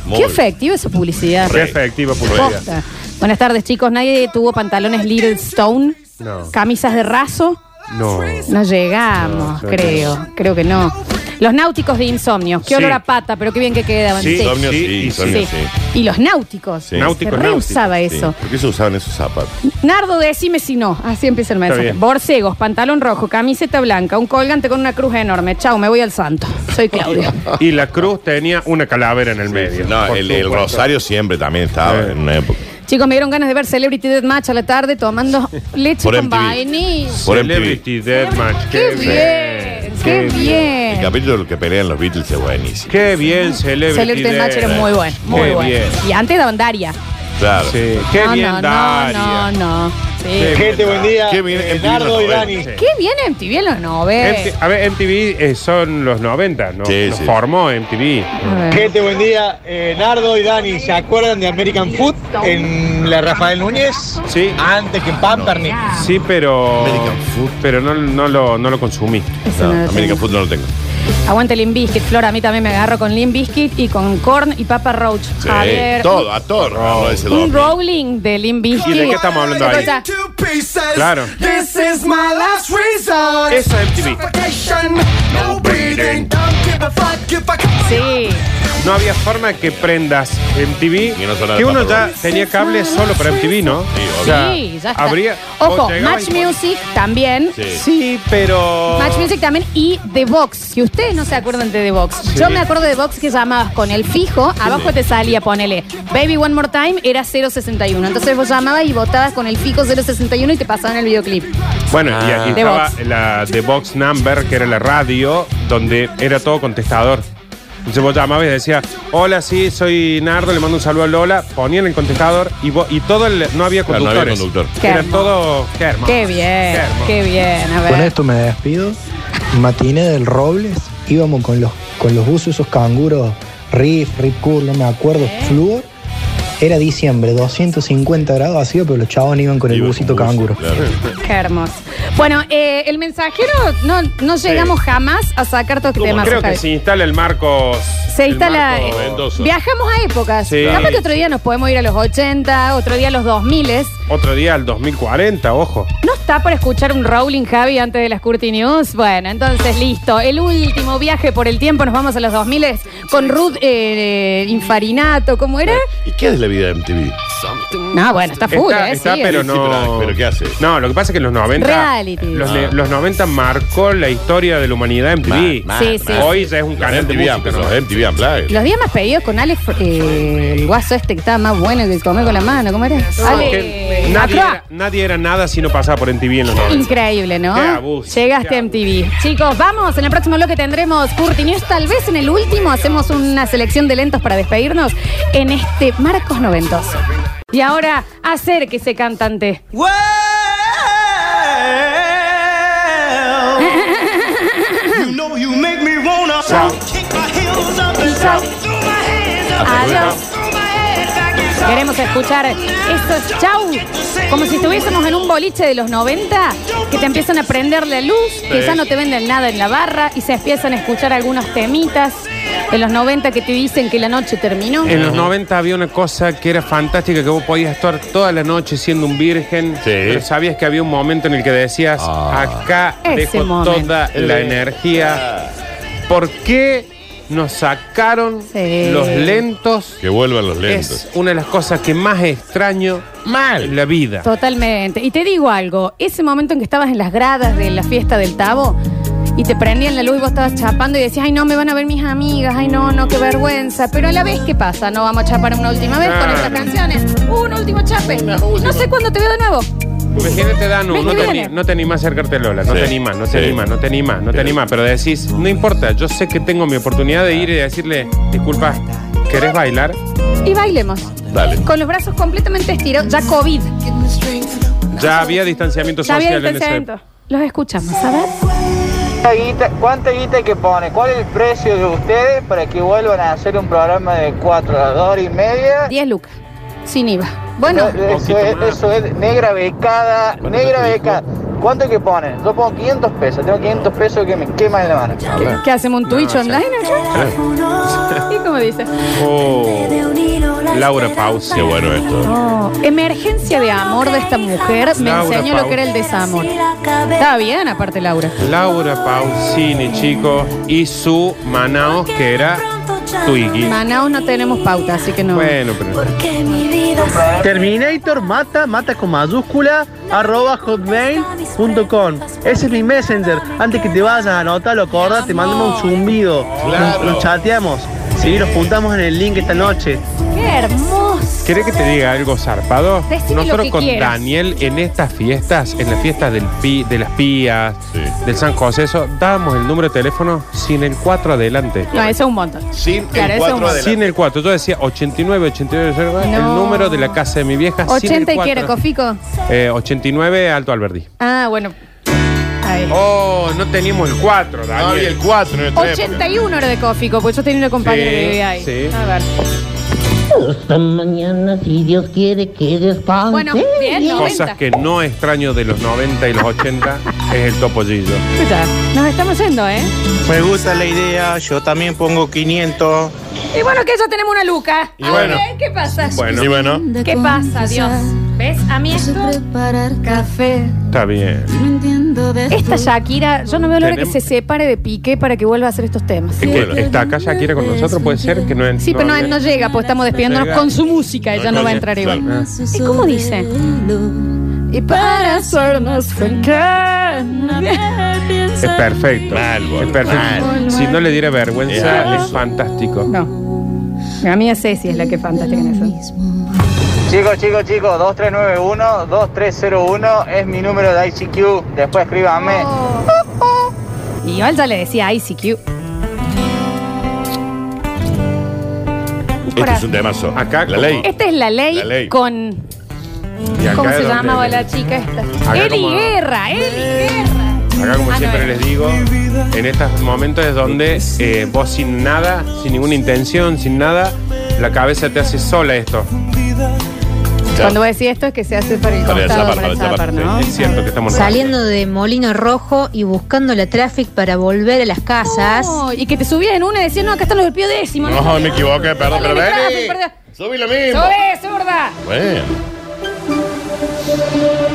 [SPEAKER 3] Qué
[SPEAKER 1] Muy
[SPEAKER 3] efectiva esa publicidad.
[SPEAKER 2] Re efectiva publicidad.
[SPEAKER 3] Posta. Buenas tardes, chicos. Nadie tuvo pantalones Little Stone,
[SPEAKER 2] No.
[SPEAKER 3] camisas de raso.
[SPEAKER 2] No.
[SPEAKER 3] No llegamos,
[SPEAKER 2] No,
[SPEAKER 3] creo. Creo que no. Los náuticos de insomnio. Qué
[SPEAKER 2] Sí.
[SPEAKER 3] olor a pata, pero qué bien que quedaban.
[SPEAKER 1] Sí, insomnio sí, insomnio sí.
[SPEAKER 3] Y los náuticos.
[SPEAKER 1] Sí.
[SPEAKER 3] Se re usaba eso.
[SPEAKER 1] Sí. ¿Por qué se usaban esos zapatos?
[SPEAKER 3] Nardo, decime si no. Así empieza el
[SPEAKER 1] Está
[SPEAKER 3] mensaje.
[SPEAKER 1] bien.
[SPEAKER 3] Borcegos, pantalón rojo, camiseta blanca, un colgante con una cruz enorme. Chau, me voy al santo. Soy Claudio.
[SPEAKER 2] Y la cruz tenía una calavera en el medio.
[SPEAKER 1] No,
[SPEAKER 2] por
[SPEAKER 1] el, el
[SPEAKER 2] supuesto.
[SPEAKER 1] Rosario siempre también estaba en una época.
[SPEAKER 3] Chicos, me dieron ganas de ver Celebrity Deathmatch a la tarde tomando leche
[SPEAKER 1] Por
[SPEAKER 3] con
[SPEAKER 1] MTV.
[SPEAKER 3] vainilla.
[SPEAKER 1] Por
[SPEAKER 2] Celebrity Deathmatch.
[SPEAKER 3] ¡Qué bien! ¡Qué
[SPEAKER 1] El
[SPEAKER 3] bien!
[SPEAKER 1] capítulo de lo que pelean los Beatles es buenísimo.
[SPEAKER 2] Qué bien, Celebrity
[SPEAKER 3] Celebrity Deathmatch era muy bueno, muy
[SPEAKER 2] Qué
[SPEAKER 3] bueno.
[SPEAKER 2] bien.
[SPEAKER 3] Y antes daban Daria.
[SPEAKER 1] Claro.
[SPEAKER 2] Qué
[SPEAKER 3] no,
[SPEAKER 2] bien,
[SPEAKER 3] Ah, no,
[SPEAKER 2] Daria.
[SPEAKER 3] no, no, no. Sí.
[SPEAKER 2] Gente, buen día.
[SPEAKER 1] Qué bien, MTV en los
[SPEAKER 2] y
[SPEAKER 1] 90.
[SPEAKER 2] Dani.
[SPEAKER 3] Qué bien MTV en los 90.
[SPEAKER 2] a ver, MTV eh, son los 90, ¿no?
[SPEAKER 1] Sí,
[SPEAKER 2] Nos
[SPEAKER 1] sí.
[SPEAKER 2] formó MTV.
[SPEAKER 28] Gente, buen día. Eh, Nardo y Dani, ¿se acuerdan de American Food en la Rafael Núñez?
[SPEAKER 2] Sí.
[SPEAKER 28] Antes que en Pampernick.
[SPEAKER 3] Ah,
[SPEAKER 2] Sí, pero. Pero no, no, lo, no lo consumí.
[SPEAKER 3] Ese no lo tengo. American
[SPEAKER 1] Food no lo tengo.
[SPEAKER 3] Aguante Limp Bizkit, Flor. A mí también me agarro con Limp Bizkit y con Korn y Papa Roach.
[SPEAKER 1] Sí,
[SPEAKER 3] a ver.
[SPEAKER 1] todo, a todo. Nardo, ese
[SPEAKER 3] Un
[SPEAKER 1] doble.
[SPEAKER 3] rolling de Limp Bizkit.
[SPEAKER 1] ¿Y de qué estamos hablando ahí?
[SPEAKER 3] Escucha,
[SPEAKER 1] Claro.
[SPEAKER 12] This is my last resort.
[SPEAKER 2] Eso es MTV.
[SPEAKER 12] Suffocation, no breathing. Don't give a fuck if I come
[SPEAKER 3] Sí.
[SPEAKER 2] No había forma que prendas MTV.
[SPEAKER 1] no sonara
[SPEAKER 2] que uno
[SPEAKER 1] Papa
[SPEAKER 2] ya
[SPEAKER 1] Roach.
[SPEAKER 2] tenía cable solo para MTV, ¿no? Sí,
[SPEAKER 3] Sí, ya está.
[SPEAKER 2] Habría,
[SPEAKER 3] Ojo,
[SPEAKER 2] vos llegabas
[SPEAKER 3] Match
[SPEAKER 2] y-
[SPEAKER 3] Music también.
[SPEAKER 2] Sí. Sí, pero.
[SPEAKER 3] Match Music también y The Box. Que ustedes no se acuerdan de The Box.
[SPEAKER 2] Sí.
[SPEAKER 3] Yo me acuerdo de The Box que llamabas con el fijo, abajo te salía, ponele, Baby One More Time era 061. Entonces vos llamabas y votabas con el fijo 061 y te pasaban el videoclip.
[SPEAKER 2] Bueno, y aquí
[SPEAKER 3] Ah. The
[SPEAKER 2] estaba
[SPEAKER 3] Box.
[SPEAKER 2] la The Box Number, que era la radio, donde era todo contestador. Entonces vos llamabas y decías, hola, sí, soy Nardo, le mando un saludo a Lola. Ponían el contestador y, vos- y todo el- no había
[SPEAKER 1] Claro, no
[SPEAKER 2] conductores.
[SPEAKER 1] había conductor.
[SPEAKER 3] Qué
[SPEAKER 2] Era
[SPEAKER 3] hermoso.
[SPEAKER 2] todo... Qué hermoso.
[SPEAKER 3] Qué bien, qué bien. A
[SPEAKER 15] Con este
[SPEAKER 3] ver.
[SPEAKER 15] esto me despido. Matiné del Robles, íbamos con los, con los buzos, esos canguros, Riff, Rip Curl, no me acuerdo, Fluor. Era diciembre, 250 grados hacía, pero los chavos iban con el busito canguro.
[SPEAKER 3] Qué hermoso. Bueno, eh, el mensajero no, no llegamos jamás a sacar todos temas.
[SPEAKER 2] Creo que
[SPEAKER 3] Javi.
[SPEAKER 2] se instala el Marcos.
[SPEAKER 3] Se instala.
[SPEAKER 2] El Marco
[SPEAKER 3] eh,
[SPEAKER 2] Ventoso.
[SPEAKER 3] viajamos a épocas.
[SPEAKER 2] Sí.
[SPEAKER 3] Capaz que otro día nos podemos ir a los 80, otro día a los 2000.
[SPEAKER 2] Otro día al 2040, ojo.
[SPEAKER 3] ¿No está por escuchar un Rowling Javi antes de las Curti News? Bueno, entonces listo. El último viaje por el tiempo, nos vamos a los 2000 con Ruth eh, Infarinato, ¿cómo era?
[SPEAKER 1] ¿Y qué es la vida de MTV?
[SPEAKER 3] No, bueno, está full,
[SPEAKER 2] Está,
[SPEAKER 3] ¿eh?
[SPEAKER 2] está,
[SPEAKER 3] Sí,
[SPEAKER 2] pero
[SPEAKER 3] es-
[SPEAKER 2] no.
[SPEAKER 1] pero ¿qué hace?
[SPEAKER 2] No, lo que pasa es que en los 90.
[SPEAKER 3] Reality.
[SPEAKER 2] Los,
[SPEAKER 3] Ah.
[SPEAKER 2] ne- los 90 marcó la historia de la humanidad en TV.
[SPEAKER 3] Mal, Sí, mal, sí. mal.
[SPEAKER 2] Hoy ya es un canal de
[SPEAKER 1] MTV,
[SPEAKER 2] música.
[SPEAKER 1] pero
[SPEAKER 2] ¿no?
[SPEAKER 1] los MTV Unplugged.
[SPEAKER 3] Los días más pedidos con Alex, eh, el guaso este que estaba más bueno que comer con la mano, ¿cómo era?
[SPEAKER 2] Porque
[SPEAKER 3] Ale,
[SPEAKER 2] nadie,
[SPEAKER 3] Macroa.
[SPEAKER 2] era, nadie era nada si no pasaba por MTV en los 90.
[SPEAKER 3] Increíble, ¿no?
[SPEAKER 2] Qué abuso,
[SPEAKER 3] Llegaste a MTV. Chicos, vamos, en el próximo bloque tendremos Curti News. Tal vez en el último hacemos una selección de lentos para despedirnos en este Marcos Noventoso. Y ahora, hacer que se cantante.
[SPEAKER 12] You know you make me wanna
[SPEAKER 3] Shout.
[SPEAKER 12] kick my heels up and shout. Throw my hands up and
[SPEAKER 3] Adiós.
[SPEAKER 12] shout. Throw my head back and shout.
[SPEAKER 3] Queremos escuchar esos chau, como si estuviésemos en un boliche de los 90, que te empiezan a prender la luz, que
[SPEAKER 12] Sí.
[SPEAKER 3] ya no te venden nada en la barra y se empiezan a escuchar algunos temitas de los 90 que te dicen que la noche terminó.
[SPEAKER 2] En los 90 había una cosa que era fantástica, que vos podías estar toda la noche siendo un virgen, pero sabías que había un momento en el que decías, acá
[SPEAKER 3] Ese
[SPEAKER 2] dejo
[SPEAKER 3] momento.
[SPEAKER 2] toda la
[SPEAKER 3] Eh.
[SPEAKER 2] energía. ¿Por qué nos sacaron
[SPEAKER 3] Sí.
[SPEAKER 2] los lentos?
[SPEAKER 1] Que vuelvan los lentos.
[SPEAKER 2] Es una de las cosas que más extraño en la vida.
[SPEAKER 3] Totalmente. Y te digo algo, ese momento en que estabas en las gradas de la fiesta del Tabo y te prendían la luz y vos estabas chapando y decías, ay no, me van a ver mis amigas, ay no, no, qué vergüenza. Pero a la vez, ¿qué pasa? No vamos a chapar una última vez con
[SPEAKER 2] Claro.
[SPEAKER 3] estas canciones. Un último chape. Y no sé cuándo te veo de nuevo.
[SPEAKER 2] Imagínate, Danu,
[SPEAKER 3] ¿Ves
[SPEAKER 2] no
[SPEAKER 3] que
[SPEAKER 2] te,
[SPEAKER 3] viene?
[SPEAKER 2] ani- no te animas a acercarte a Lola, no
[SPEAKER 1] Sí.
[SPEAKER 2] te animas, no te
[SPEAKER 1] Sí.
[SPEAKER 2] animas, no te animas, no te animas, pero decís, no importa, yo sé que tengo mi oportunidad de ir y decirle, disculpa, ¿querés bailar?
[SPEAKER 3] Y bailemos.
[SPEAKER 2] Dale.
[SPEAKER 3] Con los brazos completamente estirados, ya COVID.
[SPEAKER 2] Ya había distanciamiento
[SPEAKER 3] Ya había
[SPEAKER 2] social en ese.
[SPEAKER 3] distanciamiento. Los escuchamos, a ver.
[SPEAKER 23] ¿Cuánta guita, cuánta guita hay que pone? ¿Cuál es el precio de ustedes para que vuelvan a hacer un programa de 4 a 2 horas y media?
[SPEAKER 3] 10 lucas, sin IVA. Bueno,
[SPEAKER 23] No, eso, es, eso es negra becada, negra becada. ¿Cuánto hay que poner? Yo pongo 500 pesos, tengo 500 pesos que me queman en la mano.
[SPEAKER 3] ¿qué hacemos? ¿Un Twitch online acá? ¿Y cómo dice?
[SPEAKER 2] Oh, Laura Paus. Qué bueno esto.
[SPEAKER 3] Oh, emergencia de amor de esta mujer me
[SPEAKER 2] Laura
[SPEAKER 3] enseñó lo
[SPEAKER 2] Paus.
[SPEAKER 3] que era el desamor. Está bien, aparte Laura.
[SPEAKER 2] Laura Pausini, chicos, y su Manaos, que era Twiggy.
[SPEAKER 3] Manaus no tenemos pauta, así que no.
[SPEAKER 2] Bueno, pero.
[SPEAKER 17] Terminator mata, mata con mayúscula, arroba hotmail.com. Ese es mi messenger. Antes que te vayas, anótalo, corda, te mandamos un zumbido.
[SPEAKER 2] Claro.
[SPEAKER 17] Nos, nos chateamos. Sí, nos juntamos en el link esta noche.
[SPEAKER 3] Qué hermoso.
[SPEAKER 2] ¿Querés que te diga algo zarpado?
[SPEAKER 3] Decime lo
[SPEAKER 2] Nosotros
[SPEAKER 3] que
[SPEAKER 2] con
[SPEAKER 3] quieras.
[SPEAKER 2] Daniel en estas fiestas, en las fiestas del pi, de las pías, del San José, eso, dábamos el número de teléfono sin el 4 adelante.
[SPEAKER 3] No, eso es un montón.
[SPEAKER 1] Sin
[SPEAKER 3] Claro, eso es un montón.
[SPEAKER 2] Sin el 4. Yo decía 89, 89, el
[SPEAKER 3] No.
[SPEAKER 2] número de la casa de mi vieja. sin el
[SPEAKER 3] 80 y que era
[SPEAKER 2] 4.
[SPEAKER 3] Cofico.
[SPEAKER 2] Eh, 89, Alto Alberdi.
[SPEAKER 3] Ah, bueno. Ahí.
[SPEAKER 2] Oh, no teníamos el 4, Daniel.
[SPEAKER 1] había Ah, el 4 en nuestra época.
[SPEAKER 3] 81 era de Cofico, porque yo tenía una compañera
[SPEAKER 1] Oh, eh, Sí,
[SPEAKER 3] que vivía ahí.
[SPEAKER 1] sí.
[SPEAKER 3] A ver.
[SPEAKER 4] Hasta mañana, si Dios quiere que descanse.
[SPEAKER 3] Bueno, bien, no.
[SPEAKER 2] Cosas
[SPEAKER 3] 90.
[SPEAKER 2] que no extraño de los 90 y los 80 es el topollillo.
[SPEAKER 3] Escucha, nos estamos yendo, ¿eh?
[SPEAKER 29] Me gusta la idea, yo también pongo 500.
[SPEAKER 3] Y bueno, que ya tenemos una luca.
[SPEAKER 29] Y
[SPEAKER 3] A
[SPEAKER 29] bueno.
[SPEAKER 3] ver, ¿Qué pasa?
[SPEAKER 29] Bueno. Y bueno.
[SPEAKER 3] ¿Qué pasa, Dios? ¿Ves? A mí esto... preparar café.
[SPEAKER 2] Está bien.
[SPEAKER 3] Esta Shakira, yo no veo la hora que
[SPEAKER 2] Tenemos-
[SPEAKER 3] se separe de Piqué para que vuelva a hacer estos temas.
[SPEAKER 2] Es que está acá Shakira con nosotros, puede ser que no en-
[SPEAKER 3] Sí, pero no, no llega, pues estamos despidiéndonos
[SPEAKER 2] Llega.
[SPEAKER 3] con su música, ella no va a entrar igual.
[SPEAKER 2] Claro.
[SPEAKER 3] ¿Y cómo dice? Y para ser más franca,
[SPEAKER 2] Es perfecto. es perfecto.
[SPEAKER 3] Mal.
[SPEAKER 2] Si no le diera vergüenza,
[SPEAKER 3] Mal.
[SPEAKER 2] es fantástico.
[SPEAKER 3] No. La mía Ceci es la que es fantástica en eso.
[SPEAKER 23] Chicos, chicos, chicos, 2391, 2301 es mi número de ICQ. Después escríbanme.
[SPEAKER 3] Y igual ya le decía ICQ.
[SPEAKER 1] Este es un temazo. Acá, la ley.
[SPEAKER 3] Esta es la ley,
[SPEAKER 1] La ley.
[SPEAKER 3] con.
[SPEAKER 1] Y acá
[SPEAKER 3] ¿Cómo
[SPEAKER 1] es
[SPEAKER 3] se
[SPEAKER 1] donde-
[SPEAKER 3] llamaba la chica esta?
[SPEAKER 2] Acá
[SPEAKER 3] Eli
[SPEAKER 2] como-
[SPEAKER 3] Guerra, Eli Guerra.
[SPEAKER 2] Acá, como
[SPEAKER 3] Ah, no,
[SPEAKER 2] siempre
[SPEAKER 3] eh.
[SPEAKER 2] les digo, en estos momentos es donde eh, vos sin nada, sin ninguna intención, sin nada, la cabeza te hace sola esto.
[SPEAKER 3] Cuando voy a decir esto es que se hace para el
[SPEAKER 2] Para el
[SPEAKER 3] costado,
[SPEAKER 2] zapar,
[SPEAKER 3] para el
[SPEAKER 2] para el zapar,
[SPEAKER 3] zapar, ¿no?
[SPEAKER 2] sí, es cierto que estamos en
[SPEAKER 5] Saliendo de Molino Rojo y buscando la traffic para volver a las casas.
[SPEAKER 3] No, y que te subías en una y decías, no, acá están los del pío décimo.
[SPEAKER 1] No, me equivoqué, perdón, pero
[SPEAKER 3] Traffic,
[SPEAKER 1] vení.
[SPEAKER 3] perdón.
[SPEAKER 1] Subí lo mismo.
[SPEAKER 3] ¡Sobe, zurda!
[SPEAKER 1] Bueno.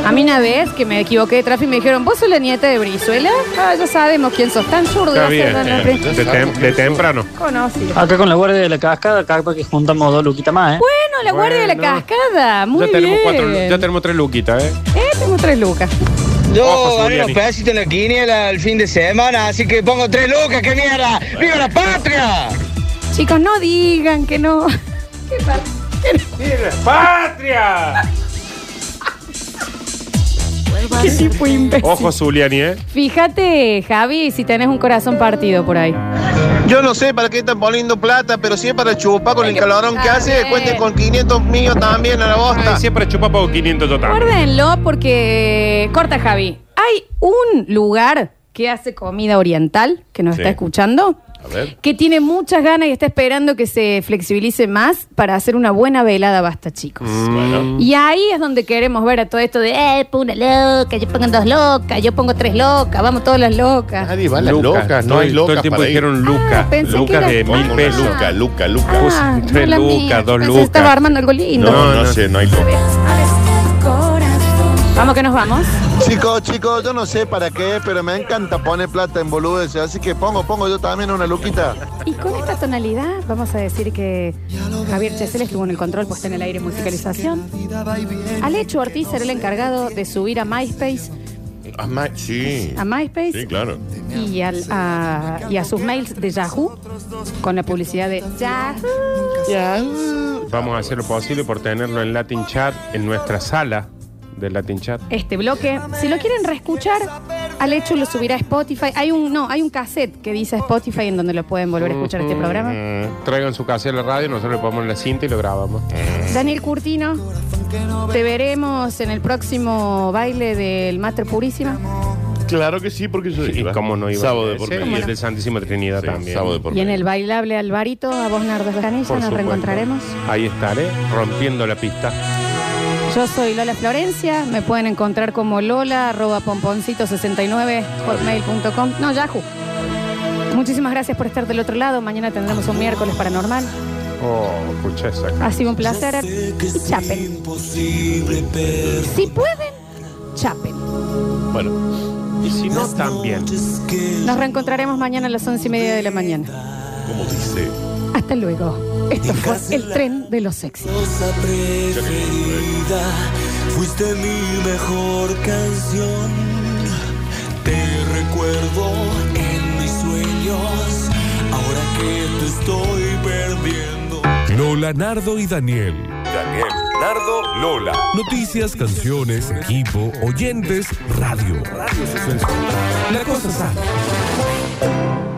[SPEAKER 3] A mí una vez que me equivoqué de tráfico y me dijeron, ¿vos sos la nieta de Brizuela? Ah, ya sabemos quién sos, tan zurda.
[SPEAKER 2] Está bien,
[SPEAKER 3] zurda, no
[SPEAKER 2] eh,
[SPEAKER 3] aprendí.
[SPEAKER 2] de, tem- de temprano.
[SPEAKER 3] Conocido.
[SPEAKER 30] Acá con la guardia de la cascada, acá para que juntamos dos luquitas más, ¿eh?
[SPEAKER 3] Bueno, la guardia de la
[SPEAKER 30] Bueno.
[SPEAKER 3] cascada. Muy
[SPEAKER 2] Ya tenemos,
[SPEAKER 3] bien.
[SPEAKER 2] cuatro, ya tenemos tres luquitas, ¿eh?
[SPEAKER 3] Eh, tengo tres lucas.
[SPEAKER 15] Yo gané los pesitos en la quiniela el fin de semana, así que pongo tres lucas, ¡qué mierda! ¡Viva la patria!
[SPEAKER 3] Chicos, no digan que no.
[SPEAKER 2] ¡Patria!
[SPEAKER 3] Qué tipo imbécil.
[SPEAKER 2] Ojo, Zuliani, ¿eh?
[SPEAKER 3] Fíjate, Javi, si tenés un corazón partido por ahí.
[SPEAKER 8] Yo no sé para qué están poniendo plata, pero si es para chupar con el calorón que hace, cuenten con 500 míos también a la bosta.
[SPEAKER 2] Siempre chupa por 500 total.
[SPEAKER 3] Acuérdenlo porque. eh, Corta, Javi. Hay un lugar que hace comida oriental que nos
[SPEAKER 1] Sí.
[SPEAKER 3] está escuchando.
[SPEAKER 1] A ver.
[SPEAKER 3] Que tiene muchas ganas y está esperando que se flexibilice más para hacer una buena velada, basta, chicos.
[SPEAKER 1] Mm. Bueno.
[SPEAKER 3] Y ahí es donde queremos ver a todo esto de, eh, pongo una loca, yo pongo dos locas, yo pongo tres locas, vamos todas las locas.
[SPEAKER 1] Nadie va a las
[SPEAKER 2] Lucas,
[SPEAKER 1] locas, no
[SPEAKER 2] todo
[SPEAKER 1] hay
[SPEAKER 2] el- todo el
[SPEAKER 1] locas
[SPEAKER 2] tiempo
[SPEAKER 1] para ir.
[SPEAKER 2] dijeron Lucas, Ah, pensé que Lucas era- de mil
[SPEAKER 1] Una
[SPEAKER 2] pesos.
[SPEAKER 1] Luca, Luca, Pues, Luca.
[SPEAKER 3] Ah, no
[SPEAKER 2] tres
[SPEAKER 3] la
[SPEAKER 2] lucas,
[SPEAKER 3] mía.
[SPEAKER 2] dos
[SPEAKER 3] Pensé que
[SPEAKER 2] lucas.
[SPEAKER 3] Estaba armando algo lindo.
[SPEAKER 1] no, no, sé, no hay locas.
[SPEAKER 3] Vamos que nos vamos.
[SPEAKER 15] Chicos, chicos, yo no sé para qué, pero me encanta poner plata en boludeces, así que pongo, pongo yo también una luquita.
[SPEAKER 3] Y con esta tonalidad vamos a decir que Javier Chesel estuvo en el control puesto en el aire y musicalización. Alecho Ortiz será el encargado de subir a MySpace,
[SPEAKER 1] A Ma- sí.
[SPEAKER 3] a MySpace
[SPEAKER 1] Sí, claro.
[SPEAKER 3] y, al- a, y a sus mails de Yahoo con la publicidad de Yahoo.
[SPEAKER 2] Vamos a hacer lo posible por tenerlo en Latin Chat, en nuestra sala de Latin Chat.
[SPEAKER 3] Este bloque, si lo quieren reescuchar, Alecho lo subirá a Spotify. Hay un no, hay un cassette que dice Spotify en donde lo pueden volver a escuchar este programa.
[SPEAKER 2] Mm, Traigan su casa a la radio, nosotros le ponemos la cinta y lo grabamos.
[SPEAKER 1] Eh,
[SPEAKER 3] Daniel Curtino, te veremos en el próximo baile del Master Purísima.
[SPEAKER 1] Claro que sí, porque yo iba.
[SPEAKER 2] ¿Cómo no iba a
[SPEAKER 1] Sábado de
[SPEAKER 2] ser?
[SPEAKER 1] por
[SPEAKER 2] Sí,
[SPEAKER 1] medio.
[SPEAKER 2] Y el del Santísimo Trinidad también.
[SPEAKER 1] sábado de
[SPEAKER 3] Y en el bailable Alvarito, a vos Nardo Escanilla,
[SPEAKER 2] Por
[SPEAKER 3] nos
[SPEAKER 2] supuesto.
[SPEAKER 3] reencontraremos.
[SPEAKER 2] Ahí estaré, rompiendo la pista.
[SPEAKER 3] Yo soy Lola Florencia, me pueden encontrar como Lola, arroba pomponcito69, hotmail.com, no, Yahoo. Muchísimas gracias por estar del otro lado, mañana tendremos un miércoles paranormal.
[SPEAKER 2] Oh, escuché esa.
[SPEAKER 3] Ha sido un placer. Y chapen. Si pueden, chapen.
[SPEAKER 2] Bueno, y si no, también.
[SPEAKER 3] Nos reencontraremos mañana a las once y media de la mañana.
[SPEAKER 1] Como dice.
[SPEAKER 3] Hasta luego. Esto fue el tren de los éxitos.
[SPEAKER 4] preferida. Fuiste mi mejor canción. Te recuerdo en mis sueños. Ahora que te estoy perdiendo.
[SPEAKER 6] Lola, Nardo y Daniel. Daniel, Nardo, Lola. Noticias, canciones, equipo, oyentes, radio. Radio La cosa sana.